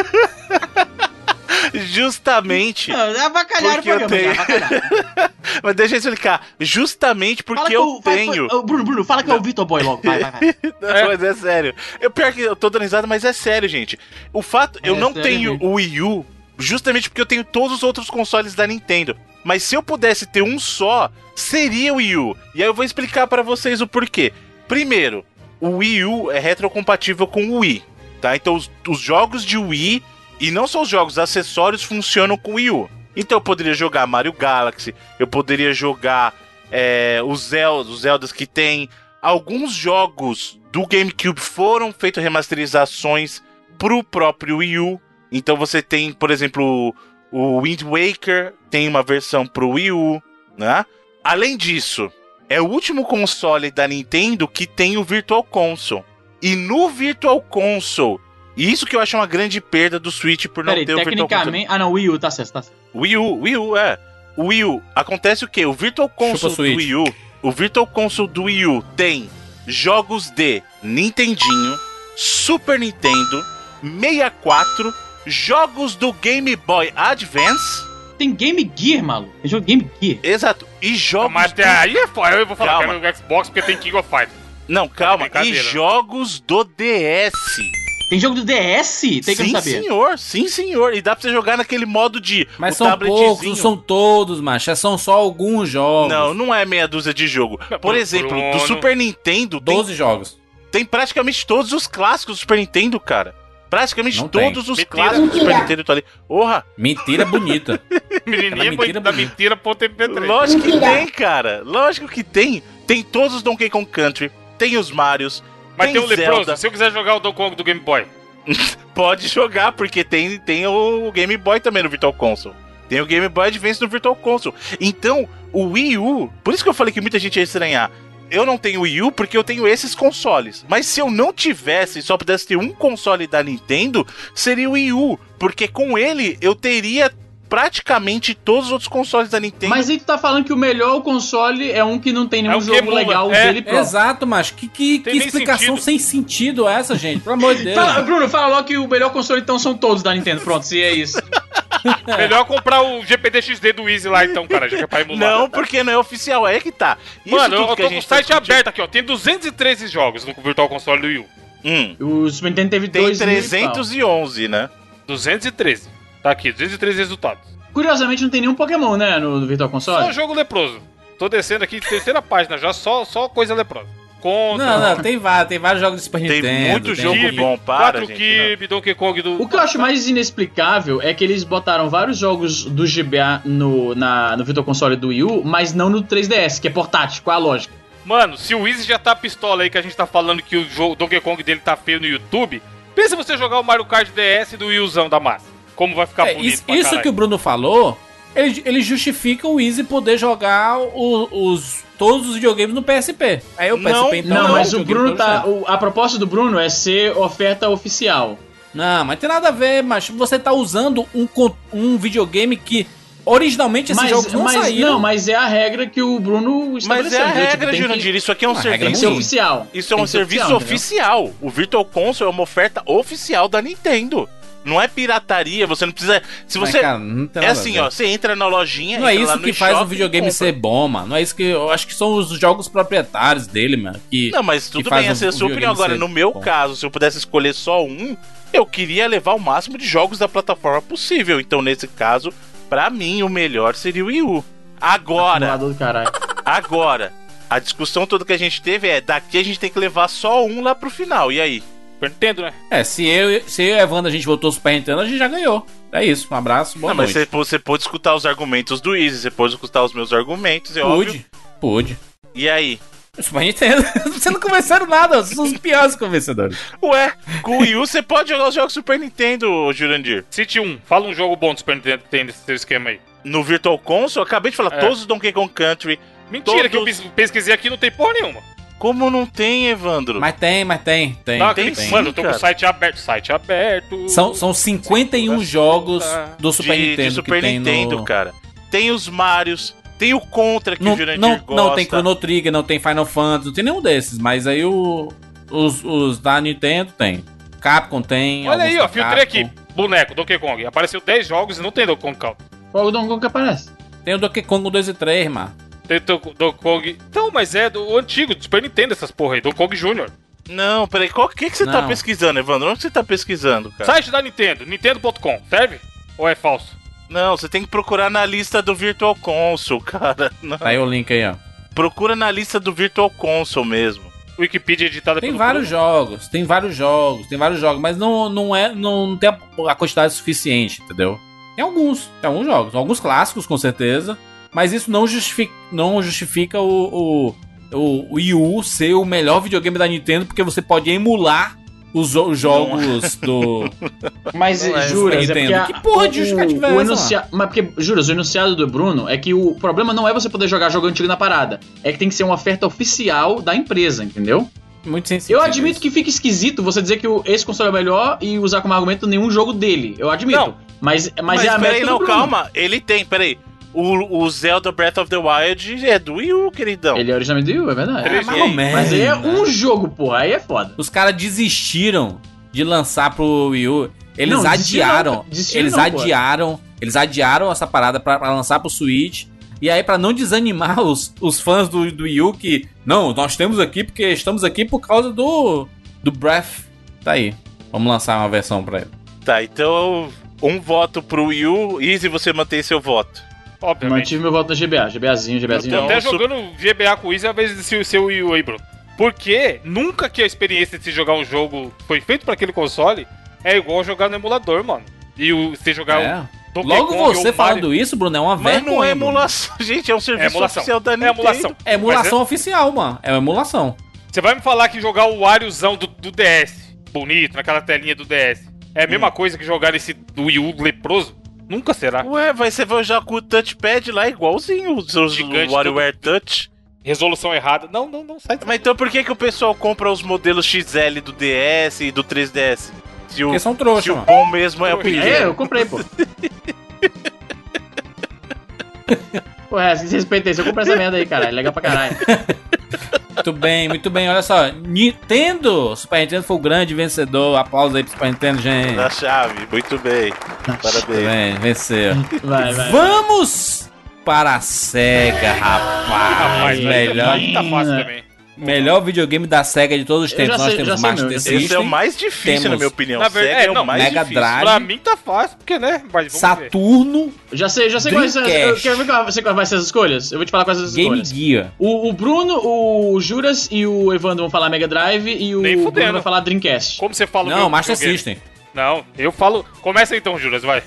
Speaker 4: Justamente.
Speaker 2: Não, é Avacalharam o
Speaker 4: Porque eu
Speaker 2: programa,
Speaker 4: tenho.
Speaker 2: já, avacalharam.
Speaker 4: Mas deixa eu explicar. Justamente
Speaker 2: Fala
Speaker 4: porque
Speaker 2: que
Speaker 4: eu
Speaker 2: o- vai-
Speaker 4: tenho.
Speaker 2: ô, Bruno, Bruno, fala que é o Vitor Boy logo, vai, vai, vai.
Speaker 4: Não,
Speaker 3: É.
Speaker 4: mas é sério. Eu pior que eu tô dando risada, mas é sério, gente. O fato, eu
Speaker 2: É
Speaker 4: não
Speaker 2: sério
Speaker 4: tenho
Speaker 2: mesmo.
Speaker 4: o Wii U justamente porque eu tenho todos os outros consoles da Nintendo. Mas se eu pudesse ter um só, seria o Wii U. E aí eu vou explicar pra vocês o porquê. Primeiro, o Wii U é retrocompatível com o Wii, tá? Então os, os jogos de Wii e não só os jogos, os acessórios funcionam com o Wii U. Então eu poderia jogar Mario Galaxy, eu poderia jogar é, os, Zelda, os Zeldas que tem, alguns jogos do GameCube foram feitos remasterizações pro próprio Wii U. Então você tem, por exemplo, o Wind Waker tem uma versão pro Wii U, né? Além disso, é o último console da Nintendo que tem o Virtual Console. E no Virtual Console, e isso que eu acho uma grande perda do Switch por não
Speaker 2: Peraí,
Speaker 4: ter o Virtual Console.
Speaker 2: tecnicamente... Ah não, Wii U, tá certo, tá certo.
Speaker 4: Wii U, Wii U, é. O Wii U, acontece o quê? O Virtual Console do
Speaker 1: Switch.
Speaker 4: Wii U, o Virtual Console do Wii U tem jogos de Nintendinho, Super Nintendo, 64, jogos do Game Boy Advance,
Speaker 2: Tem Game Gear, maluco. Tem jogo Game Gear.
Speaker 4: exato, e jogos
Speaker 3: Mas até
Speaker 4: do-
Speaker 3: aí é foda. Eu vou falar
Speaker 4: Calma.
Speaker 3: que é no Xbox porque tem King of Fighters.
Speaker 4: Não, calma, e
Speaker 3: brincadeira.
Speaker 4: jogos do DS.
Speaker 2: Tem jogo do DS? Tem que eu
Speaker 4: sim,
Speaker 2: saber.
Speaker 4: senhor, sim, senhor. E dá pra você jogar naquele modo de
Speaker 1: Mas
Speaker 4: o
Speaker 1: são poucos,
Speaker 4: tabletzinho.
Speaker 1: não são todos, macho. É, São só alguns jogos.
Speaker 4: Não, não é meia dúzia de jogo. Por exemplo, do
Speaker 3: Bruno.
Speaker 4: Super Nintendo tem
Speaker 1: 12 jogos.
Speaker 4: Tem praticamente todos os clássicos do Super Nintendo, cara. Praticamente
Speaker 1: Não tem.
Speaker 4: todos os
Speaker 3: Mentira.
Speaker 4: clássicos do Super Nintendo estão ali. Porra,
Speaker 1: Mentira bonita.
Speaker 3: Menininha
Speaker 1: mentira,
Speaker 3: da
Speaker 1: Bruno.
Speaker 3: mentira.mp3.
Speaker 4: lógico que tem, cara. Lógico que tem. Tem todos os Donkey Kong Country, tem os Marios.
Speaker 3: Mas tem
Speaker 4: tem
Speaker 3: o Leproso.
Speaker 4: Zelda.
Speaker 3: Se eu quiser jogar o Donkey Kong do Game Boy.
Speaker 4: Pode jogar, porque tem, tem o Game Boy também no Virtual Console. Tem o Game Boy Advance no Virtual Console. Então, o Wii U, por isso que eu falei que muita gente ia estranhar. Eu não tenho Wii U porque eu tenho esses consoles. Mas se eu não tivesse e só pudesse ter um console da Nintendo, seria o Wii U. Porque com ele eu teria praticamente todos os outros consoles da Nintendo.
Speaker 2: Mas aí tu tá falando que o melhor console é um que não tem nenhum
Speaker 3: É o que
Speaker 2: jogo
Speaker 3: emula.
Speaker 2: legal
Speaker 3: É,
Speaker 2: dele próprio.
Speaker 1: Exato, macho. Que, que,
Speaker 3: Tem
Speaker 1: que
Speaker 3: nem
Speaker 1: explicação
Speaker 3: sentido.
Speaker 1: sem sentido é essa, gente? Pelo amor de Deus.
Speaker 4: Tá
Speaker 2: Fala, Bruno, fala logo que o melhor console então são todos da Nintendo. Pronto, se é isso.
Speaker 4: É.
Speaker 3: Melhor comprar o GPD-XD do Easy lá então, cara. Já que é pra emular.
Speaker 4: Não, porque não é oficial. É que tá. Isso
Speaker 3: Mano, eu
Speaker 4: tudo
Speaker 3: eu
Speaker 4: que a
Speaker 3: tô com o
Speaker 4: gente tá
Speaker 3: site
Speaker 4: discutindo-
Speaker 3: aberto aqui, ó. Tem 213 jogos no Virtual Console do Wii U.
Speaker 4: Hum,
Speaker 2: O Super Nintendo teve
Speaker 4: tem
Speaker 2: dois.
Speaker 4: 311, né?
Speaker 3: 213. Tá aqui, 213 resultados.
Speaker 2: Curiosamente, não tem nenhum Pokémon, né? No, no Virtual
Speaker 3: Só
Speaker 2: Console.
Speaker 3: jogo leproso. Tô descendo aqui, terceira página já, só, só coisa leprosa. Contra.
Speaker 1: Não, não, tem vários, tem vários jogos de Super
Speaker 4: então. Tem
Speaker 1: Nintendo.
Speaker 4: muito
Speaker 1: tem-
Speaker 4: jogo
Speaker 3: Kibe,
Speaker 4: bom, para,
Speaker 3: 4
Speaker 4: gente,
Speaker 3: Kibe, Donkey Kong do.
Speaker 2: O que eu acho mais inexplicável é que eles botaram vários jogos do GBA no, na, no Virtual Console do Wii U, mas não no 3DS, que é portátil. Qual a lógica?
Speaker 3: Mano, se o Easy já tá pistola aí que a gente tá falando que o jogo Donkey Kong dele tá feio no YouTube, pensa você jogar o Mario Kart DS do Willzão da massa. Como vai ficar
Speaker 1: É,
Speaker 3: bonito
Speaker 1: isso
Speaker 3: pra
Speaker 1: isso
Speaker 3: caralho.
Speaker 1: que o Bruno falou, ele, ele justifica o Easy poder jogar o- os, todos os videogames no PSP. Aí o PSP
Speaker 4: Não,
Speaker 1: então.
Speaker 2: não,
Speaker 1: é um
Speaker 2: mas o
Speaker 1: videogame todo
Speaker 2: Bruno tá.
Speaker 1: certo.
Speaker 2: o- a proposta do Bruno é ser oferta oficial.
Speaker 1: Não, mas tem nada a ver, mas você tá usando um, con- um videogame que originalmente esses jogos não
Speaker 2: mas,
Speaker 1: saíram.
Speaker 2: não, mas é a regra que o Bruno
Speaker 4: Mas é
Speaker 2: estabeleceu.
Speaker 4: a
Speaker 2: entendeu? Tipo,
Speaker 4: regra,
Speaker 2: tem que-
Speaker 4: Jurandir. Isso aqui é um
Speaker 1: Uma regra
Speaker 2: Tem que
Speaker 4: serviço.
Speaker 2: ser
Speaker 1: Sim.
Speaker 2: oficial.
Speaker 4: Isso é
Speaker 2: Tem
Speaker 4: um
Speaker 2: que ser
Speaker 1: né?
Speaker 4: serviço
Speaker 2: entendeu?
Speaker 4: oficial, O Virtual Console é uma oferta oficial da Nintendo. Não é pirataria, você não precisa. Se
Speaker 1: Mas,
Speaker 4: você.
Speaker 1: cara, não tem
Speaker 4: é
Speaker 1: nada a
Speaker 4: assim,
Speaker 1: ver.
Speaker 4: ó, você entra na lojinha.
Speaker 1: Não é
Speaker 4: entra lá
Speaker 1: isso
Speaker 4: no
Speaker 1: que faz o
Speaker 4: shopping e
Speaker 1: videogame
Speaker 4: compra.
Speaker 1: ser bom, mano. Não é isso que. Eu acho que são os jogos proprietários dele, mano. Que
Speaker 4: Não, mas tudo
Speaker 1: faz o-
Speaker 4: bem, essa é a
Speaker 1: o
Speaker 4: sua opinião.
Speaker 1: videogame
Speaker 4: Agora,
Speaker 1: ser
Speaker 4: no meu
Speaker 1: bom.
Speaker 4: caso, se eu pudesse escolher só um, eu queria levar o máximo de jogos da plataforma possível. Então, nesse caso, pra mim, o melhor seria o Wii U. Agora,
Speaker 2: Acumulador do caralho.
Speaker 4: Agora, a discussão toda que a gente teve é: daqui a gente tem que levar só um lá pro final. E aí?
Speaker 3: Super Nintendo, né?
Speaker 1: É, se eu, se eu e a Evandro a gente votou Super Nintendo, a gente já ganhou. É isso, um abraço, boa
Speaker 4: Não, mas
Speaker 1: noite.
Speaker 4: você, você pôde escutar os argumentos do Easy, você pôde escutar os meus argumentos, é óbvio.
Speaker 1: Pude, pude.
Speaker 4: E aí?
Speaker 1: Super Nintendo, vocês não convenceram nada, vocês são os piores convencedores.
Speaker 4: Ué, com o Wii U você pode jogar os jogos Super Nintendo, ô Jurandir.
Speaker 3: City 1, fala um jogo bom do Super Nintendo que tem nesse seu esquema aí.
Speaker 4: No Virtual Console, eu acabei de falar,
Speaker 3: É.
Speaker 4: todos os Donkey Kong Country.
Speaker 3: Mentira,
Speaker 4: Todos-
Speaker 3: que eu pes- pesquisei aqui e não tem porra nenhuma.
Speaker 4: Como não tem, Evandro?
Speaker 1: Mas tem, mas tem, tem.
Speaker 3: Tá,
Speaker 4: tem
Speaker 3: clica-
Speaker 4: sim,
Speaker 3: Mano, eu tô com
Speaker 4: cara.
Speaker 3: o site aberto. Site aberto.
Speaker 1: São, são 51 jogos do
Speaker 4: tá. de,
Speaker 1: Super
Speaker 4: de
Speaker 1: Nintendo
Speaker 4: Super
Speaker 1: que tem
Speaker 4: Nintendo,
Speaker 1: no...
Speaker 4: cara. Tem os Marios, tem o Contra que
Speaker 1: Não,
Speaker 4: o Jurandir
Speaker 1: não,
Speaker 4: gosta.
Speaker 1: não tem Chrono Trigger, não tem Final Fantasy, não tem nenhum desses, mas aí o, os, os da Nintendo tem. Capcom tem.
Speaker 3: Olha aí, ó,
Speaker 1: alguns da
Speaker 3: filtrei aqui.
Speaker 1: Capcom.
Speaker 3: Boneco, Donkey Kong. Apareceu 10 jogos e não tem Donkey Kong Country.
Speaker 2: Qual o Donkey Kong que aparece?
Speaker 1: Tem o Donkey Kong 2 e 3, mano.
Speaker 3: Tem Don- Donkey Kong. Então, mas é do antigo, do Super Nintendo, essas porra aí. Donkey Kong Jr.
Speaker 4: Não, peraí, qual que, que você tá
Speaker 1: Não.
Speaker 4: pesquisando, Evandro? Onde você tá pesquisando, cara?
Speaker 3: Site da Nintendo, nintendo.com. Serve? Ou é falso?
Speaker 4: Não, você tem que procurar na lista do Virtual Console, cara. Não.
Speaker 1: Tá aí o link aí, ó.
Speaker 4: Procura na lista do Virtual Console mesmo.
Speaker 3: Wikipedia é editada
Speaker 1: Tem
Speaker 3: pelo
Speaker 1: vários jogos, tem vários jogos, tem vários jogos, mas não, não é não, não tem a, a quantidade suficiente, entendeu? Tem alguns, tem alguns jogos, alguns clássicos com certeza, mas isso não justifica, não justifica o, o, o Wii U ser o melhor videogame da Nintendo, porque você pode emular os, jo- os jogos do.
Speaker 2: Mas
Speaker 4: Não é,
Speaker 2: juras,
Speaker 1: Super
Speaker 2: é porque
Speaker 1: Nintendo.
Speaker 2: a-
Speaker 1: Que porra de
Speaker 2: o-
Speaker 1: justificativa é
Speaker 2: o
Speaker 1: essa,
Speaker 2: enuncia... Mas porque, juras, o enunciado do Bruno é que o problema não é você poder jogar jogo antigo na parada. É que tem que ser uma oferta oficial da empresa, entendeu?
Speaker 1: Muito sensível.
Speaker 2: Eu admito que fica esquisito você dizer que o- esse console é melhor e usar como argumento nenhum jogo dele. Eu admito.
Speaker 3: Não.
Speaker 2: Mas, mas,
Speaker 4: Mas,
Speaker 2: é a
Speaker 4: peraí,
Speaker 2: meta do
Speaker 4: não,
Speaker 2: Bruno.
Speaker 4: calma. Ele tem, peraí. O, o Zelda Breath of the Wild é do Wii U, queridão.
Speaker 2: Ele é originalmente do Wii, é verdade.
Speaker 1: É,
Speaker 3: Três
Speaker 1: mais ou
Speaker 3: games.
Speaker 1: menos,
Speaker 2: Mas aí
Speaker 1: né?
Speaker 2: é um jogo, porra. Aí é foda.
Speaker 1: Os caras desistiram de lançar pro Wii U. Eles
Speaker 2: Não, desistiram não,
Speaker 1: adiaram.
Speaker 2: cara. Desistiram
Speaker 1: eles
Speaker 2: não, pô.
Speaker 1: adiaram. Eles adiaram essa parada pra, pra lançar pro Switch. E aí, pra não desanimar os, os fãs do, do Wii U, que. Não, nós temos aqui porque estamos aqui por causa do. Do Breath. Tá aí. Vamos lançar uma versão pra ele.
Speaker 4: Tá, então um voto pro Wii U. Easy, você mantém seu voto.
Speaker 3: Bruno. Obviamente.
Speaker 2: Mantive meu voto no GBA. GBAzinho, GBAzinho.
Speaker 4: Então,
Speaker 2: Não,
Speaker 3: Até
Speaker 4: su-
Speaker 3: jogando GBA com o Easy, às vezes se o seu Wii U aí, Bruno. Porque nunca que a experiência de se jogar um jogo foi feito pra aquele console é igual jogar no emulador, mano. E o, você jogar
Speaker 1: É.
Speaker 3: o Donkey
Speaker 1: Logo
Speaker 3: Kong ou
Speaker 1: você
Speaker 3: o Mario-
Speaker 1: falando isso, Bruno, é uma
Speaker 4: Mas
Speaker 1: vergonha.
Speaker 4: não é
Speaker 1: Bruno.
Speaker 4: emulação, gente, é um
Speaker 3: É
Speaker 4: serviço
Speaker 3: emulação.
Speaker 4: oficial da
Speaker 3: É
Speaker 4: Nintendo.
Speaker 3: emulação.
Speaker 1: É emulação oficial, mano. É uma emulação.
Speaker 3: Você vai me falar que jogar o Wariozão do, do DS, bonito, naquela telinha do DS, é a
Speaker 1: Hum.
Speaker 3: mesma coisa que jogar esse do Wii U leproso? Nunca será.
Speaker 4: Ué, vai ser vai jogar com o touchpad lá igualzinho os seus
Speaker 3: Gigante,
Speaker 4: WarioWare Touch.
Speaker 3: Resolução errada. Não, não, não, sai.
Speaker 4: Mas então por que, que o pessoal compra os modelos XL do DS e do 3DS? Se o,
Speaker 1: Porque são trouxas,
Speaker 4: se o
Speaker 1: mano.
Speaker 4: bom mesmo é o
Speaker 3: Trouxa.
Speaker 4: primeiro.
Speaker 2: É, eu comprei, pô. Porra, se respeita isso. Eu comprei essa merda aí, cara. É legal pra caralho.
Speaker 1: Muito bem, muito bem. Olha só, Nintendo, Super Nintendo foi o grande vencedor. Aplausos aí pro Super Nintendo, gente.
Speaker 4: Na chave, muito bem.
Speaker 1: Muito
Speaker 4: Parabéns.
Speaker 1: bem, venceu.
Speaker 2: Vai, vai. É,
Speaker 1: Vamos para a SEGA, rapaz.
Speaker 3: Ah, Rapaz, aí
Speaker 1: melhor,
Speaker 3: tá, aí tá fácil também.
Speaker 1: Melhor videogame da SEGA de todos os
Speaker 2: Eu
Speaker 1: tempos.
Speaker 2: já
Speaker 1: Nós
Speaker 2: sei- já
Speaker 1: temos
Speaker 2: sei
Speaker 1: Master
Speaker 2: meu, já sei.
Speaker 1: System,
Speaker 4: Esse é o mais difícil, na
Speaker 1: Temos-
Speaker 4: minha opinião.
Speaker 3: Na verdade,
Speaker 4: Sega é
Speaker 3: é, não,
Speaker 4: o mais
Speaker 1: Mega
Speaker 4: difícil.
Speaker 1: Drive.
Speaker 3: Pra mim tá fácil, porque, né? Mas vamos ver.
Speaker 1: Saturno,
Speaker 2: Já sei, já sei quais são. Eu
Speaker 1: Dreamcast.
Speaker 2: quero ver qual, sei qual vai ser as escolhas. Eu vou te falar quais são as
Speaker 1: Game
Speaker 2: escolhas.
Speaker 1: Gear.
Speaker 2: O, o Bruno, o Juras e o Evandro vão falar Mega Drive e o
Speaker 3: Nem
Speaker 2: Bruno
Speaker 3: fudendo.
Speaker 2: vai falar Dreamcast.
Speaker 3: Como você fala o
Speaker 1: Não,
Speaker 3: meu
Speaker 1: Master
Speaker 3: videogame?
Speaker 1: System.
Speaker 3: um Não, eu falo. Começa então, Juras, vai.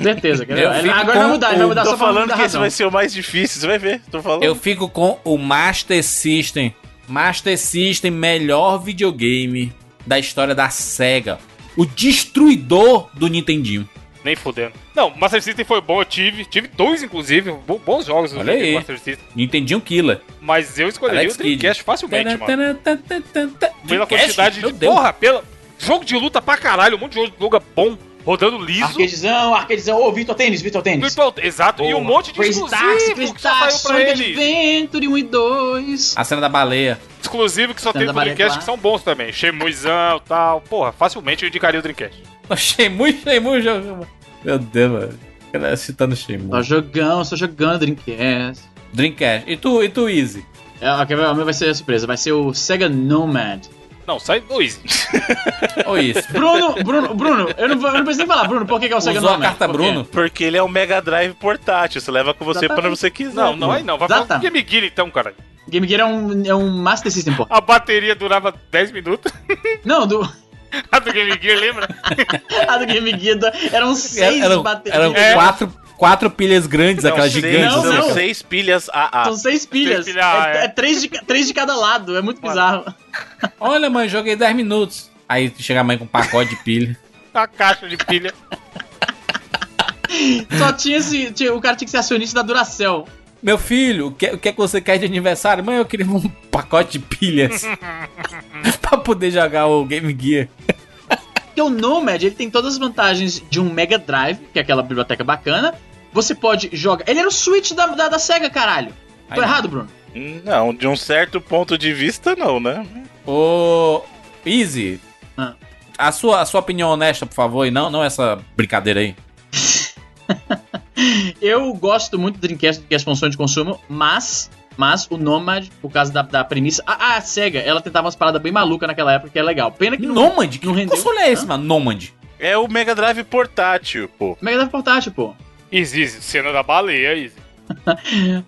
Speaker 2: Certeza, quer ver?
Speaker 1: Eu fico
Speaker 2: Agora vai
Speaker 1: com
Speaker 2: mudar, ele vai
Speaker 1: o-
Speaker 2: mudar só
Speaker 4: Tô
Speaker 2: pra
Speaker 4: falando
Speaker 2: mudar
Speaker 4: que
Speaker 2: a
Speaker 4: esse
Speaker 2: razão.
Speaker 4: vai ser o mais difícil, você vai ver. Tô falando.
Speaker 1: Eu fico com o Master System. Master System, melhor videogame da história da SEGA. O destruidor do Nintendinho.
Speaker 3: Nem fudendo. Não, Master System foi bom, eu tive. Tive dois, inclusive. bo- Bons jogos eu
Speaker 1: Olha
Speaker 3: joguei
Speaker 1: aí.
Speaker 3: Master System.
Speaker 1: Nintendinho Killer.
Speaker 3: Mas eu escolheria
Speaker 1: Alex
Speaker 3: o Dreamcast
Speaker 1: Kidd.
Speaker 3: facilmente, mano. Pela
Speaker 1: Dreamcast?
Speaker 3: quantidade
Speaker 1: Meu
Speaker 3: de.
Speaker 1: Deus.
Speaker 3: Porra, pela. Jogo de luta pra caralho, um monte de jogo de luta bom, rodando liso.
Speaker 2: Arcadezão, arcadezão. Ô, Vitor Tênis, Vitor Tênis.
Speaker 3: Virtual- exato, e um monte de
Speaker 2: Crazy Taxi, Crazy
Speaker 3: exclusivo que só
Speaker 2: Taxi,
Speaker 3: saiu pra
Speaker 2: Sonic
Speaker 3: ele.
Speaker 2: Adventure 1 e 2.
Speaker 1: A cena da baleia.
Speaker 3: Exclusivo que só tem
Speaker 2: Santa
Speaker 3: no Dreamcast
Speaker 2: Maria
Speaker 3: que são bons também. Shemuizão e tal. Porra, facilmente eu indicaria o Dreamcast.
Speaker 1: Achei muito, achei muito. Meu Deus, mano. O cara Citando
Speaker 2: Tô
Speaker 1: Shemu.
Speaker 2: jogando, tô jogando Dreamcast.
Speaker 1: Dreamcast. E tu, e tu, Easy?
Speaker 2: É, ó, quer ver? O meu vai ser a surpresa, vai ser o Sega Nomad.
Speaker 3: Não, sai Luiz.
Speaker 1: Ou Easy?
Speaker 2: Bruno, Bruno, Bruno, eu não, vou- eu não preciso nem falar, Bruno, por que, que é o Sega
Speaker 1: Usou a
Speaker 2: Nomad?
Speaker 1: carta
Speaker 2: Por quê?
Speaker 1: Bruno?
Speaker 4: Porque ele é um Mega Drive portátil, você leva com você
Speaker 2: Exatamente.
Speaker 4: quando você quiser.
Speaker 3: Não, não, aí não. Vai falar do
Speaker 2: Exatamente.
Speaker 3: Game Gear então, cara.
Speaker 2: Game Gear é um, é um Master System, pô.
Speaker 3: A bateria durava 10 minutos.
Speaker 2: Não, do,
Speaker 3: A do Game Gear, lembra?
Speaker 2: a do Game Gear do-
Speaker 1: um
Speaker 2: eram seis
Speaker 1: Eram,
Speaker 2: baterias.
Speaker 1: eram
Speaker 3: É.
Speaker 1: quatro, quatro pilhas grandes,
Speaker 2: é
Speaker 4: Não,
Speaker 1: aquelas
Speaker 4: É um seis-
Speaker 1: gigantes.
Speaker 2: não,
Speaker 4: são
Speaker 1: né,
Speaker 2: não.
Speaker 1: cara?
Speaker 4: seis pilhas AA.
Speaker 2: São seis pilhas.
Speaker 3: pilhas, ah,
Speaker 2: é,
Speaker 3: é.
Speaker 2: é três, de, ca- três de cada lado. É muito bizarro.
Speaker 1: Olha, mãe, joguei 10 minutos. Aí chega a mãe com um pacote de pilha.
Speaker 3: A caixa de pilha.
Speaker 2: Só tinha esse. tinha- o cara tinha que ser acionista da Duracell.
Speaker 1: Meu filho, o que, o que é que você quer de aniversário? Mãe, eu queria um pacote de pilhas. pra poder jogar o Game Gear.
Speaker 2: Porque o Nomad, ele tem todas as vantagens de um Mega Drive, que é aquela biblioteca bacana. Você pode jogar. Ele era o Switch da, da, da SEGA, caralho. Tô
Speaker 1: Aí.
Speaker 2: errado, Bruno?
Speaker 4: Não, de um certo ponto de vista, não, né?
Speaker 1: Ô. Easy.
Speaker 2: Ah.
Speaker 1: A sua, a sua opinião honesta, por favor, e não, não essa brincadeira aí.
Speaker 2: Eu gosto muito do Dreamcast, que é as funções de consumo, mas. Mas o Nomad, por causa da, da premissa. A, a SEGA, ela tentava umas paradas bem malucas naquela época, que é legal. Pena que não.
Speaker 1: Nomad? Que
Speaker 2: não rendeu. Ah.
Speaker 1: console é esse, mano? Nomad.
Speaker 4: É o Mega Drive portátil, pô.
Speaker 2: Mega Drive portátil, pô.
Speaker 3: Easy, easy. Cena da baleia, Easy.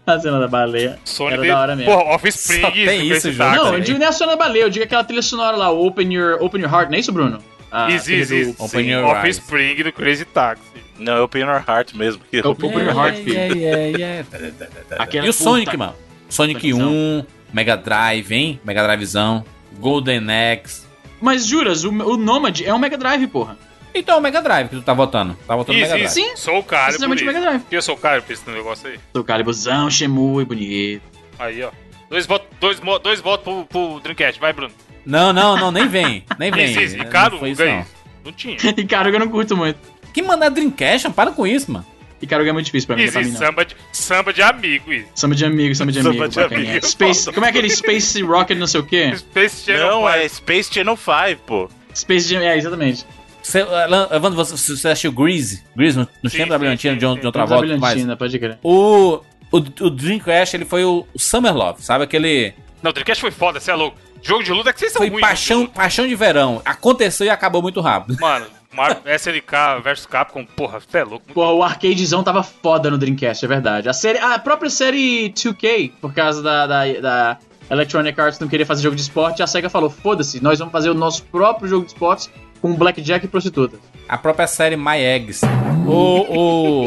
Speaker 2: A cena da baleia.
Speaker 3: Sony
Speaker 2: Era da hora mesmo.
Speaker 3: Porra, Offspring,
Speaker 1: Só tem
Speaker 3: Easy,
Speaker 1: isso,
Speaker 3: Crazy
Speaker 1: João.
Speaker 3: Taxi.
Speaker 2: não,
Speaker 1: cara,
Speaker 2: eu
Speaker 1: aí.
Speaker 2: digo nem a Sona Baleia, eu digo aquela trilha sonora lá, Open Your, open your Heart, não é isso, Bruno? Ah,
Speaker 3: Easy,
Speaker 2: aquele
Speaker 3: easy, easy.
Speaker 2: do-
Speaker 1: Open your eyes.
Speaker 3: Offspring do Crazy Taxi.
Speaker 4: Não, é o Pinor Heart mesmo. que-
Speaker 2: É o Open Your Heart, filho.
Speaker 1: yeah, yeah, yeah.
Speaker 2: aquela
Speaker 1: E o
Speaker 2: puta-
Speaker 1: Sonic, mano? Sonic
Speaker 2: Soniczão.
Speaker 1: 1, Mega Drive, hein? Mega Drivezão, Golden Axe.
Speaker 2: Mas juras, o, o Nomad é um Mega Drive, porra.
Speaker 1: Então é o Mega Drive que tu tá votando. Tá votando Mega
Speaker 3: Easy,
Speaker 1: Drive.
Speaker 3: easy. Sou o cara por
Speaker 2: Precisamente
Speaker 3: isso.
Speaker 2: o é Mega Drive.
Speaker 3: Porque eu sou caro pra esse negócio aí.
Speaker 2: Sou Caliburzão, Shemui, bonito.
Speaker 3: Aí, ó. Dois votos dois, mo- dois votos pro, pro Dreamcast. Vai, Bruno.
Speaker 1: Não, não, não, nem vem. Nem vem.
Speaker 3: Easy, easy.
Speaker 1: Não
Speaker 3: Caro,
Speaker 1: foi isso,
Speaker 3: ganha.
Speaker 1: não.
Speaker 3: Não tinha.
Speaker 2: E Caruga eu não curto muito.
Speaker 1: Que mandar Dreamcast? mano? Para com isso, mano.
Speaker 2: E Caruga é muito difícil pra mim, não é pra
Speaker 3: Easy,
Speaker 2: mim não.
Speaker 3: samba de, samba de amigo, Easy.
Speaker 2: Samba de amigo, samba de
Speaker 4: um Samba
Speaker 2: amigo.
Speaker 4: de
Speaker 2: pra quem é.
Speaker 4: amigo.
Speaker 2: Space, como é aquele Space Rocket não sei o quê?
Speaker 3: Space Channel
Speaker 4: Não,
Speaker 3: Five.
Speaker 4: é Space Channel 5, pô.
Speaker 2: Space Jam, é, exatamente.
Speaker 1: Você, Alan- Evandro, você, você assistiu Grease? Grease no, no
Speaker 3: Sim,
Speaker 1: tempo da
Speaker 3: sim,
Speaker 1: Brilhantina
Speaker 3: sim,
Speaker 1: de,
Speaker 3: sim.
Speaker 1: de outra
Speaker 2: Vamos à
Speaker 1: volta. Mas
Speaker 2: brilhantina, pode crer.
Speaker 1: o, o, o Dreamcast, ele foi o, o Summer Love, sabe? Aquele.
Speaker 3: Não, o Dreamcast foi foda, você é louco. Jogo de luta é que vocês são
Speaker 1: Foi
Speaker 3: ruins.
Speaker 1: paixão,
Speaker 3: jogo
Speaker 1: paixão de verão. Aconteceu e acabou muito rápido.
Speaker 3: de luta. Mano, Mar SNK versus Capcom, porra, você é louco. Muito-
Speaker 2: Pô, o arcadezão tava foda no Dreamcast, é verdade. A, série, a própria série 2K, por causa da, da, da Electronic Arts não queria fazer jogo de esporte, a SEGA falou, foda-se, nós vamos fazer o nosso próprio jogo de esportes com Blackjack e prostituta.
Speaker 1: A própria série My Eggs. O. o...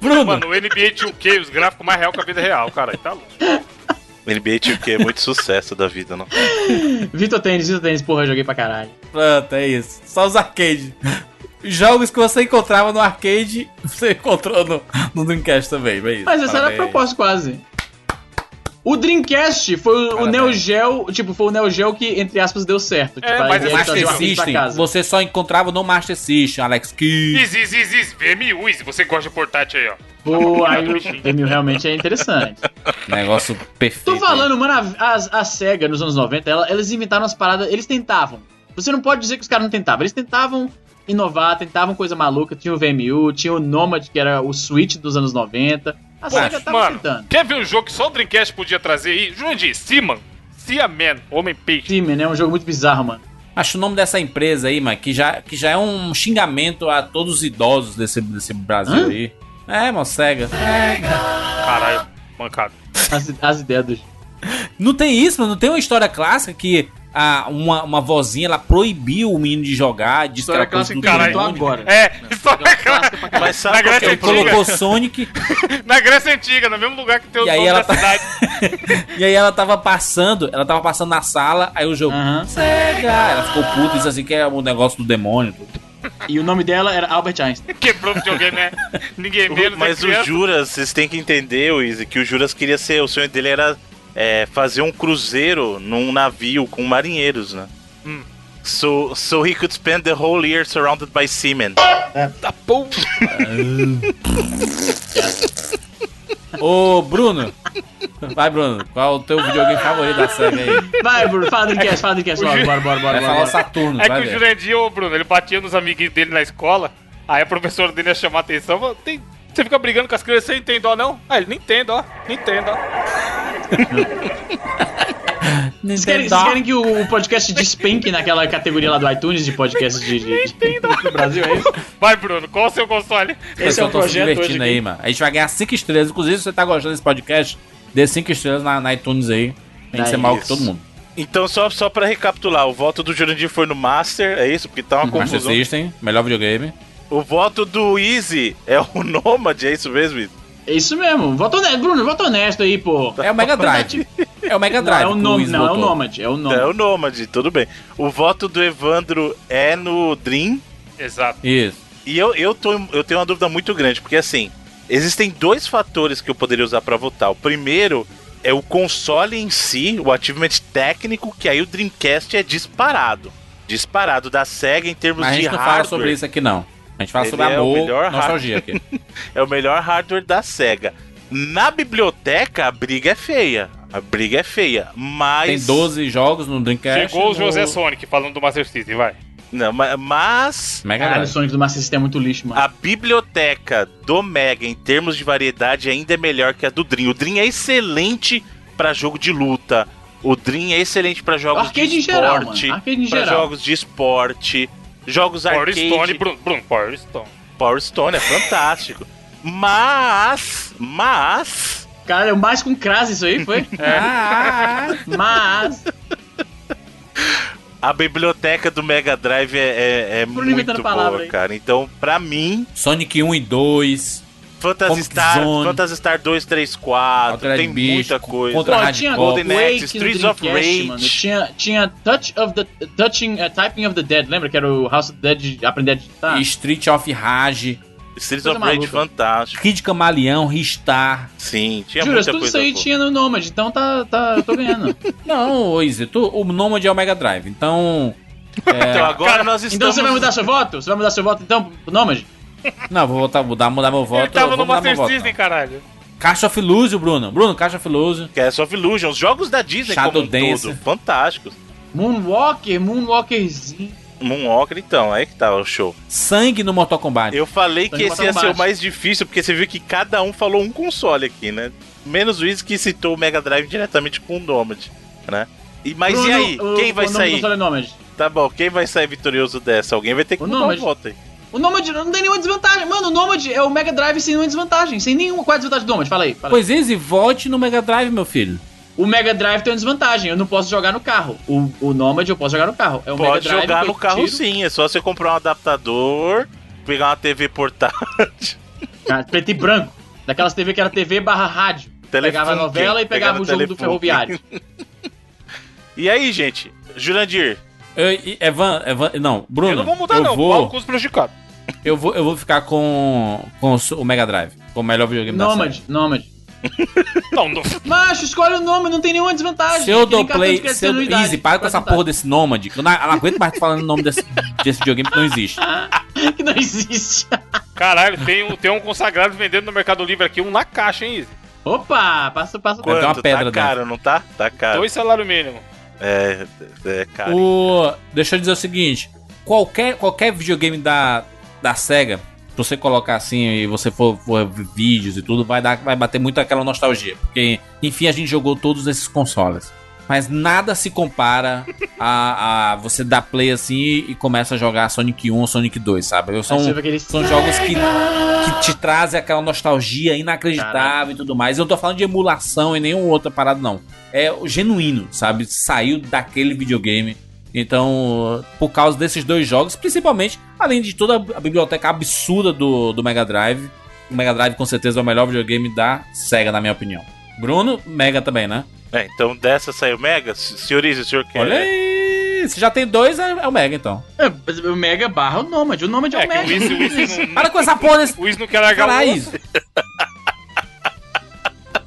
Speaker 1: Bruno,
Speaker 3: Mano, o NBA 2K, os gráficos mais real que a vida real, cara. Tá louco.
Speaker 4: NBA 2K é muito sucesso da vida, não?
Speaker 2: Vitor Tênis, Vitor Tênis, porra, eu joguei pra caralho.
Speaker 1: pronto, é isso. Só os arcades. Jogos que você encontrava no arcade, você encontrou no, no Dreamcast também, é isso.
Speaker 2: Mas essa era a
Speaker 1: Parabéns.
Speaker 2: proposta quase. O Dreamcast foi o- o
Speaker 1: Parabéns.
Speaker 2: Neo Geo, tipo, foi o Neo Geo que, entre aspas, deu certo. Tipo, a
Speaker 3: mas
Speaker 2: ideia
Speaker 1: O
Speaker 2: de trazer
Speaker 1: Master
Speaker 2: um arcade pra
Speaker 1: System,
Speaker 2: casa.
Speaker 1: você só encontrava no Master System, Alex Kidd.
Speaker 3: Easy, easy, easy, easy. VMU, Easy. Você gosta de portátil aí, ó.
Speaker 2: Pô, aí o Emil realmente é interessante.
Speaker 1: Negócio perfeito.
Speaker 2: Tô falando, mano, a, a- a SEGA nos anos 90, ela, eles inventaram as paradas, eles tentavam. Você não pode dizer que os caras não tentavam, eles tentavam inovar, tentavam coisa maluca, tinha o VMU, tinha o Nomad, que era o Switch dos anos 90. A SEGA tava
Speaker 3: mano,
Speaker 2: tentando.
Speaker 3: quer ver um jogo que só o Dreamcast podia trazer aí? Jurandir, Seaman. Sea Man, Homem Peixe.
Speaker 2: Seaman é um jogo muito bizarro, mano.
Speaker 1: Acho o nome dessa empresa aí, mano, que já, que já é um xingamento a todos os idosos desse, desse Brasil
Speaker 2: Hã?
Speaker 1: aí. É, mano, cega.
Speaker 3: Caralho, mancado.
Speaker 2: As, as ideias do
Speaker 1: Não tem isso, mano. Não tem uma história clássica que a, uma, uma vozinha ela proibiu o menino de jogar, disse
Speaker 2: História
Speaker 1: que era coisa
Speaker 2: clássica
Speaker 1: do
Speaker 2: que eu
Speaker 1: demônio.
Speaker 2: tô agora.
Speaker 3: É, isso é
Speaker 2: clássica pra caralho.
Speaker 4: Mas sabe
Speaker 3: Na
Speaker 4: qual que
Speaker 3: Grécia
Speaker 4: é o
Speaker 1: Ele
Speaker 3: Antiga.
Speaker 1: colocou Sonic
Speaker 3: na Grécia Antiga, no mesmo lugar que tem os
Speaker 1: E aí
Speaker 3: nomes
Speaker 1: ela
Speaker 3: da
Speaker 1: tá-
Speaker 3: cidade.
Speaker 1: e aí ela tava passando, ela tava passando na sala, aí o jogo.
Speaker 2: Aham.
Speaker 1: Cega! Ela ficou puta, disse assim que é um negócio do demônio. tudo.
Speaker 2: E o nome dela era Albert Einstein.
Speaker 3: Quebrou o videogame, né? Ninguém menos.
Speaker 4: Mas
Speaker 3: né,
Speaker 4: o
Speaker 3: criança.
Speaker 4: Juras, vocês têm que entender, Wizzy, que o Juras queria ser. O sonho dele era é, fazer um cruzeiro num navio com marinheiros, né?
Speaker 3: Hum.
Speaker 4: So, so he could spend the whole year surrounded by seamen.
Speaker 1: Ô, Bruno! Vai, Bruno, qual é o teu videogame favorito da SEGA aí?
Speaker 2: Vai, Bruno, fala do cast, fala do cast. Bora, bora, bora, bora.
Speaker 1: Vai falar o
Speaker 2: bora.
Speaker 1: Saturno,
Speaker 3: É
Speaker 1: vai
Speaker 3: que o
Speaker 1: ver.
Speaker 3: Jurandir, ô Bruno, ele batia nos amiguinhos dele na escola, aí a professora dele ia chamar a atenção, falou, "Tem- você fica brigando com as crianças, você entende, ó, não? Ah, ele Nintendo, ó, Nintendo, ó.
Speaker 2: Vocês querem, vocês querem que o, o podcast despenque naquela categoria lá do iTunes de podcast de, de- de- do Brasil, é isso?
Speaker 3: Vai, Bruno, qual o seu console?
Speaker 2: Esse é o
Speaker 1: Pessoal, tão se
Speaker 2: projeto hoje
Speaker 1: divertindo aí,
Speaker 2: aqui.
Speaker 1: mano. A gente vai ganhar 5 estrelas. Inclusive, se você tá gostando desse podcast, dê 5 estrelas na, na iTunes aí. Tem que
Speaker 2: É
Speaker 1: ser maior que
Speaker 4: isso.
Speaker 1: todo mundo.
Speaker 4: Então, só, só pra recapitular, o voto do Jurandir foi no Master, é isso? Porque tá uma
Speaker 1: Master
Speaker 4: confusão.
Speaker 1: System, melhor videogame.
Speaker 4: O voto do Easy é o Nomad, é isso mesmo, Wizzy?
Speaker 2: É isso mesmo. Vota honesto, Bruno, vota honesto aí, pô.
Speaker 1: É o Mega Drive. É o Mega
Speaker 2: Não,
Speaker 1: Drive.
Speaker 2: é o
Speaker 1: que
Speaker 2: nome,
Speaker 1: Luiz
Speaker 2: não, é o
Speaker 1: botou.
Speaker 2: Nomad, é o nome.
Speaker 4: É o Nomad, tudo bem. O voto do Evandro é no Dream.
Speaker 3: Exato.
Speaker 1: Isso.
Speaker 4: E eu, eu, tô, eu tenho uma dúvida muito grande, porque assim, existem dois fatores que eu poderia usar pra votar. O primeiro é o console em si, o achievement técnico, que aí o Dreamcast é disparado. Disparado da SEGA em termos
Speaker 1: Mas a
Speaker 4: de
Speaker 1: gente não
Speaker 4: hardware.
Speaker 1: fala sobre isso aqui, não. A gente fala
Speaker 4: Ele
Speaker 1: sobre
Speaker 4: é o
Speaker 1: amor,
Speaker 4: melhor
Speaker 1: nostalgia aqui.
Speaker 4: É o melhor hardware da SEGA. Na biblioteca, a briga é feia. A briga é feia. Mas.
Speaker 1: Tem 12 jogos no Dreamcast.
Speaker 3: Chegou o
Speaker 1: no-
Speaker 3: José Sonic falando do Master System, vai.
Speaker 4: Não, ma- mas.
Speaker 1: Mega
Speaker 2: Caralho, o
Speaker 1: Drive.
Speaker 2: Sonic do Master System é muito lixo, mano.
Speaker 4: A biblioteca do Mega, em termos de variedade, ainda é melhor que a do Dream. O Dream é excelente pra jogo de luta. O Dream é excelente pra jogos
Speaker 2: Arcade
Speaker 4: de
Speaker 2: em geral,
Speaker 4: esporte.
Speaker 2: mano. Arcade em
Speaker 4: pra
Speaker 2: geral.
Speaker 4: jogos de esporte. Jogos
Speaker 3: Power
Speaker 4: arcade.
Speaker 3: Stone, Bruno, Bruno, Power Stone.
Speaker 4: Power Stone é fantástico. Mas, mas,
Speaker 2: Cara, é o mais com crase isso aí, foi?
Speaker 1: Ah, ah, ah.
Speaker 2: Mas,
Speaker 4: a biblioteca do Mega Drive é, é, é
Speaker 2: Bruno inventando
Speaker 4: muito
Speaker 2: palavra
Speaker 4: boa,
Speaker 2: aí.
Speaker 4: cara. Então, pra mim,
Speaker 1: Sonic 1 e 2.
Speaker 4: Phantasy
Speaker 1: Comic
Speaker 4: Star,
Speaker 1: Zone.
Speaker 4: Phantasy Star 2, 3, 4,
Speaker 1: Altered
Speaker 4: tem
Speaker 1: Beast,
Speaker 4: muita coisa.
Speaker 1: Contra
Speaker 2: pô,
Speaker 1: Hard
Speaker 2: tinha
Speaker 1: Cop.
Speaker 4: Golden
Speaker 2: Quake
Speaker 4: Axe,
Speaker 2: no
Speaker 4: Streets of
Speaker 2: Dreamcast,
Speaker 4: Rage.
Speaker 2: mano. Tinha, tinha Touch of the... Touching, eh, Typing of the Dead, lembra? Que era o House of the Dead de aprender a digitar.
Speaker 1: e Street of Rage.
Speaker 4: Streets
Speaker 2: Coisa
Speaker 4: of Rage é
Speaker 2: maluca.
Speaker 4: fantástico.
Speaker 1: Kid Camaleão, Ristar.
Speaker 4: Sim, tinha
Speaker 2: Jura,
Speaker 4: muita
Speaker 2: tudo
Speaker 4: coisa
Speaker 2: isso aí
Speaker 4: boa.
Speaker 2: tinha no Nomad, então tá, tá, eu tô ganhando.
Speaker 1: Não, ô Izzy, tu, o Nomad é o Mega Drive, então.
Speaker 4: Então agora nós estamos...
Speaker 2: então você vai mudar seu voto? Você vai mudar seu voto então pro Nomad?
Speaker 1: Não, vou voltar, mudar, mudar meu voto.
Speaker 3: ele tava
Speaker 1: eu
Speaker 3: no
Speaker 1: vou mudar meu
Speaker 3: Master
Speaker 1: voto,
Speaker 3: System, caralho.
Speaker 1: não. Caixa of Illusion, Bruno. Bruno, Caixa of Illusion.
Speaker 4: Cast of Illusion, os jogos da Disney
Speaker 1: Shadow
Speaker 4: como um
Speaker 1: Dancer.
Speaker 4: todo, fantásticos.
Speaker 2: Moonwalker, Moonwalkerzinho.
Speaker 4: Moonwalker, então, aí que tá o show.
Speaker 1: Sangue no Mortal Kombat.
Speaker 4: Eu falei
Speaker 2: Então
Speaker 4: que
Speaker 2: ele
Speaker 4: esse ia
Speaker 2: botou
Speaker 4: ser o
Speaker 2: baixo.
Speaker 4: mais difícil, porque você viu que cada um falou um console aqui, né? Menos o Wiz que citou o Mega Drive diretamente com o Nomad, né? E, mas e
Speaker 2: Bruno,
Speaker 4: aí?
Speaker 2: o-
Speaker 4: quem vai
Speaker 2: o nome do
Speaker 4: sair?
Speaker 2: console é Nomad.
Speaker 4: Tá bom, quem vai sair vitorioso dessa? Alguém vai ter que
Speaker 2: O
Speaker 4: mudar
Speaker 2: Nomad.
Speaker 4: o voto aí.
Speaker 2: O Nomad não tem nenhuma desvantagem. Mano, o Nomad é o Mega Drive sem nenhuma desvantagem. Sem nenhuma. Qual é a desvantagem do Nomad? Fala aí. Fala aí.
Speaker 1: Pois Izzy, volte no Mega Drive, meu filho.
Speaker 2: O Mega Drive tem uma desvantagem. Eu não posso jogar no carro. O, o Nomad eu posso jogar no carro. É o Mega
Speaker 4: Pode
Speaker 2: Drive.
Speaker 4: jogar
Speaker 2: que eu
Speaker 4: no carro
Speaker 2: tiro.
Speaker 4: sim, é só você comprar um adaptador, pegar uma TV portátil,
Speaker 2: Ah, Preto e branco. Daquelas TV que era TV barra rádio. Pegava a
Speaker 4: Telefunken,
Speaker 2: novela e pegava,
Speaker 4: pegava
Speaker 2: o jogo do
Speaker 4: Telefunken.
Speaker 2: ferroviário.
Speaker 4: E aí, gente? Jurandir,
Speaker 1: Eu, e- Evan, Evan, não, Bruno.
Speaker 3: eu não vou mudar,
Speaker 1: eu
Speaker 3: não. Paulo
Speaker 1: Vou,
Speaker 3: Custo prejudicado.
Speaker 1: eu, vou, eu vou ficar com, com o su- o Mega Drive, com o melhor videogame da série.
Speaker 2: Nomad, Nomad.
Speaker 3: Não, não.
Speaker 2: Macho, escolhe o nome, não tem nenhuma desvantagem.
Speaker 1: Seu
Speaker 2: Que é nem cartão de
Speaker 1: Play,
Speaker 2: crédito
Speaker 1: seu
Speaker 2: sem anuidade.
Speaker 1: Easy, para com essa porra desse Nomad. que Eu não, eu não aguento mais tu falando o nome desse, desse videogame que não existe.
Speaker 2: Que não existe.
Speaker 3: Caralho, tem um, tem um consagrado vendendo no Mercado Livre aqui, um na caixa, hein, Izzy?
Speaker 2: Opa, passa, passa.
Speaker 1: ter uma
Speaker 4: quanto?
Speaker 1: pedra
Speaker 4: tá caro, não tá? Tá caro.
Speaker 3: Dois salários mínimos.
Speaker 4: É, é caro.
Speaker 1: O, deixa eu dizer o seguinte: qualquer, qualquer videogame da, da SEGA, se você colocar assim e você for, for ver vídeos e tudo, vai, dar, vai bater muito aquela nostalgia. Porque, enfim, a gente jogou todos esses consoles. Mas nada se compara a, a você dar play assim e começa a jogar Sonic 1 ou Sonic 2, sabe? Eu sou um-
Speaker 2: Você vê aquele-
Speaker 1: são jogos que, que te trazem aquela nostalgia inacreditável e tudo mais. Eu não tô falando de emulação e nenhuma outra parada, não. É o genuíno, sabe? Saiu daquele videogame. Então, por causa desses dois jogos, principalmente, além de toda a biblioteca absurda do, do Mega Drive, o Mega Drive com certeza é o melhor videogame da SEGA, na minha opinião. Bruno, Mega também, né?
Speaker 4: É, então dessa saiu Mega. S- Senhores, o senhor quer.
Speaker 1: Olha aí! Se já tem dois, é, é o Mega, então.
Speaker 2: É, mas o Mega barra o Nômade. O Nômade é,
Speaker 3: É
Speaker 2: o
Speaker 3: que o
Speaker 2: Mega.
Speaker 3: Wiz, o Wiz não,
Speaker 1: Para com essa porra desse...
Speaker 3: o Wiz não quer largar o
Speaker 1: Caralho!
Speaker 3: osso.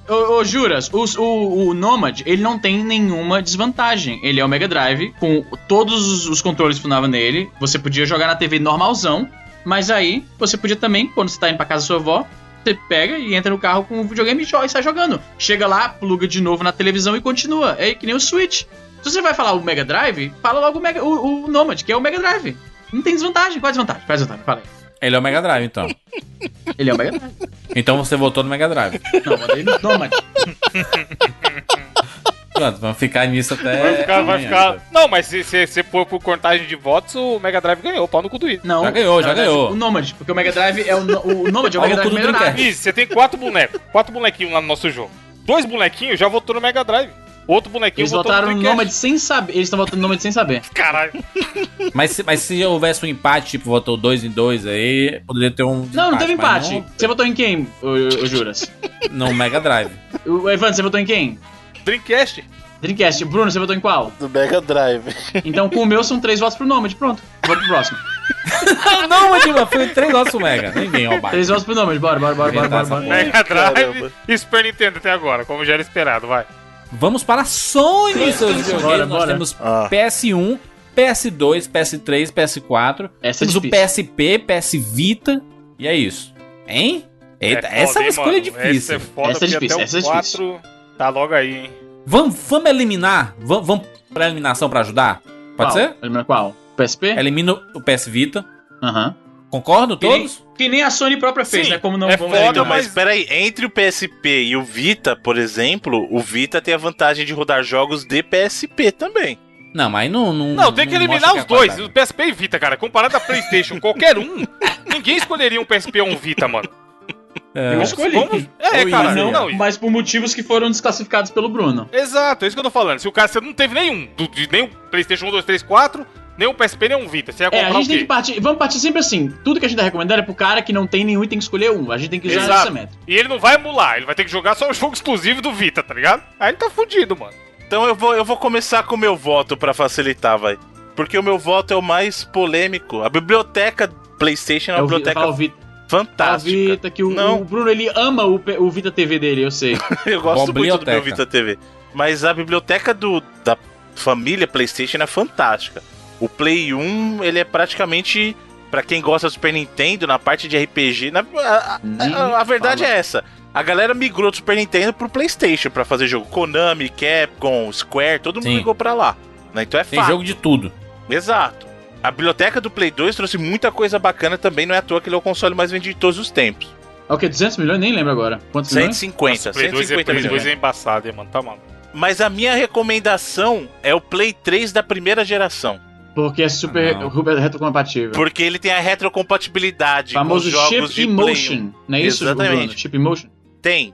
Speaker 2: Ô, ô, Juras, o, o, o Nomad, ele não tem nenhuma desvantagem. Ele é o Mega Drive, com todos os, os controles que funcionavam nele. Você podia jogar na TV normalzão, mas aí você podia também, quando você tá indo pra casa da sua avó, você pega e entra no carro com o videogame e, jo- e sai jogando. Chega lá, pluga de novo na televisão e continua. É que nem o Switch. Se você vai falar o Mega Drive, fala logo o, Mega, o, o Nomad, que é o Mega Drive. Não tem desvantagem. Qual é a desvantagem? Qual a desvantagem? Fala aí.
Speaker 1: Ele é o Mega Drive, então.
Speaker 2: Ele é o Mega Drive.
Speaker 1: Então você votou no Mega Drive.
Speaker 2: Não, mandei no Nomad.
Speaker 1: Pronto, vamos ficar nisso até.
Speaker 3: Vai ficar, vai
Speaker 1: amanhã, então.
Speaker 3: ficar.
Speaker 1: cara.
Speaker 3: Não, mas se você for por contagem de votos, o Mega Drive ganhou, pau no cu do Wiz.
Speaker 2: Não.
Speaker 1: Já ganhou, já
Speaker 2: na verdade,
Speaker 1: ganhou.
Speaker 2: O Nomad, porque o Mega Drive é o, no- o Nomad é o
Speaker 1: Olha
Speaker 2: Mega
Speaker 1: o cu
Speaker 2: Drive
Speaker 1: do
Speaker 2: melhorado.
Speaker 1: Dreamcast.
Speaker 3: Isso, você tem quatro bonecos. Quatro bonequinhos lá no nosso jogo. Dois bonequinhos já votou no Mega Drive. Outro bonequinho
Speaker 2: Eles
Speaker 3: votou
Speaker 2: votaram
Speaker 3: no
Speaker 2: no
Speaker 3: Dreamcast.
Speaker 2: Nomad sem saber. Eles estão votando no Nomad sem saber.
Speaker 3: Caralho.
Speaker 1: Mas se, mas se houvesse um empate, tipo, votou dois em dois aí, poderia ter um.
Speaker 2: Não, não teve
Speaker 1: mas
Speaker 2: empate. Você votou em quem, ô, ô, Juras?
Speaker 1: Não, no Mega Drive.
Speaker 2: O Evan, você votou em quem?
Speaker 3: Dreamcast.
Speaker 2: Dreamcast. Bruno, você votou em qual?
Speaker 7: Do Mega Drive.
Speaker 2: Então, com o meu, são três votos pro Nomad. Pronto. Voto pro próximo.
Speaker 1: não, não,
Speaker 2: tipo,
Speaker 1: Mandíbula, foi três votos pro Mega. Ninguém, ó, bate.
Speaker 2: Três votos pro Nomad. Bora, bora, bora, bora, bora. bora.
Speaker 3: Mega Drive
Speaker 7: caramba.
Speaker 3: e Super Nintendo até agora, como já era esperado, vai.
Speaker 1: Vamos para Sony, seus videogames.
Speaker 2: Bora,
Speaker 1: Nós
Speaker 2: bora.
Speaker 1: temos
Speaker 7: Ah.
Speaker 1: PS1, PS2, PS3, PS4.
Speaker 2: Essa é
Speaker 1: temos o
Speaker 2: difícil.
Speaker 1: PSP, PS Vita. E é isso. Hein? Eita,
Speaker 3: foda,
Speaker 1: essa é uma
Speaker 3: hein,
Speaker 1: escolha
Speaker 3: mano?
Speaker 1: difícil.
Speaker 3: Essa é foda,
Speaker 2: Essa é
Speaker 3: porque
Speaker 2: difícil,
Speaker 3: até
Speaker 2: essa é
Speaker 3: o 4 tá logo aí, hein?
Speaker 1: Vamos, vamos eliminar? Vamos, vamos pra eliminação pra ajudar? Pode
Speaker 2: Qual?
Speaker 1: ser?
Speaker 2: Lembra qual? PSP?
Speaker 1: Elimino o PS Vita.
Speaker 2: Aham.
Speaker 1: Concordo
Speaker 2: Que nem-
Speaker 1: todos?
Speaker 2: Que nem a Sony própria fez,
Speaker 3: Sim,
Speaker 2: né? Como não
Speaker 3: é
Speaker 2: vamos
Speaker 3: foda,
Speaker 2: eliminar.
Speaker 4: Então, mas
Speaker 3: Mas-
Speaker 4: peraí, entre o PSP e o Vita, por exemplo, o Vita tem a vantagem de rodar jogos de PSP também.
Speaker 1: Não, mas não. Não,
Speaker 3: Não, tem que
Speaker 1: não
Speaker 3: eliminar
Speaker 1: mostra
Speaker 3: os
Speaker 1: que é
Speaker 3: dois, o
Speaker 1: quadrado.
Speaker 3: PSP e Vita, cara. Comparado a PlayStation, qualquer um, ninguém escolheria um PSP ou um Vita, mano.
Speaker 1: É.
Speaker 2: Eu escolhi.
Speaker 3: Vamos- É,
Speaker 1: Ou
Speaker 3: cara,
Speaker 1: Easy,
Speaker 3: não,
Speaker 1: é.
Speaker 3: não.
Speaker 2: Mas por motivos que foram desclassificados pelo Bruno.
Speaker 3: Exato, é isso que eu tô falando. Se o cara você não teve nenhum, do, de, nem o PlayStation 1, 2, 3, 4, nem o PSP, nem um Vita, você ia
Speaker 2: É,
Speaker 3: comprar
Speaker 2: a
Speaker 3: o
Speaker 2: gente tem que
Speaker 3: quê?
Speaker 2: partir. Vamos partir sempre assim. Tudo que a gente tá recomendando é pro cara que não tem nenhum e tem que escolher um. A gente tem que usar
Speaker 3: Exato.
Speaker 2: essa meta.
Speaker 3: E ele não vai emular, ele vai ter que jogar só o jogo exclusivo do Vita, tá ligado? Aí ele tá fudido, mano.
Speaker 4: Então eu vou, eu vou começar com o meu voto pra facilitar, vai. Porque o meu voto é o mais polêmico. A biblioteca PlayStation é uma
Speaker 2: É o, Vi-
Speaker 4: biblioteca
Speaker 2: fala o Vita, fala o
Speaker 4: fantástica.
Speaker 2: Vita, que o,
Speaker 4: Não.
Speaker 2: o Bruno ele ama o, P- o Vita TV dele, eu sei.
Speaker 4: Eu gosto muito do
Speaker 1: Biblioteca.
Speaker 4: meu Vita TV. Mas a biblioteca do, da família PlayStation é fantástica. O Play 1, ele é praticamente. Pra quem gosta do Super Nintendo, na parte de RPG. na- a, a-
Speaker 2: Nem
Speaker 4: a- a verdade
Speaker 2: fala.
Speaker 4: é essa. A galera migrou do Super Nintendo pro PlayStation pra fazer jogo. Konami, Capcom, Square, todo mundo
Speaker 1: Sim.
Speaker 4: migrou pra lá. né? Então é
Speaker 1: Tem
Speaker 4: fácil.
Speaker 1: jogo de tudo.
Speaker 4: Exato. A biblioteca do Play 2 trouxe muita coisa bacana também. Não é à toa que ele é o console mais vendido de todos os tempos.
Speaker 2: É o quê? 200 milhões? Nem lembro agora.
Speaker 1: Uhum.
Speaker 2: Quantos milhões?
Speaker 4: 150.
Speaker 3: Play 2 é,
Speaker 4: 150
Speaker 3: Play
Speaker 4: milhões.
Speaker 3: 2 é embaçado, hein, mano, tá maluco.
Speaker 4: Mas a minha recomendação é o Play 3 da primeira geração.
Speaker 2: Porque é super
Speaker 1: Ah, não.
Speaker 2: super retrocompatível.
Speaker 4: Porque ele tem a retrocompatibilidade
Speaker 2: Famoso
Speaker 4: com os jogos
Speaker 2: Chip
Speaker 4: de
Speaker 3: um.
Speaker 4: Play 1.
Speaker 2: Emotion. Não é isso,
Speaker 4: Exatamente.
Speaker 2: Bruno? Chip Emotion?
Speaker 4: Tem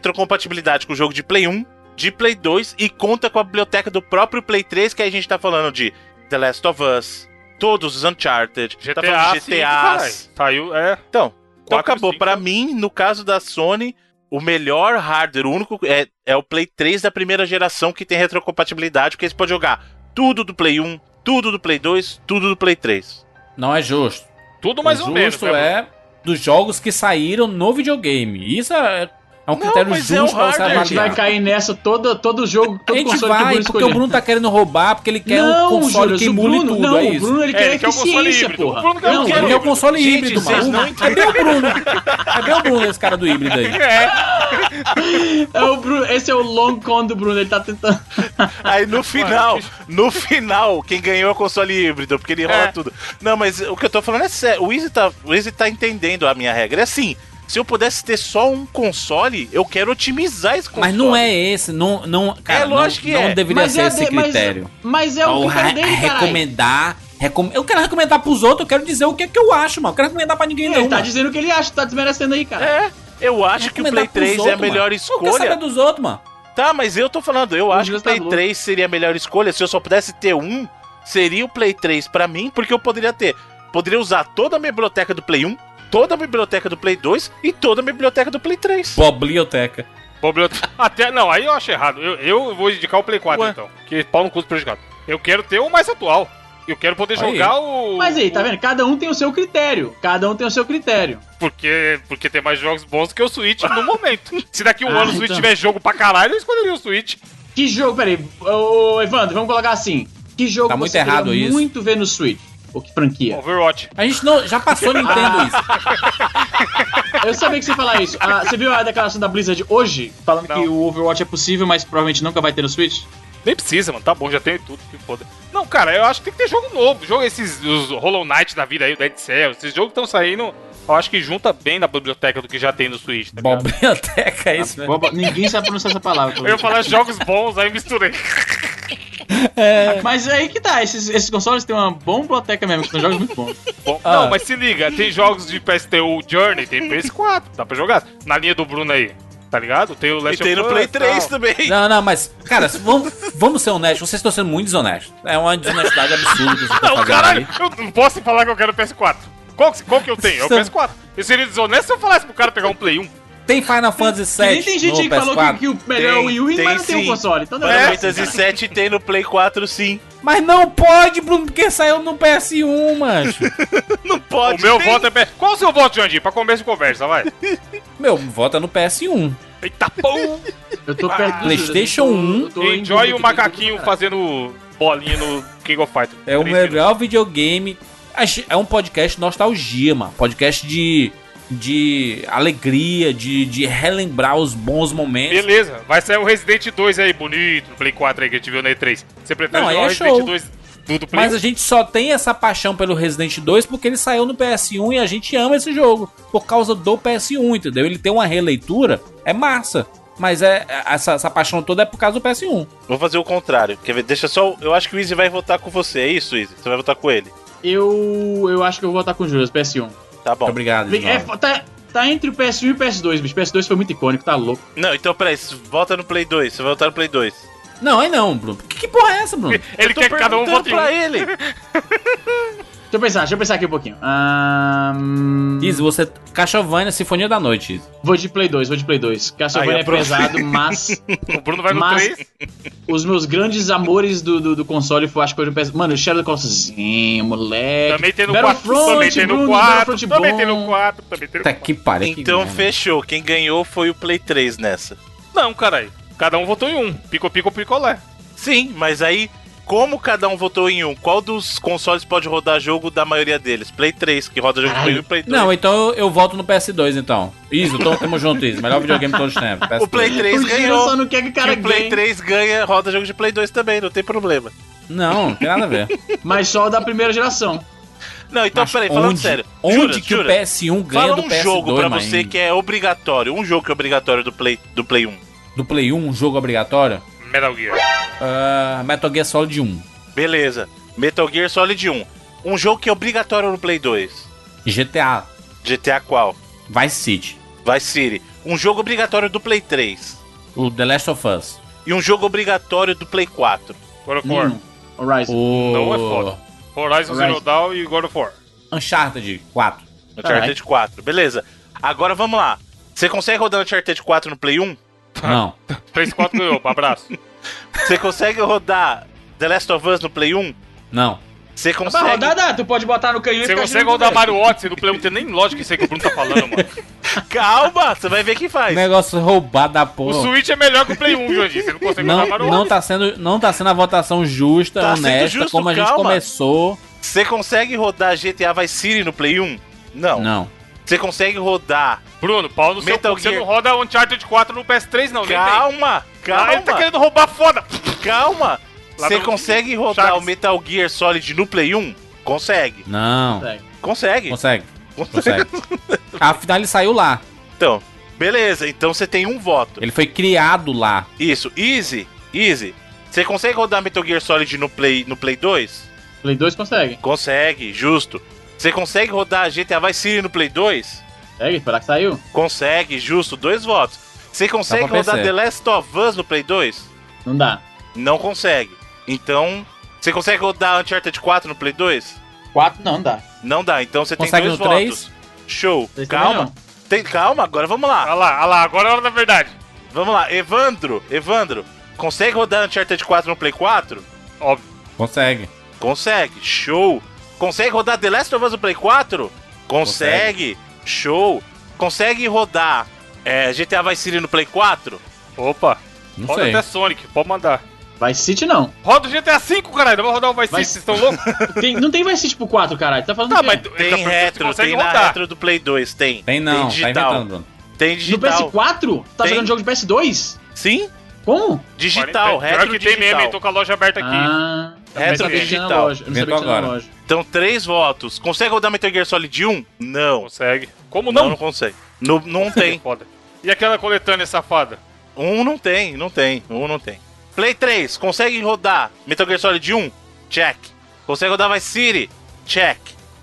Speaker 4: retrocompatibilidade com o jogo de Play 1, de Play 2 e conta com a biblioteca do próprio Play 3, que aí a gente tá falando de The Last of Us, todos os Uncharted, tá falando de
Speaker 3: sim, caralho.
Speaker 4: GTAs.
Speaker 3: Saiu, é.
Speaker 4: Então, então
Speaker 3: Quatro,
Speaker 4: acabou.
Speaker 3: cinco. né?
Speaker 4: Pra mim, no caso da Sony, o melhor hardware, o único é, é o Play 3 da primeira geração que tem retrocompatibilidade, porque você pode jogar tudo do Play 1, tudo do Play 2, tudo do Play 3.
Speaker 1: Não é justo.
Speaker 3: Tudo mais
Speaker 1: o
Speaker 3: ou
Speaker 1: justo
Speaker 3: menos. né, mano?
Speaker 1: é dos jogos que saíram no videogame. Isso é, é um
Speaker 4: Não,
Speaker 1: critério
Speaker 4: mas é
Speaker 1: justo
Speaker 4: um
Speaker 1: pra você
Speaker 4: hardware,
Speaker 2: A gente vai
Speaker 1: avaliar.
Speaker 2: cair nessa todo, todo jogo,
Speaker 1: A
Speaker 2: todo
Speaker 1: gente
Speaker 2: console que o
Speaker 1: vai,
Speaker 2: Bruno
Speaker 1: porque
Speaker 2: escolher.
Speaker 1: o Bruno tá querendo roubar, porque ele quer um console
Speaker 2: Juras,
Speaker 1: que
Speaker 2: o
Speaker 1: emule
Speaker 2: Bruno-
Speaker 1: tudo,
Speaker 2: não,
Speaker 1: é
Speaker 2: o
Speaker 1: isso.
Speaker 2: Bruno ele
Speaker 3: É,
Speaker 2: quer
Speaker 3: ele quer o console
Speaker 2: eficiência,
Speaker 3: híbrido.
Speaker 2: porra.
Speaker 3: O Bruno quer um o
Speaker 2: Não,
Speaker 1: Ele quer o console
Speaker 4: Gente,
Speaker 1: híbrido,
Speaker 4: vocês
Speaker 1: mano.
Speaker 4: não
Speaker 1: Cadê o Bruno? Cadê o Bruno, esse cara do híbrido aí?
Speaker 3: É.
Speaker 2: É o Bruno, esse é o long con do Bruno, ele tá tentando.
Speaker 3: Ah,
Speaker 4: Aí no final, no final, quem ganhou é o console híbrido, porque ele rola tudo. Não, mas o que eu tô falando é sério. O Easy tá, o Easy tá entendendo a minha regra. É assim, Se eu pudesse ter só um console, eu quero otimizar esse console.
Speaker 1: Mas não é esse, não, não, cara,
Speaker 4: lógico
Speaker 1: não,
Speaker 4: que
Speaker 1: não
Speaker 4: é.
Speaker 1: deveria ser
Speaker 2: é
Speaker 1: esse
Speaker 2: de- mas-
Speaker 1: critério.
Speaker 2: Mas, é o
Speaker 1: Ou
Speaker 2: critério
Speaker 1: re-
Speaker 2: dele, caralho.
Speaker 1: recomendar, recom- eu quero recomendar pros outros, eu quero dizer o que é que eu acho, mano. Eu quero recomendar pra ninguém não,
Speaker 2: Ele tá
Speaker 1: mano.
Speaker 2: dizendo o que ele acha, tá desmerecendo aí, cara.
Speaker 4: É, eu acho que o Play
Speaker 1: Recomendar pros
Speaker 4: 3 é a
Speaker 1: outros,
Speaker 4: melhor
Speaker 1: mano. Eu quero
Speaker 4: escolha.
Speaker 1: saber dos outros, mano.
Speaker 4: Tá, mas eu tô falando, eu acho que o
Speaker 2: Júlio tá
Speaker 4: Play
Speaker 2: louco.
Speaker 4: 3 seria a melhor escolha. Se eu só pudesse ter um, seria o Play 3 pra mim, porque eu poderia ter. Poderia usar toda a minha biblioteca do Play 1, toda a biblioteca do Play 2 e toda a biblioteca do Play 3.
Speaker 1: Biblioteca.
Speaker 3: Biblioteca- Até, não, aí eu acho errado. Eu, eu vou indicar o Play 4,
Speaker 4: Ué.
Speaker 3: então. Que Paulo no curso prejudicado. Eu quero ter o mais atual. Eu quero poder
Speaker 1: Aí.
Speaker 3: jogar o.
Speaker 2: Mas aí, tá vendo? Cada um tem o seu critério. Cada um tem o seu critério.
Speaker 3: Porque, porque tem mais jogos bons que o Switch no momento. Se daqui um
Speaker 2: Ah,
Speaker 3: ano o Switch
Speaker 2: então.
Speaker 3: tiver jogo pra caralho, eu escolheria o Switch.
Speaker 2: Que jogo, peraí, ô Evandro, vamos colocar assim. Que jogo
Speaker 1: Tá muito
Speaker 2: você queria
Speaker 1: errado isso.
Speaker 2: muito ver no Switch? Ou que franquia?
Speaker 3: Overwatch.
Speaker 1: A gente não, já passou Nintendo isso.
Speaker 2: Eu sabia que você ia falar isso. Ah, você viu a declaração da Blizzard hoje? Falando
Speaker 3: Não.
Speaker 2: que o Overwatch é possível, mas provavelmente nunca vai ter no Switch?
Speaker 3: Nem precisa, mano. Tá bom, já tem tudo, que foda. Não, cara, eu acho que tem que ter jogo novo. Jogo esses os Hollow Knight da vida aí, o Dead Cells. Esses jogos que estão saindo, eu acho que junta bem na biblioteca do que já tem no Switch, tá ligado?
Speaker 1: Biblioteca é isso, né?
Speaker 2: Boba- Ninguém sabe pronunciar essa palavra.
Speaker 3: Eu ia falar jogos bons, aí misturei.
Speaker 2: Mas aí que tá, esses, esses consoles têm uma bom biblioteca mesmo, que são jogos muito bons.
Speaker 3: Bom,
Speaker 1: Ah.
Speaker 3: Não, mas se liga, tem jogos de PST, o Journey, tem PS4, dá pra jogar. Na linha do Bruno aí, tá ligado? Tem o
Speaker 4: E
Speaker 3: Last
Speaker 4: tem
Speaker 3: of
Speaker 4: no
Speaker 3: Us,
Speaker 4: Play 3
Speaker 3: tal.
Speaker 4: também.
Speaker 1: Não, não, mas, cara, se- vamos, vamos ser honestos, vocês estão sendo muito desonestos. É uma desonestidade absurda que vocês estão
Speaker 3: Não,
Speaker 1: fazendo
Speaker 3: caralho,
Speaker 1: Tá aí.
Speaker 3: eu não posso falar que eu quero PS4. Qual, que- qual que eu tenho? É o PS4. Eu seria desonesto se eu falasse pro cara pegar um Play 1.
Speaker 1: Tem Final Fantasy VII
Speaker 2: Nem tem gente
Speaker 1: no
Speaker 2: que falou
Speaker 1: PS4.
Speaker 2: que, que o melhor é o
Speaker 4: Tem,
Speaker 2: Wii U,
Speaker 4: tem
Speaker 2: mas não tem um
Speaker 4: sim.
Speaker 2: console. Então não
Speaker 4: Final
Speaker 2: é.
Speaker 4: Fantasy 7 tem no Play 4 sim.
Speaker 1: Mas não pode, Bruno, porque saiu no PS1, mano.
Speaker 4: Não pode.
Speaker 3: o meu
Speaker 4: Ah, tem.
Speaker 3: voto é PS... Qual o seu voto, Jandir? Pra começo de conversa, vai.
Speaker 1: Meu, vota no PS1.
Speaker 3: Eita pão!
Speaker 2: Eu tô perto do
Speaker 1: PlayStation
Speaker 2: Júlio, eu tô-
Speaker 1: 1.
Speaker 2: eu tô em dúvida
Speaker 3: Enjoy
Speaker 2: aqui,
Speaker 3: o
Speaker 2: tô em
Speaker 3: macaquinho
Speaker 2: dúvida, cara.
Speaker 3: fazendo bolinha no King of Fighters.
Speaker 1: É o
Speaker 3: Três
Speaker 1: melhor videogame. A gen- É um podcast nostalgia, mano. Podcast de, de alegria, de, de relembrar os bons momentos.
Speaker 3: minutos. Beleza, vai sair o Resident 2 aí, bonito, no Play 4 aí que a gente viu na E3. Você prefere
Speaker 1: Não, aí
Speaker 3: jogar o
Speaker 1: é
Speaker 3: Resident
Speaker 1: show.
Speaker 3: 2 do, do Play
Speaker 1: Mas a gente só tem essa paixão pelo Resident 2 porque ele saiu no PS1 e a gente ama esse jogo. Por causa do PS1, entendeu? Ele tem uma releitura, é massa. Mas é, é- essa, essa paixão toda é por causa do PS1.
Speaker 4: Vou fazer o contrário. Quer ver? Deixa só. Eu acho que o Easy vai votar com você. É isso, Easy? Você vai votar com ele.
Speaker 2: Eu, eu acho que eu vou votar com o Júlio, PS1.
Speaker 4: Tá bom.
Speaker 1: Muito obrigado,
Speaker 2: Vem, é,
Speaker 1: Ismael.
Speaker 2: tá, tá entre o PS1 e o PS2, bicho. PS2 foi muito icônico, tá louco.
Speaker 4: Não, então peraí. Volta no Play 2. Você vai votar no Play 2.
Speaker 1: Não, aí não, Bruno. Que, que porra é essa, Bruno?
Speaker 3: Ele quer que cada um vote em um.
Speaker 4: pra ele.
Speaker 2: Deixa eu pensar, deixa eu pensar aqui um pouquinho. Ahn,
Speaker 1: Izzy, você. Castlevania, Sinfonia da Noite. Izzy.
Speaker 2: vou de Play 2, vou de Play 2. Castlevania
Speaker 4: Aí,
Speaker 2: é
Speaker 4: apronto.
Speaker 2: pesado, mas
Speaker 3: O Bruno vai no
Speaker 2: Mas-
Speaker 3: 3.
Speaker 2: os meus grandes amores do, do, do console foi, acho que hoje eu penso. Mano, Shadow Colossinho, moleque.
Speaker 3: Também tem no 4.
Speaker 2: Battlefront,
Speaker 3: Também tem no
Speaker 2: é Bruno,
Speaker 3: 4.
Speaker 2: Battlefront
Speaker 3: Também
Speaker 2: bom.
Speaker 3: tem no 4. Também tem no
Speaker 1: Puta
Speaker 3: 4.
Speaker 1: que pariu. que
Speaker 4: Então
Speaker 1: merda.
Speaker 4: fechou. Quem ganhou foi o Play 3 nessa.
Speaker 3: Não, caralho. Cada um votou em um. Pico, pico, picolé.
Speaker 4: Sim, mas aí, como cada um votou em um, qual dos consoles pode rodar jogo da maioria deles? Play 3, que roda jogo de Play 1 e Play 2.
Speaker 1: Não, então eu, eu volto no PS2, então. Isso, então tamo junto, Izzy. Melhor videogame de todos os tempos.
Speaker 4: o Play
Speaker 1: PS2.
Speaker 4: 3
Speaker 2: O Júlio
Speaker 4: ganhou.
Speaker 2: só não quer que o
Speaker 4: Que
Speaker 2: cara é
Speaker 4: o Play
Speaker 2: ganhe.
Speaker 4: 3 ganha, roda jogo de Play 2 também, não tem problema.
Speaker 1: Não, não tem nada a ver.
Speaker 2: Mas só o da primeira geração.
Speaker 4: Não, então
Speaker 1: Mas
Speaker 4: peraí, falando
Speaker 1: onde-
Speaker 4: sério.
Speaker 1: Onde
Speaker 4: Jura,
Speaker 1: que
Speaker 4: jura,
Speaker 1: o PS1 ganha
Speaker 4: Fala
Speaker 1: do
Speaker 4: um
Speaker 1: PS2,
Speaker 4: jogo pra
Speaker 1: mãe?
Speaker 4: você que é obrigatório. Um jogo que é obrigatório do Play, do Play 1.
Speaker 1: Do Play 1, um jogo obrigatório?
Speaker 3: Metal Gear.
Speaker 1: Ah, Metal Gear Solid 1.
Speaker 4: Beleza. Metal Gear Solid 1. Um jogo que é obrigatório no Play 2.
Speaker 1: GTA
Speaker 4: GTA qual?
Speaker 1: Vice City.
Speaker 4: Vice City. Um jogo obrigatório do Play 3.
Speaker 1: O The Last of Us.
Speaker 4: E um jogo obrigatório do Play 4.
Speaker 3: God of War.
Speaker 2: Hum, Horizon.
Speaker 1: O
Speaker 3: Não é foda. Horizon Zero
Speaker 2: Horizon.
Speaker 3: Dawn e God of War.
Speaker 1: Uncharted 4.
Speaker 2: Tá.
Speaker 4: Uncharted 4. Beleza. Agora vamos lá. Você consegue rodar Uncharted 4 no Play 1?
Speaker 1: Não.
Speaker 3: 3, 4 ganhou. um Abraço.
Speaker 4: Você consegue rodar The Last of Us no Play 1?
Speaker 1: Não.
Speaker 4: Você
Speaker 2: Pra
Speaker 4: consegue.
Speaker 2: rodar, dá, tu pode botar no canhão e
Speaker 3: Você é
Speaker 2: ficar
Speaker 3: consegue
Speaker 2: girando
Speaker 3: rodar
Speaker 2: dentro.
Speaker 3: Mario Odyssey no Play 1? Tem nem lógica isso aí que o Bruno tá falando, mano.
Speaker 4: Calma! Você vai ver quem faz.
Speaker 1: Negócio roubado da
Speaker 3: O
Speaker 1: porra.
Speaker 3: Switch é melhor que o Play 1, Jandir. Você não consegue
Speaker 1: Não,
Speaker 3: rodar Mario
Speaker 1: não,
Speaker 3: Odyssey.
Speaker 1: tá sendo, não tá sendo a votação justa,
Speaker 4: Tá sendo
Speaker 1: honesta,
Speaker 4: justo,
Speaker 1: como a gente
Speaker 4: calma.
Speaker 1: começou.
Speaker 4: Você consegue rodar GTA Vice City no Play 1? Não.
Speaker 1: Não.
Speaker 4: Você consegue rodar.
Speaker 3: Bruno, pau no
Speaker 4: Metal
Speaker 3: seu cu. Você
Speaker 4: Gear.
Speaker 3: não roda Uncharted 4 no PS3, não, nem
Speaker 4: Calma!
Speaker 3: tem. Ah, ele tá
Speaker 4: Calma!
Speaker 3: querendo roubar foda.
Speaker 4: Calma!
Speaker 3: Lá
Speaker 4: Você
Speaker 3: no-
Speaker 4: consegue rodar
Speaker 3: Chaves.
Speaker 4: o Metal Gear Solid no Play 1? Consegue.
Speaker 1: Não.
Speaker 2: Consegue.
Speaker 4: Consegue.
Speaker 1: Consegue. Consegue. Ah, Afinal, ele saiu lá.
Speaker 4: Então, beleza, então você tem um voto.
Speaker 1: Ele foi criado lá.
Speaker 4: Isso, easy, easy. Você consegue rodar Metal Gear Solid no Play, no Play 2?
Speaker 2: Play 2 consegue.
Speaker 4: Consegue, justo. Você consegue rodar GTA Vice City no Play 2?
Speaker 2: Consegue? Foi lá que saiu?
Speaker 4: Consegue, justo, dois votos. Você consegue
Speaker 1: pra
Speaker 4: rodar
Speaker 1: PC.
Speaker 4: The Last of Us no Play 2?
Speaker 2: Não dá.
Speaker 4: Não consegue. Então, você consegue rodar Uncharted 4 no Play 2?
Speaker 2: 4 não dá.
Speaker 4: Não dá, então você
Speaker 1: Consegue
Speaker 4: tem dois
Speaker 1: no
Speaker 4: votos.
Speaker 1: 3?
Speaker 4: Show.
Speaker 2: Vocês também
Speaker 4: Calma.
Speaker 2: não.
Speaker 4: Tem, calma, agora vamos lá.
Speaker 3: Olha lá, olha lá, agora é a hora da verdade.
Speaker 4: Vamos lá. Evandro, Evandro, consegue rodar Uncharted 4 no Play 4?
Speaker 3: Óbvio.
Speaker 1: Consegue.
Speaker 4: Consegue. Show. Consegue rodar The Last of Us no Play 4? Consegue. Show. Consegue rodar é, GTA Vice City no Play 4?
Speaker 3: Opa,
Speaker 1: Não
Speaker 3: roda
Speaker 1: sei.
Speaker 3: até Sonic, pode mandar.
Speaker 2: Vice City não.
Speaker 3: Roda o GTA V, caralho, não vai rodar o Vice City,
Speaker 2: Mas-
Speaker 3: vocês estão loucos?
Speaker 2: Tem- não tem Vice City pro 4, caralho. Tá falando do
Speaker 3: Tá,
Speaker 2: quê?
Speaker 3: mas
Speaker 4: Tem
Speaker 3: eu tô perguntando se
Speaker 4: retro,
Speaker 3: consegue
Speaker 4: tem na
Speaker 3: rodar.
Speaker 4: retro do Play 2, tem.
Speaker 1: Tem não, tá
Speaker 4: digital.
Speaker 1: inventando, Bruno.
Speaker 4: Tem
Speaker 2: No
Speaker 4: digital.
Speaker 2: PS4? Tá
Speaker 4: Tem.
Speaker 2: jogando jogo de PS2?
Speaker 4: Sim,
Speaker 2: Como?
Speaker 4: digital,
Speaker 3: Pior
Speaker 4: retro
Speaker 3: que tem mesmo, eu
Speaker 4: digital.
Speaker 3: tô com a loja aberta aqui.
Speaker 2: Ah, eu não
Speaker 4: Retro
Speaker 2: sabia que tinha na
Speaker 4: digital.
Speaker 2: loja. Eu não sabia que tinha na
Speaker 1: Inventou agora.
Speaker 2: loja.
Speaker 4: Então, três votos. Consegue rodar Metal Gear Solid 1? Não.
Speaker 3: Consegue. Como
Speaker 4: Não,
Speaker 3: não?
Speaker 4: não consegue. Não, não tem.
Speaker 3: Foda. E aquela coletânea safada?
Speaker 4: Um não tem, não tem. Um não tem. Play 3, consegue rodar Metal Gear Solid 1? Check. Consegue rodar Vice City? Check.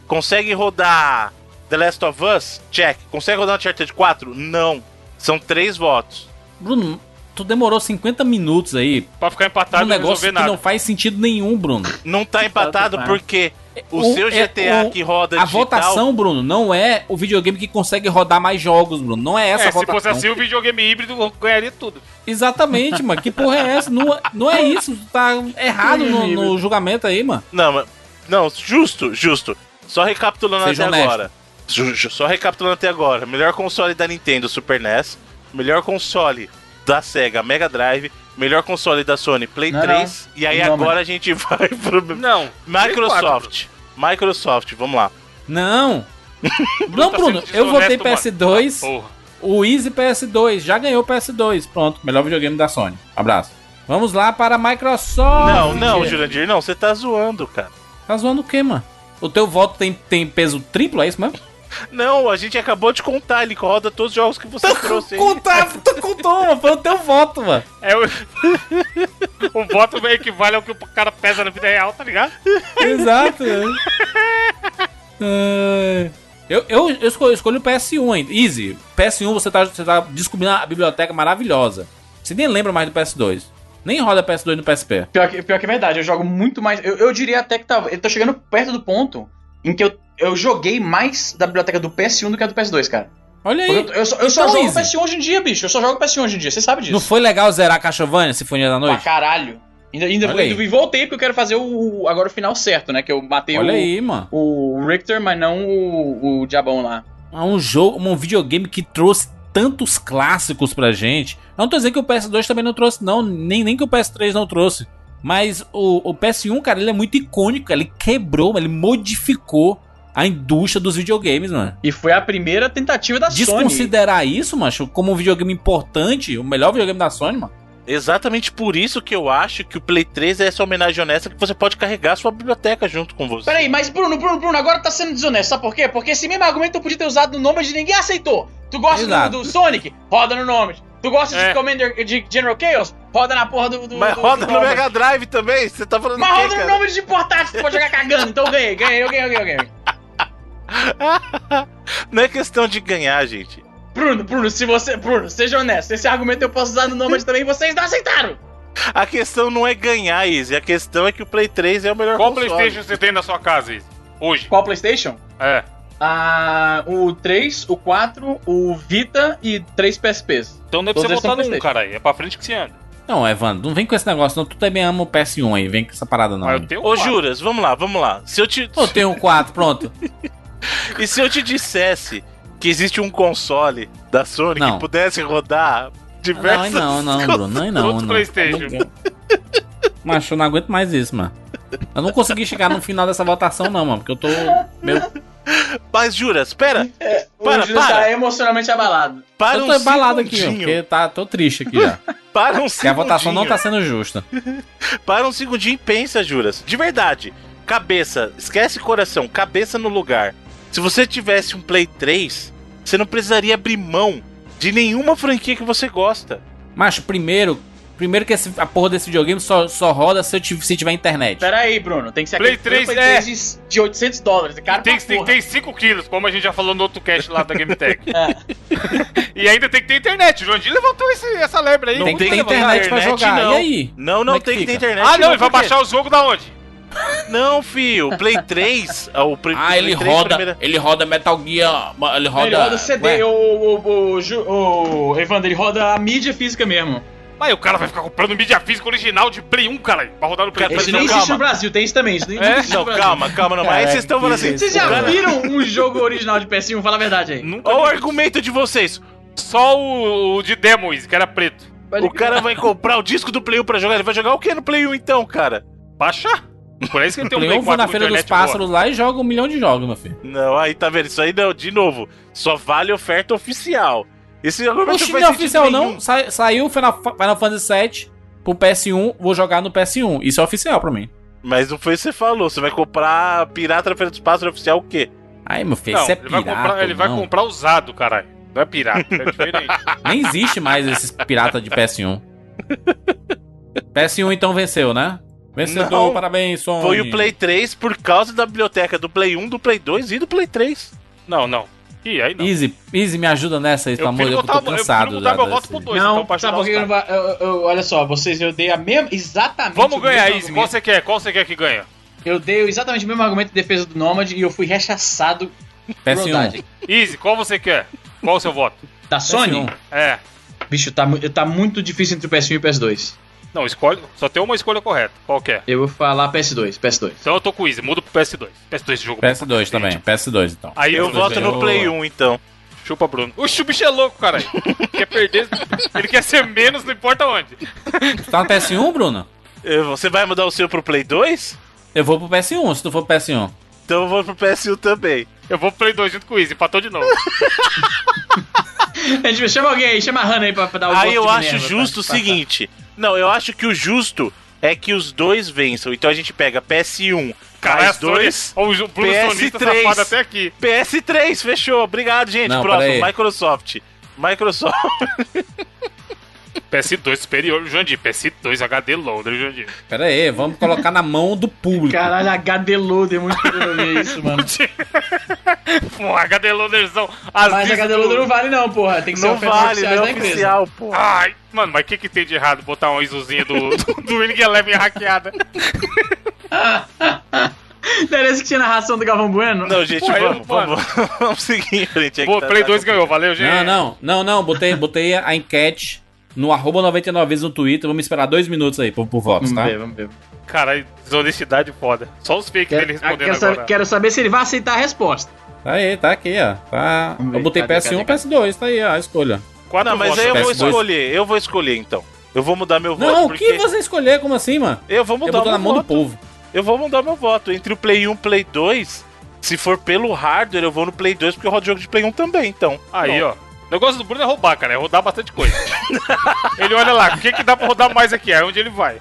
Speaker 4: Consegue rodar The Last of Us? Check. Consegue rodar Uncharted 4? Não. São três votos.
Speaker 1: Bruno, tu demorou 50 minutos aí.
Speaker 3: Tá Pra ficar empatado
Speaker 1: Um
Speaker 3: e não
Speaker 1: negócio
Speaker 3: resolver
Speaker 1: que
Speaker 3: nada.
Speaker 1: não faz sentido nenhum, Bruno.
Speaker 4: Não tá empatado
Speaker 2: tá.
Speaker 4: porque o,
Speaker 1: O-
Speaker 4: seu
Speaker 1: é-
Speaker 4: GTA
Speaker 1: o-
Speaker 4: que roda
Speaker 1: A
Speaker 4: digital...
Speaker 1: votação, Bruno, não é o videogame que consegue rodar mais jogos, Bruno. Não é essa
Speaker 3: é,
Speaker 1: a
Speaker 3: se
Speaker 1: votação.
Speaker 3: fosse assim, o videogame híbrido ganharia tudo.
Speaker 1: Exatamente, mano. Que porra é essa? Não, não é isso. Tá errado no, no julgamento aí, mano.
Speaker 4: Não, mas- não, justo, justo. Só recapitulando
Speaker 1: Seja
Speaker 4: até
Speaker 1: honesto.
Speaker 4: agora. Ju- ju- Só recapitulando até agora. Melhor console da Nintendo, Super NES. Melhor console da Sega, Mega Drive. Melhor console da Sony, Play
Speaker 2: Não,
Speaker 4: 3. E aí
Speaker 2: Não,
Speaker 4: agora a gente vai pro
Speaker 3: Não.
Speaker 4: Microsoft. Microsoft, vamos lá.
Speaker 1: Não. Não,
Speaker 3: tá
Speaker 1: Bruno,
Speaker 3: sendo
Speaker 1: eu votei
Speaker 3: desonesto, mano.
Speaker 1: PS2,
Speaker 3: Porra.
Speaker 1: o Easy PS2, já ganhou PS2. Pronto, melhor videogame da Sony. Abraço. Vamos lá para a Microsoft.
Speaker 4: Não, não, Jurandir, não, você tá zoando, cara.
Speaker 1: Tá zoando o quê, mano? O teu voto tem, tem peso triplo, é isso mesmo?
Speaker 4: Não, a gente acabou de contar, ele roda todos os jogos que você trouxe aí.
Speaker 1: Conta, tu contou, mano. Foi o teu voto, mano.
Speaker 3: É o... o voto meio que vale ao que o cara pesa na vida real, tá ligado?
Speaker 1: Exato. é. Ai. eu, eu, eu escolho, eu escolho o PS1 ainda. Easy. PS1 você tá, você tá descobrindo a biblioteca maravilhosa. Você nem lembra mais do PS2. Nem roda PS2 no PSP.
Speaker 2: Pior que, pior que é verdade, eu jogo muito mais. Eu, eu diria até que tava. Eu tô chegando perto do ponto em que eu, eu joguei mais da biblioteca do PS1 do que a do PS2, cara.
Speaker 1: Olha
Speaker 2: Porque Eu,
Speaker 1: aí.
Speaker 2: tô- eu só, eu só
Speaker 1: Então,
Speaker 2: jogo
Speaker 1: Izzy.
Speaker 2: PS1 hoje em dia, bicho. Eu só jogo PS1 hoje em dia, você sabe disso.
Speaker 1: Não foi legal zerar a Castlevania, Sinfonia da
Speaker 2: Pra
Speaker 1: Noite?
Speaker 2: caralho. Ainda, ainda
Speaker 1: Olha aí.
Speaker 2: e voltei porque eu quero fazer o, o- agora o final certo, né? Que eu matei
Speaker 1: Olha
Speaker 2: o,
Speaker 1: aí, mano.
Speaker 2: o Richter, mas não o, o Diabão lá.
Speaker 1: É um jogo, um videogame que trouxe tantos clássicos pra gente. Eu não tô dizendo que o PS2 também não trouxe, não. Nem, nem que o PS3 não trouxe. Mas o, o PS1, cara, ele é muito icônico. Ele quebrou, ele modificou a indústria dos videogames, mano.
Speaker 2: E foi a primeira tentativa da Sony.
Speaker 1: Desconsiderar isso, macho, como um videogame importante, o melhor videogame da Sony, mano.
Speaker 4: Exatamente por isso que eu acho que o Play 3 é essa homenagem honesta que você pode carregar a sua biblioteca junto com você.
Speaker 2: Peraí, mas Bruno, Bruno, Bruno, agora tá sendo desonesto. Sabe por quê? Porque esse mesmo argumento eu podia ter usado no Nomad e ninguém aceitou. Tu gosta do,
Speaker 1: Exato.
Speaker 2: do Sonic? Roda no Nomad. Tu gosta
Speaker 3: É.
Speaker 2: de Commander de General Chaos? Roda na porra do. do
Speaker 4: Mas
Speaker 2: do-
Speaker 4: roda
Speaker 2: do
Speaker 4: no
Speaker 2: Nomad.
Speaker 4: Mega Drive também? Você tá falando
Speaker 2: Mas
Speaker 4: do quê,
Speaker 2: roda no
Speaker 4: cara?
Speaker 2: Nomad de portátil, tu pode jogar cagando. Então eu ganhei, ganhei, eu ganhei, eu ganhei, eu ganhei.
Speaker 4: Não é questão de ganhar, gente.
Speaker 2: Bruno, Bruno, se você. Bruno, seja honesto. Esse argumento eu posso usar no Nomad também e vocês não aceitaram.
Speaker 4: A questão não é ganhar, Izzy. A questão é que o Play 3 é o melhor
Speaker 3: Qual
Speaker 4: console.
Speaker 3: Playstation você tem na sua casa, Izzy? Hoje.
Speaker 2: Qual PlayStation?
Speaker 3: É.
Speaker 2: Ah, o 3, o 4, o Vita e 3 PSPs.
Speaker 3: Então não é pra
Speaker 2: Todos
Speaker 3: você
Speaker 2: eles são
Speaker 3: votar num,
Speaker 2: PlayStation.
Speaker 3: caralho. É pra frente que você anda.
Speaker 1: Não, Evandro, não vem com esse negócio, não. Tu também ama o PS1 aí, vem com essa parada, não.
Speaker 3: Mas eu tenho
Speaker 4: Ô,
Speaker 3: quatro.
Speaker 4: Juras, vamos lá, vamos lá. Se eu te...
Speaker 1: Eu tenho um 4, pronto.
Speaker 4: E se eu te dissesse que existe um console da Sony
Speaker 1: Não.
Speaker 4: que pudesse rodar diversas...
Speaker 1: Não, não, não, Bruno. Não, não,
Speaker 3: Outro
Speaker 1: não.
Speaker 3: PlayStation.
Speaker 1: Não- Macho, eu não aguento mais isso, mano. Eu não consegui chegar no final dessa votação, não, mano. Porque eu tô. Meu,
Speaker 4: Mas, Juras, pera. Para,
Speaker 2: Júlio
Speaker 4: para.
Speaker 2: tá emocionalado. abalado.
Speaker 4: Para
Speaker 1: eu
Speaker 4: um
Speaker 1: tô embalado aqui, ó,
Speaker 4: segundinho.
Speaker 1: porque tá, tô triste aqui já.
Speaker 4: Para um
Speaker 1: Porque a votação não
Speaker 4: segundinho.
Speaker 1: tá sendo justa.
Speaker 4: Para um segundinho e pensa, Juras. De verdade. Cabeça. Esquece coração. Cabeça no lugar. Se você tivesse um Play 3, Você não precisaria abrir mão de nenhuma franquia que você gosta.
Speaker 1: Macho, primeiro. Primeiro que esse- a porra desse videogame só, só roda se, eu tive- se tiver internet.
Speaker 2: Pera aí, Bruno. Tem que ser
Speaker 3: Play
Speaker 2: aquele primeiro
Speaker 3: 3, é.
Speaker 2: de, de 800 dólares. Cara,
Speaker 3: Tem,
Speaker 2: pra
Speaker 3: tem,
Speaker 2: porra. É.
Speaker 3: tem 5 quilos, como a gente já falou no outro cast lá da GameTech. e ainda tem que ter internet. O Joandi levantou esse- essa lebre aí.
Speaker 4: Não
Speaker 1: tem
Speaker 3: Muito
Speaker 1: que ter
Speaker 4: tem que
Speaker 3: levantada.
Speaker 1: internet pra
Speaker 4: internet,
Speaker 1: jogar.
Speaker 4: não.
Speaker 1: E aí?
Speaker 4: Não,
Speaker 1: Como
Speaker 4: não
Speaker 1: é que
Speaker 4: tem que ter
Speaker 1: fica?
Speaker 4: internet.
Speaker 3: Ah, não, ele vai
Speaker 4: por quê?
Speaker 3: baixar o jogo da onde?
Speaker 4: Não, filho. O Play 3. ah, O Play,
Speaker 1: Ah, ele
Speaker 4: Play 3
Speaker 1: roda.
Speaker 4: primeira-
Speaker 1: Ele roda Metal Gear. ma- Ele roda.
Speaker 2: Ele roda CD,
Speaker 1: Ué,
Speaker 2: o, o, o, Ju- o Evandro, ele roda a mídia física mesmo.
Speaker 3: Mas o cara vai ficar comprando mídia física original de Play 1, caralho, pra rodar no Play
Speaker 4: Cara,
Speaker 2: Isso
Speaker 4: mas
Speaker 3: 3.
Speaker 2: nem
Speaker 4: não,
Speaker 2: existe
Speaker 4: calma.
Speaker 2: no Brasil, tem isso também. Isso nem
Speaker 3: É?
Speaker 2: existe no
Speaker 4: Não,
Speaker 2: Brasil.
Speaker 4: calma, calma, não. Mas aí vocês estão falando assim.
Speaker 2: Vocês já
Speaker 4: cara,
Speaker 2: viram um jogo original de PS1? Fala a verdade aí.
Speaker 3: Nunca
Speaker 4: Olha o
Speaker 3: vi.
Speaker 4: argumento de vocês.
Speaker 3: Só o, o de Demons, que era preto.
Speaker 4: O cara vai comprar o disco do Play 1 pra jogar. Ele vai jogar o que no Play 1 então, cara?
Speaker 3: Baixar. Por isso que ele tem um
Speaker 1: eu
Speaker 3: Play
Speaker 1: vou
Speaker 3: 4
Speaker 1: na
Speaker 3: com
Speaker 1: Feira dos
Speaker 3: internet boa.
Speaker 1: Pássaros lá e jogo um milhão de jogos, meu filho.
Speaker 4: Não, aí tá vendo? Isso aí não, de novo. Só vale oferta oficial. Esse argumento
Speaker 1: Oxi, não
Speaker 4: não faz
Speaker 1: é
Speaker 4: sentido
Speaker 1: oficial
Speaker 4: nenhum.
Speaker 1: não. Sai- saiu Final, Fa- Final Fantasy VII pro PS1, vou jogar no PS1. Isso é oficial pra mim.
Speaker 4: Mas não foi o que você falou. Você vai comprar pirata na Feira dos Pássaros oficial o quê?
Speaker 1: Aí, meu filho,
Speaker 3: Não,
Speaker 1: isso é
Speaker 3: ele, vai
Speaker 1: pirata.
Speaker 3: comprar, ele vai
Speaker 1: não.
Speaker 3: comprar usado, caralho. Não é pirata, é diferente.
Speaker 1: Nem existe mais esses pirata de PS1. PS1 então venceu, né? Vencedor,
Speaker 4: Não.
Speaker 1: parabéns, Sony.
Speaker 4: Foi o Play 3 por causa da biblioteca do Play 1, do Play 2 e do Play 3.
Speaker 3: não, não. E aí não.
Speaker 1: Easy, Easy, me ajuda nessa aí, pelo amor de Deus, eu tô
Speaker 3: botar-
Speaker 1: cansado. assim.
Speaker 3: eu prefiro mudar
Speaker 1: já
Speaker 3: meu voto
Speaker 1: desse-
Speaker 3: pro 2,
Speaker 2: Não,
Speaker 3: então pra
Speaker 2: sabe
Speaker 3: ajudar
Speaker 2: por que
Speaker 3: os
Speaker 2: eu não
Speaker 3: caras.
Speaker 2: vai. eu- eu- Olha só, vocês eu dei a mesma. Exatamente.
Speaker 3: Vamos
Speaker 2: o
Speaker 3: ganhar,
Speaker 2: mesmo
Speaker 3: Izzy. Qual
Speaker 2: argumento.
Speaker 3: você quer? Qual você quer que ganha?
Speaker 2: Eu dei exatamente o mesmo argumento em defesa do Nomad e eu fui rechaçado por
Speaker 1: PS1.
Speaker 2: Odage.
Speaker 3: Easy, qual você quer? Qual o seu voto?
Speaker 2: Da Sony?
Speaker 1: PS1.
Speaker 3: É.
Speaker 2: Bicho, tá, mu- tá muito difícil entre o PS1 e o PS2.
Speaker 3: Não, escolhe. Só tem uma escolha correta. Qual que é?
Speaker 2: Eu vou falar PS2, PS2.
Speaker 3: Então eu tô com o Easy. Muda pro PS2. PS2 esse jogo.
Speaker 1: PS2 também, PS2 então.
Speaker 3: Aí
Speaker 4: Eu
Speaker 3: Bruno,
Speaker 4: voto
Speaker 1: ganhou.
Speaker 4: no Play 1, então.
Speaker 1: é.
Speaker 3: Chupa, Bruno. Oxi, o bicho é louco, caralho. quer perder. Ele quer ser menos, não importa onde.
Speaker 1: Tu tá no PS1, Bruno?
Speaker 4: Eh, Você vai mudar o seu pro Play 2?
Speaker 1: Eu vou pro PS1, se tu for pro PS1.
Speaker 4: Então eu vou pro PS1 também.
Speaker 3: Eu vou pro Play 2 junto com o Easy. Empatou de novo.
Speaker 2: A gente chama alguém aí, chama a Hannah aí pra,
Speaker 1: É
Speaker 2: pra dar o
Speaker 1: um
Speaker 2: voto
Speaker 4: Aí eu
Speaker 2: de
Speaker 4: acho
Speaker 1: tá?
Speaker 2: Minerva,
Speaker 4: justo o
Speaker 2: pra- pra-
Speaker 4: seguinte. Não, eu acho que o justo é que os dois vençam. Então a gente pega PS1
Speaker 3: Caralho, é a
Speaker 4: mais
Speaker 3: Sony-
Speaker 4: 2,
Speaker 3: Ó, O Bruno
Speaker 4: PS3.
Speaker 3: Sonista safado até aqui.
Speaker 4: PS3, fechou. Obrigado, gente.
Speaker 1: Não,
Speaker 4: Próximo,
Speaker 1: peraí.
Speaker 4: Microsoft. Microsoft.
Speaker 3: PS2 superior, Jandir. PS2 HD Londres, Jandir.
Speaker 1: Pera aí, vamos colocar na mão do público.
Speaker 2: Caralho, HD Loader, muito querendo ver isso, mano.
Speaker 3: Um HD Londerzão. As
Speaker 2: Mas
Speaker 3: discos
Speaker 2: HD
Speaker 3: do-
Speaker 2: Loader é um não vale não, porra. Tem que ser
Speaker 4: Não
Speaker 2: ofertas
Speaker 4: vale,
Speaker 2: oficiais
Speaker 4: não
Speaker 2: da
Speaker 4: é
Speaker 2: empresa.
Speaker 4: oficial, pô.
Speaker 3: Ai, mano, mas o que, que tem de errado botar uma ISOzinha do, do, do Winning Eleven hackeada?
Speaker 2: É Não era isso que tinha narração do Galvão Bueno?
Speaker 4: Não, gente,
Speaker 3: Pô, eu-
Speaker 4: vamos, vamos, vamos seguir em frente. é que
Speaker 3: Pô,
Speaker 4: tá-
Speaker 3: Play
Speaker 4: tá
Speaker 3: 2 ganhou, valeu, gente.
Speaker 2: É.
Speaker 1: Não, não, não, não, botei, botei a enquete no arroba 99 vezes no Twitter, vamos esperar dois minutos aí por, por votos,
Speaker 2: Vamos
Speaker 1: tá?
Speaker 2: ver, vamos ver.
Speaker 3: Cara, desonestidade foda. Só os fake dele
Speaker 2: Quero, ah,
Speaker 3: respondendo
Speaker 2: quero sa-
Speaker 3: agora.
Speaker 2: quero saber se ele vai aceitar a resposta.
Speaker 1: Tá aí, tá aqui, ó. Tá.
Speaker 2: Vamos ver,
Speaker 1: Eu botei
Speaker 2: cadê,
Speaker 1: PS1
Speaker 2: cadê,
Speaker 1: PS2, tá aí, ó, a escolha.
Speaker 3: Quatro
Speaker 4: Não, mas
Speaker 3: votos,
Speaker 4: aí eu vou
Speaker 1: PS2.
Speaker 4: escolher, eu vou escolher então. Eu vou mudar meu voto.
Speaker 1: Não, o que
Speaker 4: porque
Speaker 1: você escolher? Como assim, mano?
Speaker 4: Eu vou
Speaker 1: Eu
Speaker 4: mudar
Speaker 2: um
Speaker 1: botou
Speaker 4: meu
Speaker 1: na mão do
Speaker 4: voto.
Speaker 1: povo.
Speaker 4: Eu vou mudar meu voto. Entre o Play 1 e o Play 2, se for pelo hardware, eu vou no Play 2 porque eu rodo jogo de Play 1 também, então.
Speaker 3: Aí,
Speaker 4: Não.
Speaker 3: ó. O negócio do Bruno é roubar, cara. É rodar bastante coisa. ele olha lá, o que, que dá pra rodar mais aqui? Aí onde ele vai.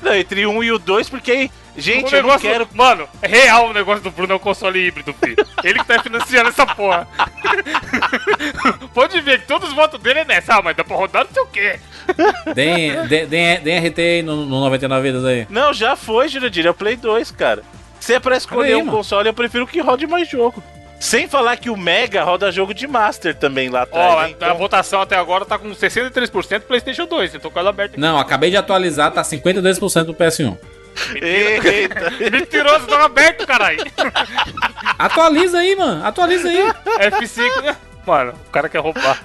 Speaker 4: Não, entre o 1 e o 2, porque aí. Gente,
Speaker 3: o
Speaker 4: eu não
Speaker 3: negócio.
Speaker 4: quero.
Speaker 3: Mano, é real o negócio do Bruno é o console híbrido, filho. Ele que tá financiando essa porra. Pode ver que todos os votos dele é nessa. Ah, mas dá pra rodar não sei o quê.
Speaker 1: Deem, de, deem, deem RT aí no, no 99 vidas aí.
Speaker 4: Não, já foi, Jurandir, é o Play 2, cara. Se é pra escolher
Speaker 1: Olha aí,
Speaker 4: um
Speaker 1: mano.
Speaker 4: console, eu prefiro que rode mais jogo. Sem falar que o Mega roda jogo de Master também lá atrás.
Speaker 3: Ó,
Speaker 4: né?
Speaker 3: a, a votação até agora tá com 63% PlayStation 2. Eu tô com ela aberta aqui.
Speaker 1: Não, acabei de atualizar, tá 52% do PS1.
Speaker 4: Eita.
Speaker 3: Mentiroso, tava aberto, caralho.
Speaker 1: Atualiza aí, mano. Atualiza aí.
Speaker 3: F5, né? Mano, o cara quer roubar.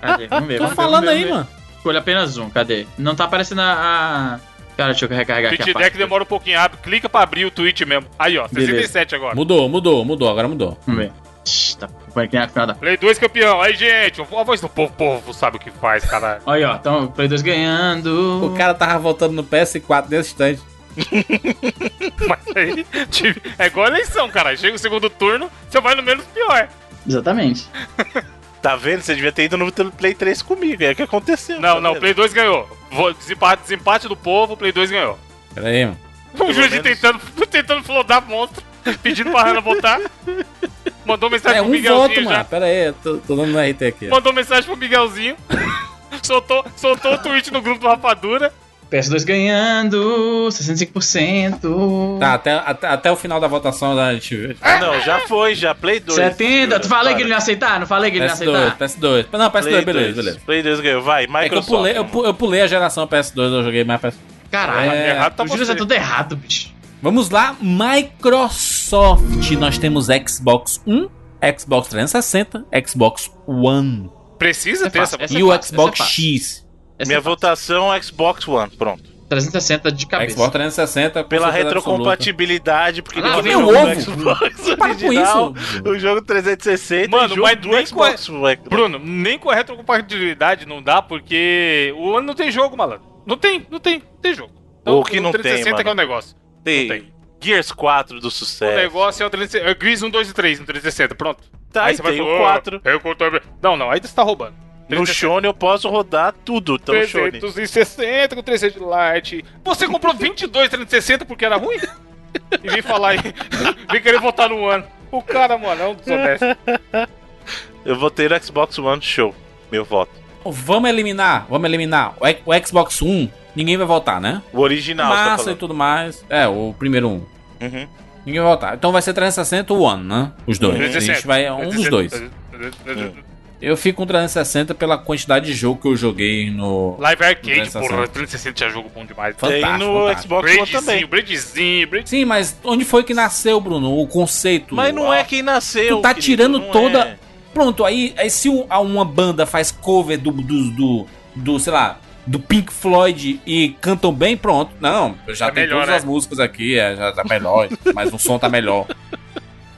Speaker 2: Cadê? Ah, Vamos ver.
Speaker 1: Tô
Speaker 2: vamos ver,
Speaker 1: falando
Speaker 2: vamos ver,
Speaker 1: aí,
Speaker 2: vamos ver.
Speaker 1: mano.
Speaker 2: Escolha apenas um, cadê? Não tá aparecendo a. a- Cara, deixa eu recarregar aqui.
Speaker 3: Twitch
Speaker 2: a pasta.
Speaker 3: Deck demora um pouquinho, abre, clica pra abrir o tweet mesmo. Aí, ó,
Speaker 2: Beleza.
Speaker 3: 67 agora.
Speaker 1: Mudou, mudou, mudou, agora mudou.
Speaker 2: Vamos ver. Shhh, Tá põe aqui na final da.
Speaker 3: Play 2 campeão, aí, gente. A voz do povo, povo sabe o que faz, caralho.
Speaker 2: Olha, ó, então, Play 2 ganhando.
Speaker 1: O cara tava voltando no PS4 nesse instante.
Speaker 3: Mas aí, tive- é igual a eleição, cara. Chega o segundo turno, você vai no menos pior.
Speaker 2: Exatamente.
Speaker 4: Tá vendo? Você devia ter ido no Play 3 comigo. É o que aconteceu.
Speaker 3: Não,
Speaker 4: tá
Speaker 3: não,
Speaker 4: vendo?
Speaker 3: Play 2 ganhou. Vo- Desempate, desempate do povo, Play 2 ganhou. Um
Speaker 1: Pera aí, mano.
Speaker 3: O Jurandir
Speaker 4: menos.
Speaker 3: tentando, tentando flodar monstro, pedindo pra Hannah votar. Mandou
Speaker 4: Tá
Speaker 3: mensagem
Speaker 1: É
Speaker 3: pro
Speaker 1: um voto,
Speaker 3: Miguelzinho
Speaker 1: mano.
Speaker 3: já.
Speaker 1: Pera aí, eu tô, tô dando na RT aqui. ó.
Speaker 3: Mandou mensagem pro Miguelzinho. soltou, soltou o tweet no grupo do Rapadura.
Speaker 2: PS2 ganhando, 65%.
Speaker 1: Tá, até, até, até o final da votação da gente vê.
Speaker 4: Ah, não, já foi, já. Play 2.
Speaker 2: 70, tu falei que ele não ia aceitar? Não falei que ele não ia
Speaker 1: PS2,
Speaker 2: aceitar?
Speaker 1: PS2. Não, PS2,
Speaker 4: Play
Speaker 1: beleza,
Speaker 4: 2.
Speaker 1: beleza.
Speaker 4: Play 2 ganhou, vai, né?
Speaker 1: É que eu
Speaker 4: Microsoft.
Speaker 1: pulei, eu, pu- eu pulei a geração PS2, eu joguei mais PS2.
Speaker 2: Caralho,
Speaker 1: É,
Speaker 3: errado tá
Speaker 2: o Júlio
Speaker 3: você.
Speaker 2: é tudo errado, bicho.
Speaker 1: Vamos lá, Microsoft. Nós temos Xbox One, Xbox 360, Xbox One
Speaker 3: Precisa
Speaker 2: É
Speaker 3: ter essa.
Speaker 2: fácil,
Speaker 1: e o
Speaker 2: fácil,
Speaker 1: Xbox
Speaker 2: essa é fácil.
Speaker 1: X.
Speaker 2: Essa
Speaker 4: Minha
Speaker 2: é fácil.
Speaker 4: votação é Xbox One, pronto.
Speaker 2: 360 de cabeça.
Speaker 1: Xbox 360 com
Speaker 4: Pela tipo-
Speaker 1: certeza absoluta.
Speaker 4: retrocompatibilidade, porque
Speaker 2: Ah,
Speaker 4: ele
Speaker 2: vem
Speaker 4: jogou
Speaker 1: o
Speaker 4: no
Speaker 1: ovo.
Speaker 4: Xbox
Speaker 1: Para com
Speaker 4: original,
Speaker 1: isso.
Speaker 4: O jogo 360
Speaker 3: Mano,
Speaker 4: e o
Speaker 3: mas
Speaker 4: jogo
Speaker 3: nem é-
Speaker 4: do Xbox One.
Speaker 3: Bruno, nem com a retrocompatibilidade não dá, porque o ano não tem jogo, malandro. Não tem, não tem, não tem jogo.
Speaker 4: O que não tem,
Speaker 3: que é o
Speaker 4: mano?
Speaker 3: negócio.
Speaker 4: Tem
Speaker 3: não tem.
Speaker 4: Gears 4 do
Speaker 3: O
Speaker 4: sucesso.
Speaker 3: negócio é o 360. É Gris 1, 2 e 3 no 360, pronto.
Speaker 4: Tá, e tem o 4.
Speaker 3: Eu conto... Não, não, aí você tá roubando.
Speaker 4: No
Speaker 3: 360.
Speaker 4: Shone eu posso rodar tudo, então Shone.
Speaker 3: 360 com 360 Lite. Você comprou 22 360 porque era ruim? E vem falar aí. Vem querer votar no ano. O cara, mano, é um desonesto.
Speaker 4: Eu votei no Xbox One Show, meu voto.
Speaker 1: Vamos eliminar, vamos eliminar. O, X- o Xbox One, ninguém vai votar, né?
Speaker 4: O original, você tá
Speaker 1: Massa e
Speaker 4: falando.
Speaker 1: tudo mais. É, o primeiro um.
Speaker 4: Uhum.
Speaker 1: Ninguém vai votar. Então vai ser 360 o One, né? Os dois. A gente vai um dos dois. Eu fico com 360 pela quantidade de jogo que eu joguei no.
Speaker 3: Live Arcade,
Speaker 1: 360.
Speaker 3: porra. 360 tinha é jogo bom demais.
Speaker 1: Fantástico,
Speaker 4: Tem no
Speaker 1: fantástico.
Speaker 4: Xbox One também.
Speaker 3: Braidzinho, Braidzinho, Braidzinho.
Speaker 1: Sim, mas onde foi que nasceu, Bruno? O conceito.
Speaker 4: Mas não
Speaker 1: a-
Speaker 4: é quem nasceu.
Speaker 1: Tu tá
Speaker 4: querido,
Speaker 1: tirando
Speaker 4: não
Speaker 1: toda-
Speaker 4: é.
Speaker 1: Pronto, aí, aí se um- a- uma banda faz cover do, do, do, do, sei lá, do Pink Floyd e cantam bem, pronto. Não, eu já
Speaker 3: Tá
Speaker 1: tenho
Speaker 3: melhor,
Speaker 1: todas
Speaker 3: né?
Speaker 1: as músicas aqui, é, já tá melhor, mas o som tá melhor.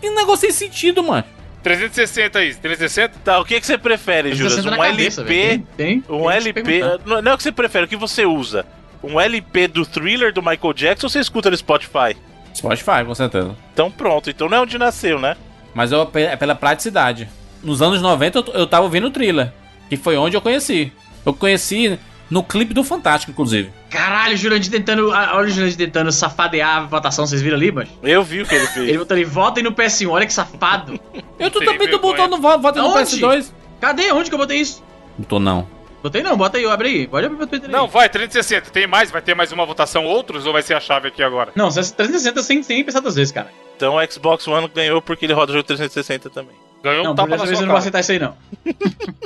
Speaker 1: E um negócio sem sentido, mano.
Speaker 3: 360 aí, 360?
Speaker 4: Tá, o que, que você prefere, Juras?
Speaker 2: 360
Speaker 4: Um
Speaker 2: na cabeça,
Speaker 4: LP.
Speaker 2: velho. Tem, tem,
Speaker 4: Um
Speaker 2: tem que
Speaker 4: LP.
Speaker 2: perguntar.
Speaker 4: Não não é o que você prefere, o que você usa? Um LP do thriller do Michael Jackson ou você escuta no Spotify?
Speaker 1: Spotify, com certeza.
Speaker 4: Então pronto, então não é onde nasceu, né?
Speaker 1: Mas eu, é pela praticidade. Nos anos 90 eu, t- eu tava ouvindo o thriller, que foi onde eu conheci. Eu conheci no clipe do Fantástico, inclusive.
Speaker 2: Caralho, o Jurandir tentando. a- Olha o Jurandir tentando safadear a votação, vocês viram ali, mano?
Speaker 4: Eu vi o que ele fez.
Speaker 2: Ele botou ali, votem no PS1, olha que safado.
Speaker 1: Eu tu
Speaker 3: Sem
Speaker 1: também tô
Speaker 3: vergonha.
Speaker 1: botando vo- voto no
Speaker 2: Aonde?
Speaker 1: PS2.
Speaker 2: Cadê? Onde que eu botei isso?
Speaker 1: Botou não.
Speaker 2: Botei não, bota aí, abre aí. Pode abrir meu Twitter aí.
Speaker 3: Não, vai, 360. Tem mais? Vai ter mais uma votação outros ou vai ser a chave aqui agora?
Speaker 2: Não, 360 sem, sem pensar duas vezes, cara.
Speaker 4: Então o Xbox One ganhou porque ele roda o jogo 360 também.
Speaker 3: Ganhou
Speaker 2: não,
Speaker 3: um
Speaker 2: por
Speaker 3: tapa
Speaker 2: dessa
Speaker 3: na
Speaker 2: vez eu
Speaker 3: sua
Speaker 2: não vou
Speaker 3: cara.
Speaker 2: aceitar isso aí, não.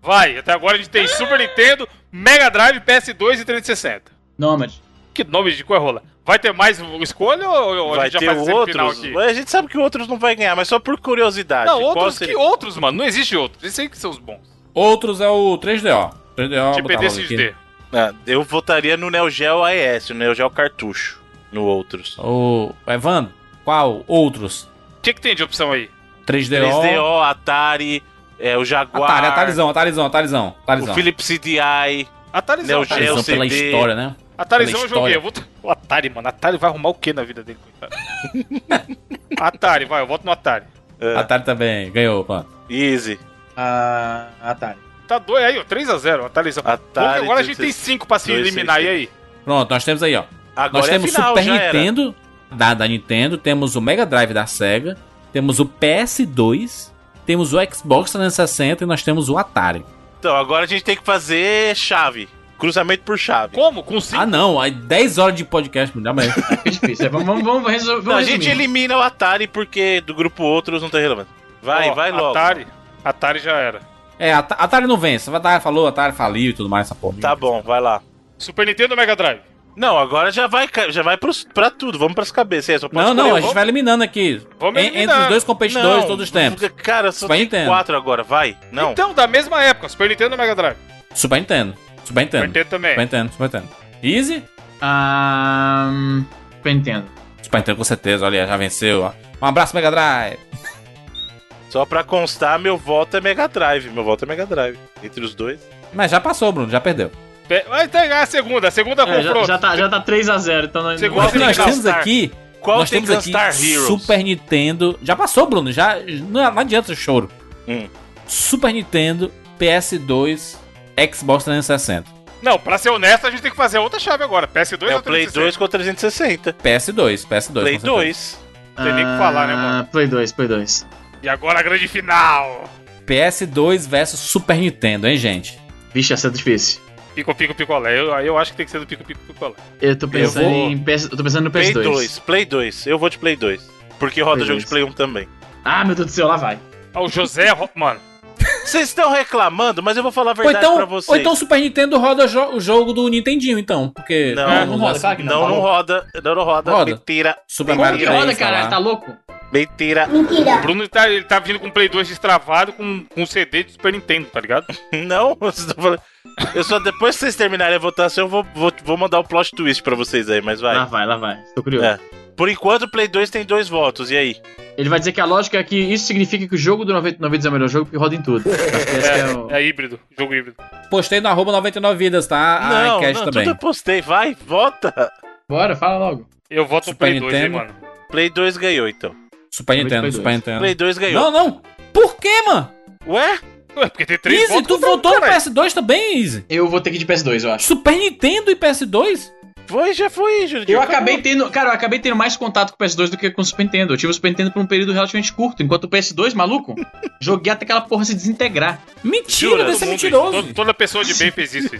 Speaker 3: Vai, até agora a gente tem Super Nintendo, Mega Drive, PS2 e 360.
Speaker 2: Nomad.
Speaker 3: Que nome de coerrola. Vai ter mais escolha ou ou a
Speaker 4: vai
Speaker 3: gente já
Speaker 4: ter
Speaker 3: faz esse final
Speaker 4: outros.
Speaker 3: aqui?
Speaker 4: Mas A gente sabe que outros não vai ganhar, mas só por curiosidade.
Speaker 3: Não,
Speaker 4: Qual
Speaker 3: outros que
Speaker 4: seria-
Speaker 3: outros, mano. Não existe outros. Esses aí que são os bons. Tipo,
Speaker 1: Outros é o 3DO. 3DO, eu botava
Speaker 3: GPD,
Speaker 1: aqui.
Speaker 3: XD.
Speaker 4: Ah, eu votaria no Neo Geo AES, o Neo Geo Cartucho, no outros.
Speaker 1: Ô, Evandro, qual? Outros?
Speaker 3: O que, que tem de opção aí?
Speaker 1: 3DO.
Speaker 4: 3DO, Atari, é, o Jaguar,
Speaker 1: Atari, Atarizão, Atarizão, Atarizão.
Speaker 4: o
Speaker 1: Atarizão.
Speaker 4: Philips CDI.
Speaker 3: Atarizão.
Speaker 4: Neo
Speaker 3: Atarizão.
Speaker 4: Geo.
Speaker 1: Atarizão
Speaker 4: LCD.
Speaker 1: pela história, né?
Speaker 3: Atarizão
Speaker 1: Pela
Speaker 3: eu joguei.
Speaker 1: história.
Speaker 3: Eu vou... O Atari, mano. Atari vai arrumar o que na vida dele, coitado? Atari, vai. Eu voto no Atari.
Speaker 4: É,
Speaker 1: Atari também ganhou, mano.
Speaker 4: Easy.
Speaker 2: Ah, Atari.
Speaker 3: Tá doido aí, ó. 3x0, Atarizão. Bom
Speaker 4: Atari.
Speaker 3: que agora a gente tem 5 pra se
Speaker 4: 2,
Speaker 3: eliminar.
Speaker 4: 6,
Speaker 3: E aí?
Speaker 1: Pronto, nós temos aí, ó.
Speaker 4: Agora
Speaker 1: Nós
Speaker 4: é
Speaker 1: temos
Speaker 4: final,
Speaker 1: Super
Speaker 4: já era.
Speaker 1: Nintendo da, da Nintendo, temos o Mega Drive da Sega, temos o PS2, temos o Xbox 360 e nós temos o Atari.
Speaker 4: Então, agora a gente tem que fazer chave. Cruzamento por chave.
Speaker 3: Como? Com 5?
Speaker 1: Ah não, aí 10 horas de podcast, não dá mais.
Speaker 2: É difícil. é, vamos, vamos, vamos resolver.
Speaker 4: Não,
Speaker 2: Vamos
Speaker 4: a gente
Speaker 2: resumir.
Speaker 4: elimina o Atari porque do grupo outros não tem relevância. Vai, vai logo.
Speaker 3: Atari. Atari já era.
Speaker 1: é, At- Atari não vence, o Atari falou, Atari faliu e tudo mais, essa porra.
Speaker 4: Tá bom, vai lá.
Speaker 3: Super Nintendo ou Mega Drive?
Speaker 4: Não, agora já vai, ca- já vai pros, pra tudo. Vamos pras cabeças. É, só posso
Speaker 1: Não, não,
Speaker 4: escolher
Speaker 1: a gente
Speaker 4: um.
Speaker 1: vai eliminando aqui.
Speaker 3: Vamos
Speaker 1: En-
Speaker 3: eliminar.
Speaker 1: Entre os dois competidores
Speaker 4: Não,
Speaker 1: todos os tempos.
Speaker 4: Cara, só
Speaker 1: Super
Speaker 4: tem
Speaker 1: Nintendo.
Speaker 4: quatro agora, vai. Não.
Speaker 3: Então, da mesma época, Super Nintendo ou Mega Drive?
Speaker 1: Super Nintendo. Super
Speaker 3: Super
Speaker 1: Nintendo.
Speaker 3: Nintendo também.
Speaker 1: Super Nintendo, Super Nintendo. Easy?
Speaker 2: Ah, hum, Super Nintendo.
Speaker 1: Super Nintendo com certeza, olha, já venceu. ó. Um abraço, Mega Drive.
Speaker 4: Só pra constar, meu voto é Mega Drive. Meu voto é Mega Drive. Entre os dois.
Speaker 1: Mas já passou, Bruno, já perdeu.
Speaker 3: Pe- Vai pegar a segunda, a segunda
Speaker 2: É, já,
Speaker 3: confronto.
Speaker 2: já tá, já tá 3x0, então nós
Speaker 3: Segundo.
Speaker 1: O que
Speaker 3: Tem
Speaker 1: nós
Speaker 3: Gunstar.
Speaker 1: temos aqui
Speaker 4: Qual
Speaker 1: Nós
Speaker 4: tem
Speaker 1: temos aqui
Speaker 4: Gunstar Heroes?
Speaker 1: Super Nintendo. Já passou, Bruno? Já não, não adianta o choro.
Speaker 4: Hum.
Speaker 1: Super Nintendo, PS2, Xbox 360.
Speaker 3: Não, pra ser honesto, a gente tem que fazer outra chave agora. PS2
Speaker 4: É
Speaker 3: ou
Speaker 4: o Play 2
Speaker 3: 360?
Speaker 4: com 360.
Speaker 1: PS2, PS2.
Speaker 4: Play
Speaker 1: com certeza.
Speaker 4: 2.
Speaker 2: Ah,
Speaker 3: tem nem o que falar, né, mano?
Speaker 2: Play 2, Play 2.
Speaker 3: E agora a grande final.
Speaker 1: PS2 versus Super Nintendo, hein, gente?
Speaker 2: Vixe, essa é difícil.
Speaker 3: Pico, pico, picolé. Eu, eu acho que tem que ser do pico, pico, picolé.
Speaker 2: Eu tô pensando
Speaker 1: Eu vou-
Speaker 2: em PS... Eu tô pensando no
Speaker 4: Play 2.
Speaker 2: PS2.
Speaker 4: Play 2. Eu vou de Play 2. Porque roda
Speaker 2: Play
Speaker 4: jogo de
Speaker 2: dois.
Speaker 4: Play 1 também.
Speaker 2: Ah, meu Deus do céu, lá vai.
Speaker 3: Ah, o José, Ro- mano.
Speaker 4: Vocês estão reclamando, mas eu vou falar a
Speaker 1: Ou
Speaker 4: verdade pra
Speaker 1: então,
Speaker 4: vocês.
Speaker 1: ou então o Super Nintendo roda jo- o jogo do Nintendinho, então. Porque.
Speaker 4: Não,
Speaker 1: É,
Speaker 4: não
Speaker 2: roda, claro que
Speaker 4: Não, não roda. Não, não roda.
Speaker 1: Roda.
Speaker 4: Mentira.
Speaker 1: Super
Speaker 2: Como
Speaker 1: Mario
Speaker 2: que
Speaker 1: 3.
Speaker 2: roda,
Speaker 1: tá
Speaker 2: cara?
Speaker 1: lá.
Speaker 2: Tá louco?
Speaker 4: Mentira.
Speaker 3: O Bruno tá, ele tá vindo com o Play 2 destravado com, com um CD de Super Nintendo, tá ligado?
Speaker 4: Não, vocês estão falando. Eu só depois que vocês terminarem a votação, eu vou, vou, vou mandar o plot twist pra vocês aí, mas vai.
Speaker 1: Ah.
Speaker 2: Lá vai, lá vai. Tô curioso.
Speaker 4: É. Por enquanto, o Play 2 tem dois votos, e aí?
Speaker 2: Ele vai dizer que a lógica é que isso significa que o jogo do 90 90 é o melhor jogo porque roda em tudo. Acho que esse que é o-
Speaker 3: É híbrido, jogo híbrido.
Speaker 2: tá-
Speaker 1: Postei no arroba 99 vidas, tá? A
Speaker 4: não,
Speaker 1: enquete
Speaker 4: não,
Speaker 1: também.
Speaker 4: tudo eu postei, vai, vota!
Speaker 2: Bora, fala logo.
Speaker 3: Eu voto no
Speaker 1: Super
Speaker 3: Play 2, hein,
Speaker 1: Nintendo.
Speaker 3: mano.
Speaker 4: Play 2 ganhou, então.
Speaker 1: Super
Speaker 2: Play
Speaker 1: Nintendo,
Speaker 2: dois.
Speaker 1: Super Nintendo.
Speaker 4: Play 2
Speaker 1: Não,
Speaker 4: ganhou.
Speaker 1: não. Por quê, mano?
Speaker 4: Ué?
Speaker 3: Ué, porque tem três
Speaker 1: Easy,
Speaker 3: votos.
Speaker 1: tu votou no
Speaker 3: caralho.
Speaker 1: PS2 também, Easy?
Speaker 2: Eu vou ter que ir de PS2, eu acho.
Speaker 1: Super Nintendo e PS2?
Speaker 4: Foi, já foi, Jurandir.
Speaker 2: Eu acabei tendo, cara, eu acabei tendo mais contato com o PS2 do que com o Super Nintendo. Eu tive o Super Nintendo por um período relativamente curto, enquanto o PS2, maluco, joguei até aquela porra se desintegrar.
Speaker 1: Mentira,
Speaker 4: Jura,
Speaker 1: você é
Speaker 3: Todo mundo-
Speaker 1: mentiroso.
Speaker 3: todo- Toda pessoa de bem fez isso.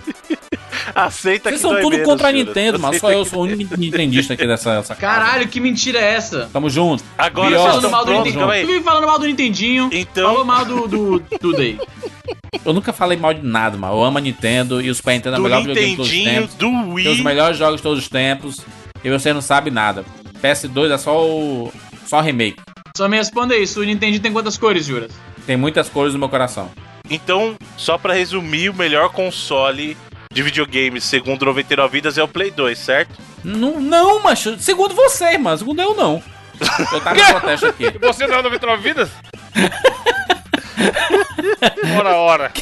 Speaker 4: Aceita
Speaker 1: Vocês
Speaker 4: que
Speaker 1: são
Speaker 4: dói
Speaker 1: tudo
Speaker 4: menos,
Speaker 1: contra a
Speaker 4: Juras.
Speaker 1: Nintendo, mano. Só
Speaker 4: Aceita
Speaker 1: eu
Speaker 4: que-
Speaker 1: sou o único nintendista aqui dessa dessa casa.
Speaker 2: Caralho, que mentira é essa?
Speaker 1: Tamo junto.
Speaker 4: Agora
Speaker 1: Bios,
Speaker 4: vocês
Speaker 2: falando
Speaker 4: estão
Speaker 2: mal do
Speaker 4: prontos,
Speaker 2: Nintendinho.
Speaker 4: calma
Speaker 2: Tu
Speaker 4: aí.
Speaker 2: vive falando mal do Nintendinho. Falou
Speaker 4: Então,
Speaker 2: mal do, do tudo aí.
Speaker 1: Eu nunca falei mal de nada, mano. Eu amo a Nintendo e o Super Nintendo é o
Speaker 4: do
Speaker 1: melhor videogame de todos os
Speaker 4: Nintendinho,
Speaker 1: tempos.
Speaker 4: do
Speaker 1: Tem os
Speaker 4: Wii...
Speaker 1: melhores jogos de todos os tempos. E você não sabe nada. PS2 é só o. só o remake.
Speaker 2: Só me responda isso, o Nintendinho tem quantas cores, Juras?
Speaker 1: Tem muitas cores no meu coração.
Speaker 4: Então, só pra resumir, o melhor console de videogames, segundo 99 Vidas, é o Play 2, certo?
Speaker 1: Não, não, macho. Segundo você, mano. Segundo eu, não. Eu tava em protesto aqui.
Speaker 3: E você não é o 99 vidas? Ora, ora.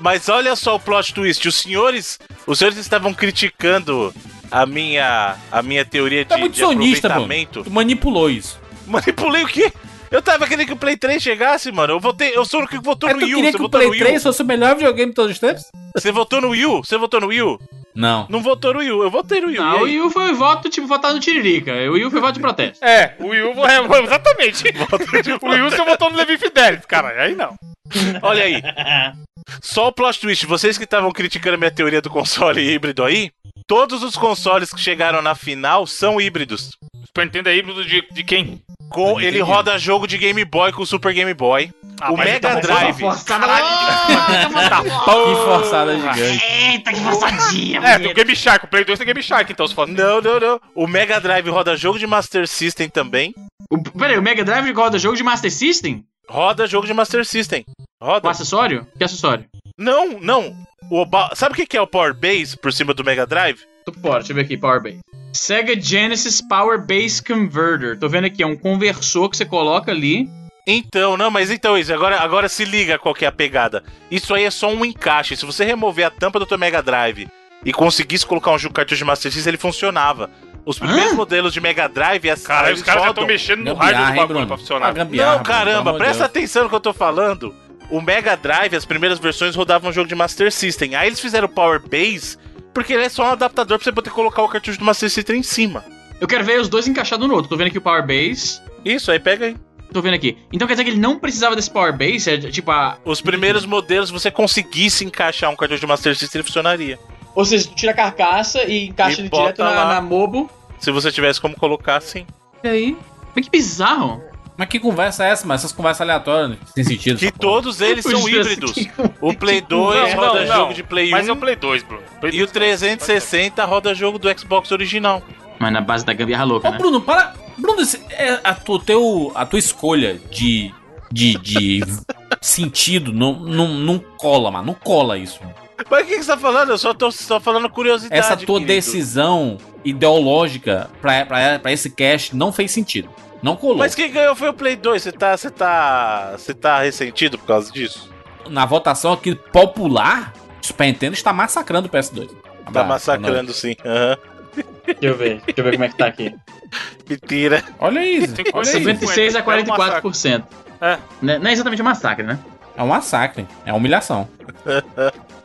Speaker 4: Mas olha só o plot twist, os senhores, os senhores estavam criticando a minha a minha teoria
Speaker 1: Tá
Speaker 4: de,
Speaker 1: muito
Speaker 4: de
Speaker 1: sonista, mano.
Speaker 4: aproveitamento.
Speaker 1: Tu manipulou isso.
Speaker 4: Manipulei o quê? Eu tava querendo que o Play 3 chegasse, mano. Eu votei, eu sou o único que votou
Speaker 1: Mas
Speaker 4: Tá no
Speaker 1: tu
Speaker 4: Wii U.
Speaker 1: queria
Speaker 4: Você
Speaker 1: É que o
Speaker 4: votou
Speaker 1: Play
Speaker 4: no Wii U?
Speaker 1: 3 fosse o melhor videogame de todos os tempos?
Speaker 4: Você votou no Wii U? Você votou no Wii U?
Speaker 1: Não.
Speaker 4: Não votou no Wii U. Eu votei no Wii U.
Speaker 2: Não, Ah, o
Speaker 4: e aí?
Speaker 2: Wii U foi voto, tipo, votar no Tiririca. O Wii U foi voto de protesto.
Speaker 3: É, o Wii U, é, exatamente. o Will você votou no Levi Fidelis, cara. Aí não.
Speaker 4: Olha aí. Só o plot twist. Vocês que estavam criticando a minha teoria do console híbrido aí, todos os consoles que chegaram na final são híbridos.
Speaker 3: Super Nintendo é híbrido de, de quem?
Speaker 4: Com, ele roda jogo de Game Boy com Super Game Boy. o
Speaker 3: mas
Speaker 4: Mega
Speaker 3: então-
Speaker 4: Drive.
Speaker 2: Forçada,
Speaker 1: Que forçada
Speaker 4: Ah,
Speaker 1: gigante.
Speaker 4: é,
Speaker 2: Eita, que forçadinha,
Speaker 3: É, tem o Game Shark. O Play 2 tem Game Shark, então se for assim.
Speaker 4: Não, não, não. O Mega Drive roda jogo de Master System também.
Speaker 2: É. O, peraí, o Mega Drive roda jogo de Master System?
Speaker 4: Roda jogo de Master System.
Speaker 2: Com
Speaker 4: Roda.
Speaker 2: acessório? Que acessório?
Speaker 4: Não, não. O Oba- Sabe o que que é o Power Base por cima do Mega Drive?
Speaker 2: Tô por fora, deixa eu ver aqui, Power Base. Sega Genesis Power Base Converter. Tô vendo aqui, é um conversor que você coloca ali.
Speaker 4: Então, não, mas então isso. Agora, agora se liga qual que é a pegada. Isso aí é só um encaixe. Se você remover a tampa do teu Mega Drive e conseguisse colocar um jogo cartucho de Master System, ele funcionava. Os primeiros
Speaker 2: Hã?
Speaker 4: modelos de Mega Drive, as
Speaker 3: Cara,
Speaker 4: eles
Speaker 3: os caras já
Speaker 4: rodam.
Speaker 3: estão mexendo no hardware do
Speaker 1: Gambiarra, hein,
Speaker 3: bagulho
Speaker 1: Bruno?
Speaker 3: pra
Speaker 1: Ah,
Speaker 3: funcionar.
Speaker 1: gambiarra,
Speaker 4: Não,
Speaker 1: Bruno, pelo
Speaker 4: caramba,
Speaker 1: amor de
Speaker 4: presta
Speaker 1: Deus.
Speaker 4: atenção no que eu tô falando. O Mega Drive, as primeiras versões rodavam um jogo de Master System. Aí eles fizeram o Power Base, porque ele é só um adaptador pra você poder colocar o cartucho do Master System em cima.
Speaker 2: Eu quero ver os dois encaixados um no outro. Tô vendo aqui o Power Base.
Speaker 4: Isso, aí pega aí.
Speaker 2: Tô vendo aqui. Então quer dizer que ele não precisava desse Power Base? É, tipo, a...
Speaker 4: Os primeiros modelos, se você conseguisse encaixar um cartucho de Master System, ele funcionaria.
Speaker 2: Ou seja, tu tira a carcaça e encaixa
Speaker 4: E
Speaker 2: ele
Speaker 4: bota
Speaker 2: direto na,
Speaker 4: lá.
Speaker 2: na Mobo.
Speaker 4: Se você tivesse como colocar, sim.
Speaker 2: E aí? Mas que bizarro.
Speaker 1: Mas que conversa é essa, mano? Essas conversas aleatórias, né? sem sentido.
Speaker 4: Que
Speaker 1: essa porra.
Speaker 4: todos eles
Speaker 2: Os
Speaker 4: são
Speaker 2: dias
Speaker 4: híbridos.
Speaker 2: que-
Speaker 4: O Play 2
Speaker 3: Não,
Speaker 4: roda
Speaker 3: não, não.
Speaker 4: jogo de Play 1
Speaker 3: Mas é o Play 2, Bruno. Play
Speaker 4: e o 360 roda jogo do Xbox original.
Speaker 2: Mas na base da gambiarra louca, né?
Speaker 1: Ô, Bruno, para. Bruno, esse- é a, tu, teu, a tua escolha de. de. de sentido não, não, não cola, mano. Não cola isso. mano.
Speaker 4: Mas o que, que você tá falando? Eu só tô só falando curiosidade.
Speaker 1: Essa tua
Speaker 4: querido.
Speaker 1: decisão ideológica pra, pra, pra esse cast não fez sentido. Não colou.
Speaker 4: Mas quem ganhou foi o Play 2. Você tá, você tá, você tá ressentido por causa disso?
Speaker 1: Na votação aqui popular, o Super Nintendo está massacrando o PS2.
Speaker 4: Tá
Speaker 1: Abraço,
Speaker 4: massacrando sim. Aham.
Speaker 2: Deixa eu ver. Deixa eu ver como é que tá aqui.
Speaker 4: Mentira.
Speaker 1: boa noite. Olha isso.
Speaker 3: Tem
Speaker 1: Olha isso.
Speaker 2: 56 a 44%.
Speaker 3: É.
Speaker 2: Né- Não é exatamente um massacre, né?
Speaker 1: É um massacre. É uma humilhação.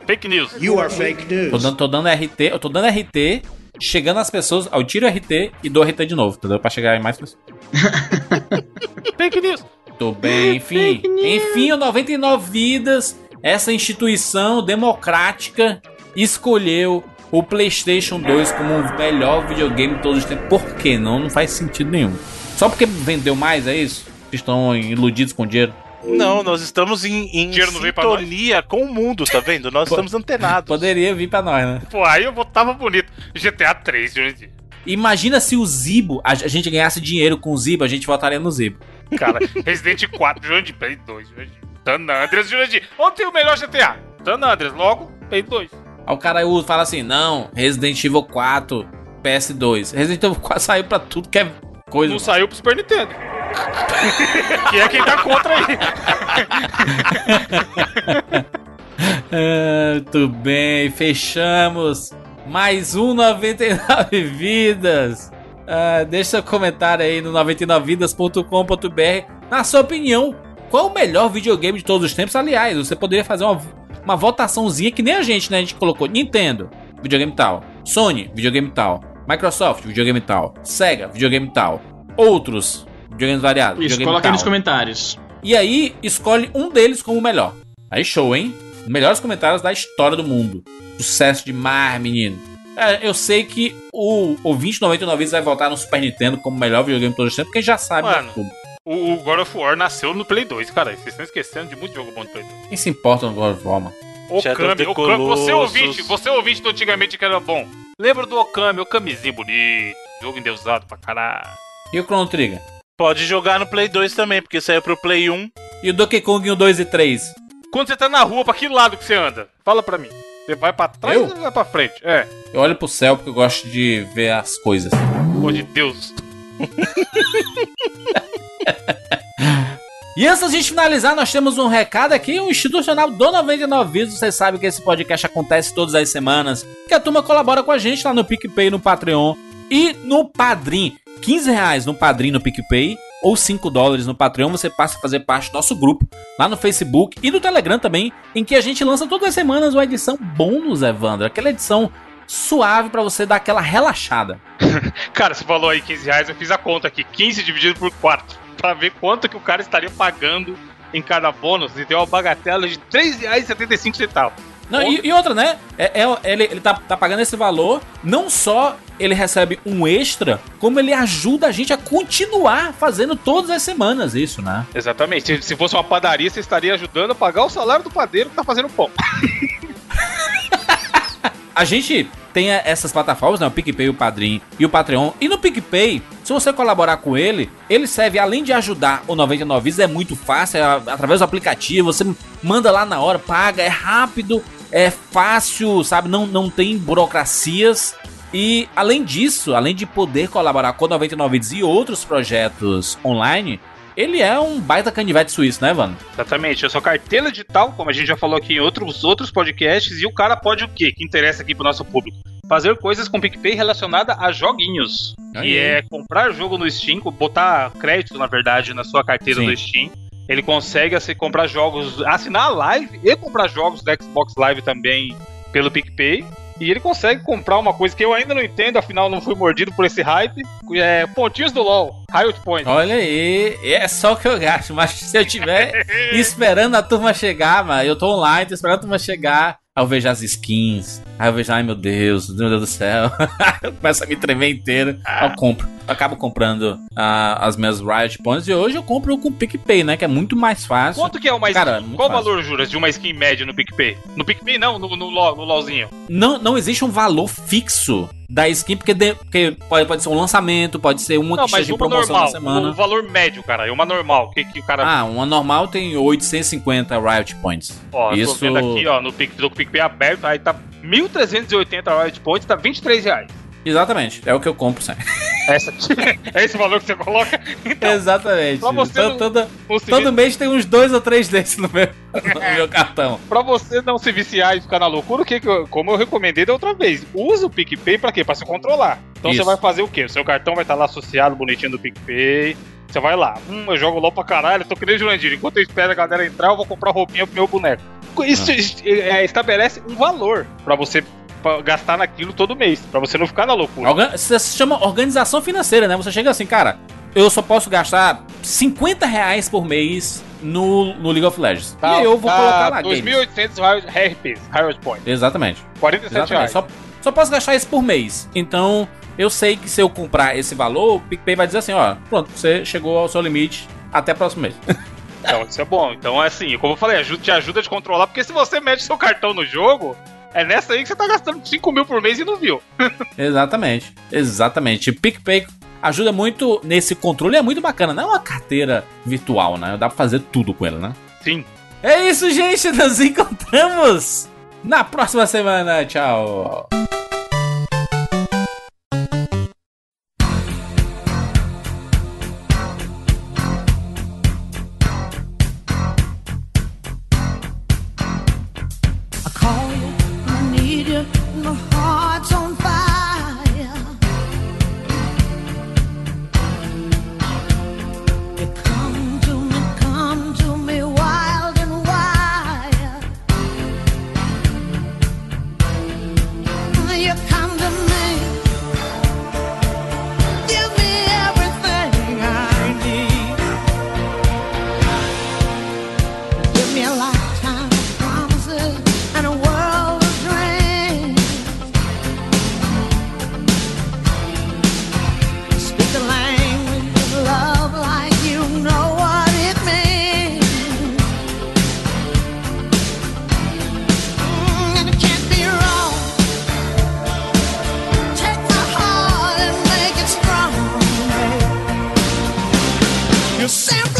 Speaker 3: Fake news.
Speaker 7: You are fake news.
Speaker 1: Tô dando, tô dando RT, eu tô dando RT, chegando às pessoas, eu tiro RT e dou RT de novo, entendeu? Pra chegar em mais pessoas.
Speaker 3: Fake news.
Speaker 1: Muito bem, enfim. Enfim, o 99 Vidas, essa instituição democrática, escolheu o PlayStation 2 como o melhor videogame de todos os tempos. Por que não? Não faz sentido nenhum. Só porque vendeu mais, é isso? Vocês estão iludidos com dinheiro?
Speaker 4: Não, nós estamos em, em
Speaker 3: Dinheiro não veio pra nós.
Speaker 4: sintonia com o mundo, tá vendo? Nós
Speaker 1: Pô.
Speaker 4: estamos antenados.
Speaker 1: Poderia vir pra nós, né?
Speaker 3: Pô, aí eu botava bonito. GTA 3, Jurandir.
Speaker 1: Imagina se o Zibo, a a gente ganhasse dinheiro com o Zibo, a gente votaria no Zibo.
Speaker 3: Cara, Resident 4, Jurandir, Play 2, Jurandir. San Andreas, Jurandir. Ontem o melhor GTA. San Andreas, logo, Play 2.
Speaker 1: Aí o cara usa- fala assim: não, Resident Evil 4, PS2. Resident Evil 4 saiu pra tudo que é coisa.
Speaker 3: Não saiu pro Super Nintendo. que é quem tá contra aí.
Speaker 1: Ah, Muito bem, fechamos mais um 99 Vidas. Ah, deixa seu comentário aí no 99vidas.com.br. Na sua opinião, qual o melhor videogame de todos os tempos? Aliás, você poderia fazer uma, uma votaçãozinha que nem a gente, né? A gente colocou Nintendo, videogame tal. Sony, videogame tal. Microsoft, videogame tal. Sega, videogame tal. Outros, videogames variados.
Speaker 2: Isso,
Speaker 1: videogame
Speaker 2: coloca aí
Speaker 1: tal.
Speaker 2: nos comentários.
Speaker 1: E aí, escolhe um deles como o melhor. Aí show, hein? Melhores comentários da história do mundo. Sucesso demais, menino. É, eu sei que o ouvinte 99 vezes vai votar no Super Nintendo como o melhor videogame de todos os tempos, porque já sabe
Speaker 3: Mano.
Speaker 1: de tudo.
Speaker 3: O, o God of War nasceu no Play 2, cara. Vocês estão esquecendo de muito jogo bom de Play 2.
Speaker 1: Quem se importa no God of War, mano?
Speaker 4: Shadow of
Speaker 3: Okami,
Speaker 4: the
Speaker 3: Okami. Você
Speaker 4: Colossus.
Speaker 3: ouvinte, você ouvinte do antigamente que era bom. Lembra do Okami, Okamizinho bonito. Jogo endeusado pra caralho.
Speaker 1: E o Chrono Trigger?
Speaker 4: Pode jogar no Play 2 também, porque saiu pro Play 1.
Speaker 1: E o Donkey Kong 1, 2 e 3?
Speaker 3: Quando você tá na rua, pra que lado que você anda? Fala pra mim. Você vai pra trás
Speaker 1: Eu?
Speaker 3: ou vai pra frente? É.
Speaker 1: Eu olho pro céu porque eu gosto de ver as coisas.
Speaker 3: Pô de Deus.
Speaker 1: E antes da gente finalizar, nós temos um recado aqui, um institucional do 99 Vidas. Vocês sabem que esse podcast acontece todas as semanas, que a turma colabora com a gente lá no PicPay, no Patreon e no Padrim. 15 reais no Padrim, no PicPay, ou 5 dólares no Patreon, você passa a fazer parte do nosso grupo, lá no Facebook e no Telegram também, em que a gente lança todas as semanas uma edição bônus, Evandro. Aquela edição suave pra você dar aquela relaxada.
Speaker 3: Cara, você falou aí 15 reais, eu fiz a conta aqui. 15 dividido por 4. Pra ver quanto que o cara estaria pagando em cada bônus. E deu uma bagatela de R$ 3,75.
Speaker 1: Não, e, e outra, né? É, é- ele ele tá, tá pagando esse valor, não só ele recebe um extra, como ele ajuda a gente a continuar fazendo todas as semanas isso, né?
Speaker 3: Exatamente. Se, se fosse uma padaria, você estaria ajudando a pagar o salário do padeiro que tá fazendo pão.
Speaker 1: A gente tem a- essas plataformas, né? O PicPay, o Padrim e o Patreon. E no PicPay, se você colaborar com ele, ele serve, além de ajudar o 99 Vidas, é muito fácil, é a- através do aplicativo, você manda lá na hora, paga, é rápido, é fácil, sabe? Não, não tem burocracias. E além disso, além de poder colaborar com o 99 Vidas e outros projetos online, ele é um baita canivete suíço, né, Vano?
Speaker 3: Exatamente. Eu sou carteira digital, como a gente já falou aqui em outros, outros podcasts. E o cara pode o quê? Que interessa aqui pro nosso público? Fazer coisas com PicPay relacionada a joguinhos.
Speaker 1: Aí.
Speaker 3: E é comprar jogo no Steam, botar crédito, na verdade, na sua carteira
Speaker 1: Sim.
Speaker 3: do Steam. Ele consegue assim, comprar jogos, assinar a live e comprar jogos da Xbox Live também pelo PicPay. E ele consegue comprar uma coisa que eu ainda não entendo, afinal não fui mordido por esse hype. É, pontinhos do LoL, Riot Point.
Speaker 1: Olha aí, é só o que eu gasto, mas se eu tiver esperando a turma chegar, mano, eu tô online, tô esperando a turma chegar. Aí eu vejo as skins, aí eu vejo, ai meu Deus, meu Deus do céu. eu começo a me tremer inteiro.
Speaker 3: Ah.
Speaker 1: Aí eu compro. Eu acabo comprando ah, as minhas Riot Points e hoje eu compro com o PicPay, né? Que é muito mais fácil.
Speaker 3: Quanto que é uma skin?
Speaker 1: Cara, é muito
Speaker 3: Qual o
Speaker 1: fácil.
Speaker 3: valor, Juras, de uma skin média no PicPay? No PicPay não, no, no, LOL, no LOLzinho.
Speaker 1: Não, não existe um valor fixo da skin, porque, de- porque pode, pode ser um lançamento, pode ser uma
Speaker 3: Não,
Speaker 1: que
Speaker 3: mas
Speaker 1: esteja em
Speaker 3: uma
Speaker 1: promoção
Speaker 3: normal.
Speaker 1: na semana.
Speaker 3: O valor médio, cara. Uma normal. Que, que o cara.
Speaker 1: Ah, uma normal tem 850 Riot Points.
Speaker 3: ó,
Speaker 1: isso-
Speaker 3: tô vendo aqui, ó, no Pic, do PicPay aberto, aí tá 1.380 Riot Points, tá 23 reais.
Speaker 1: Exatamente, é o que eu compro sempre.
Speaker 3: Essa aqui. é esse valor que você coloca? Um
Speaker 1: Exatamente.
Speaker 3: Então, Pra você
Speaker 1: Todo-
Speaker 3: não-
Speaker 1: todo-
Speaker 3: Você
Speaker 1: todo mês tem uns dois ou três desses no meu, no
Speaker 3: É.
Speaker 1: meu cartão.
Speaker 3: Pra você não se viciar e ficar na loucura, o que, que eu- como eu recomendei da outra vez, usa o PicPay pra quê? Pra se controlar. Então
Speaker 1: Isso.
Speaker 3: você vai fazer o quê? O seu cartão vai estar lá associado, bonitinho do PicPay. Você vai lá, hum, eu jogo LOL pra caralho, eu tô querendo Jurandir. Enquanto eu espero a galera entrar, eu vou comprar roupinha pro meu boneco.
Speaker 1: Ah.
Speaker 3: Isso es- é, estabelece um valor pra você pa- gastar naquilo todo mês, pra você não ficar na loucura.
Speaker 1: Organ- Isso se chama organização financeira, né? Você chega assim, cara, eu só posso gastar 50 reais por mês no, no League of Legends.
Speaker 3: Tá,
Speaker 1: e eu vou
Speaker 3: tá
Speaker 1: colocar lá games.
Speaker 3: 2.800 Riot- RPs, Riot Point.
Speaker 1: Exatamente.
Speaker 3: 47
Speaker 1: Exatamente.
Speaker 3: reais.
Speaker 1: Só, só posso gastar isso por mês. Então, eu sei que se eu comprar esse valor, o PicPay vai dizer assim, ó, pronto, você chegou ao seu limite, até próximo mês.
Speaker 3: Então, isso é bom. Então, é assim, como eu falei, ajuda, te ajuda a te controlar, porque se você mete seu cartão no jogo, é nessa aí que você tá gastando 5 mil por mês e não viu.
Speaker 1: Exatamente. Exatamente. PicPay ajuda muito nesse controle, é muito bacana. Não é uma carteira virtual, né? Dá pra fazer tudo com ela, né?
Speaker 3: Sim.
Speaker 1: É isso, gente. Nos encontramos na próxima semana. Tchau.
Speaker 7: I call you when I need you, and my heart's on fire. You come to me, come to me, wild and wild. You come to me, give me everything I need. Give me a lifetime of promises and a world of dreams. Speak the language of love like you know what it means. Mm, And it can't be wrong. Take my heart and make it strong. babe. You simply Oh,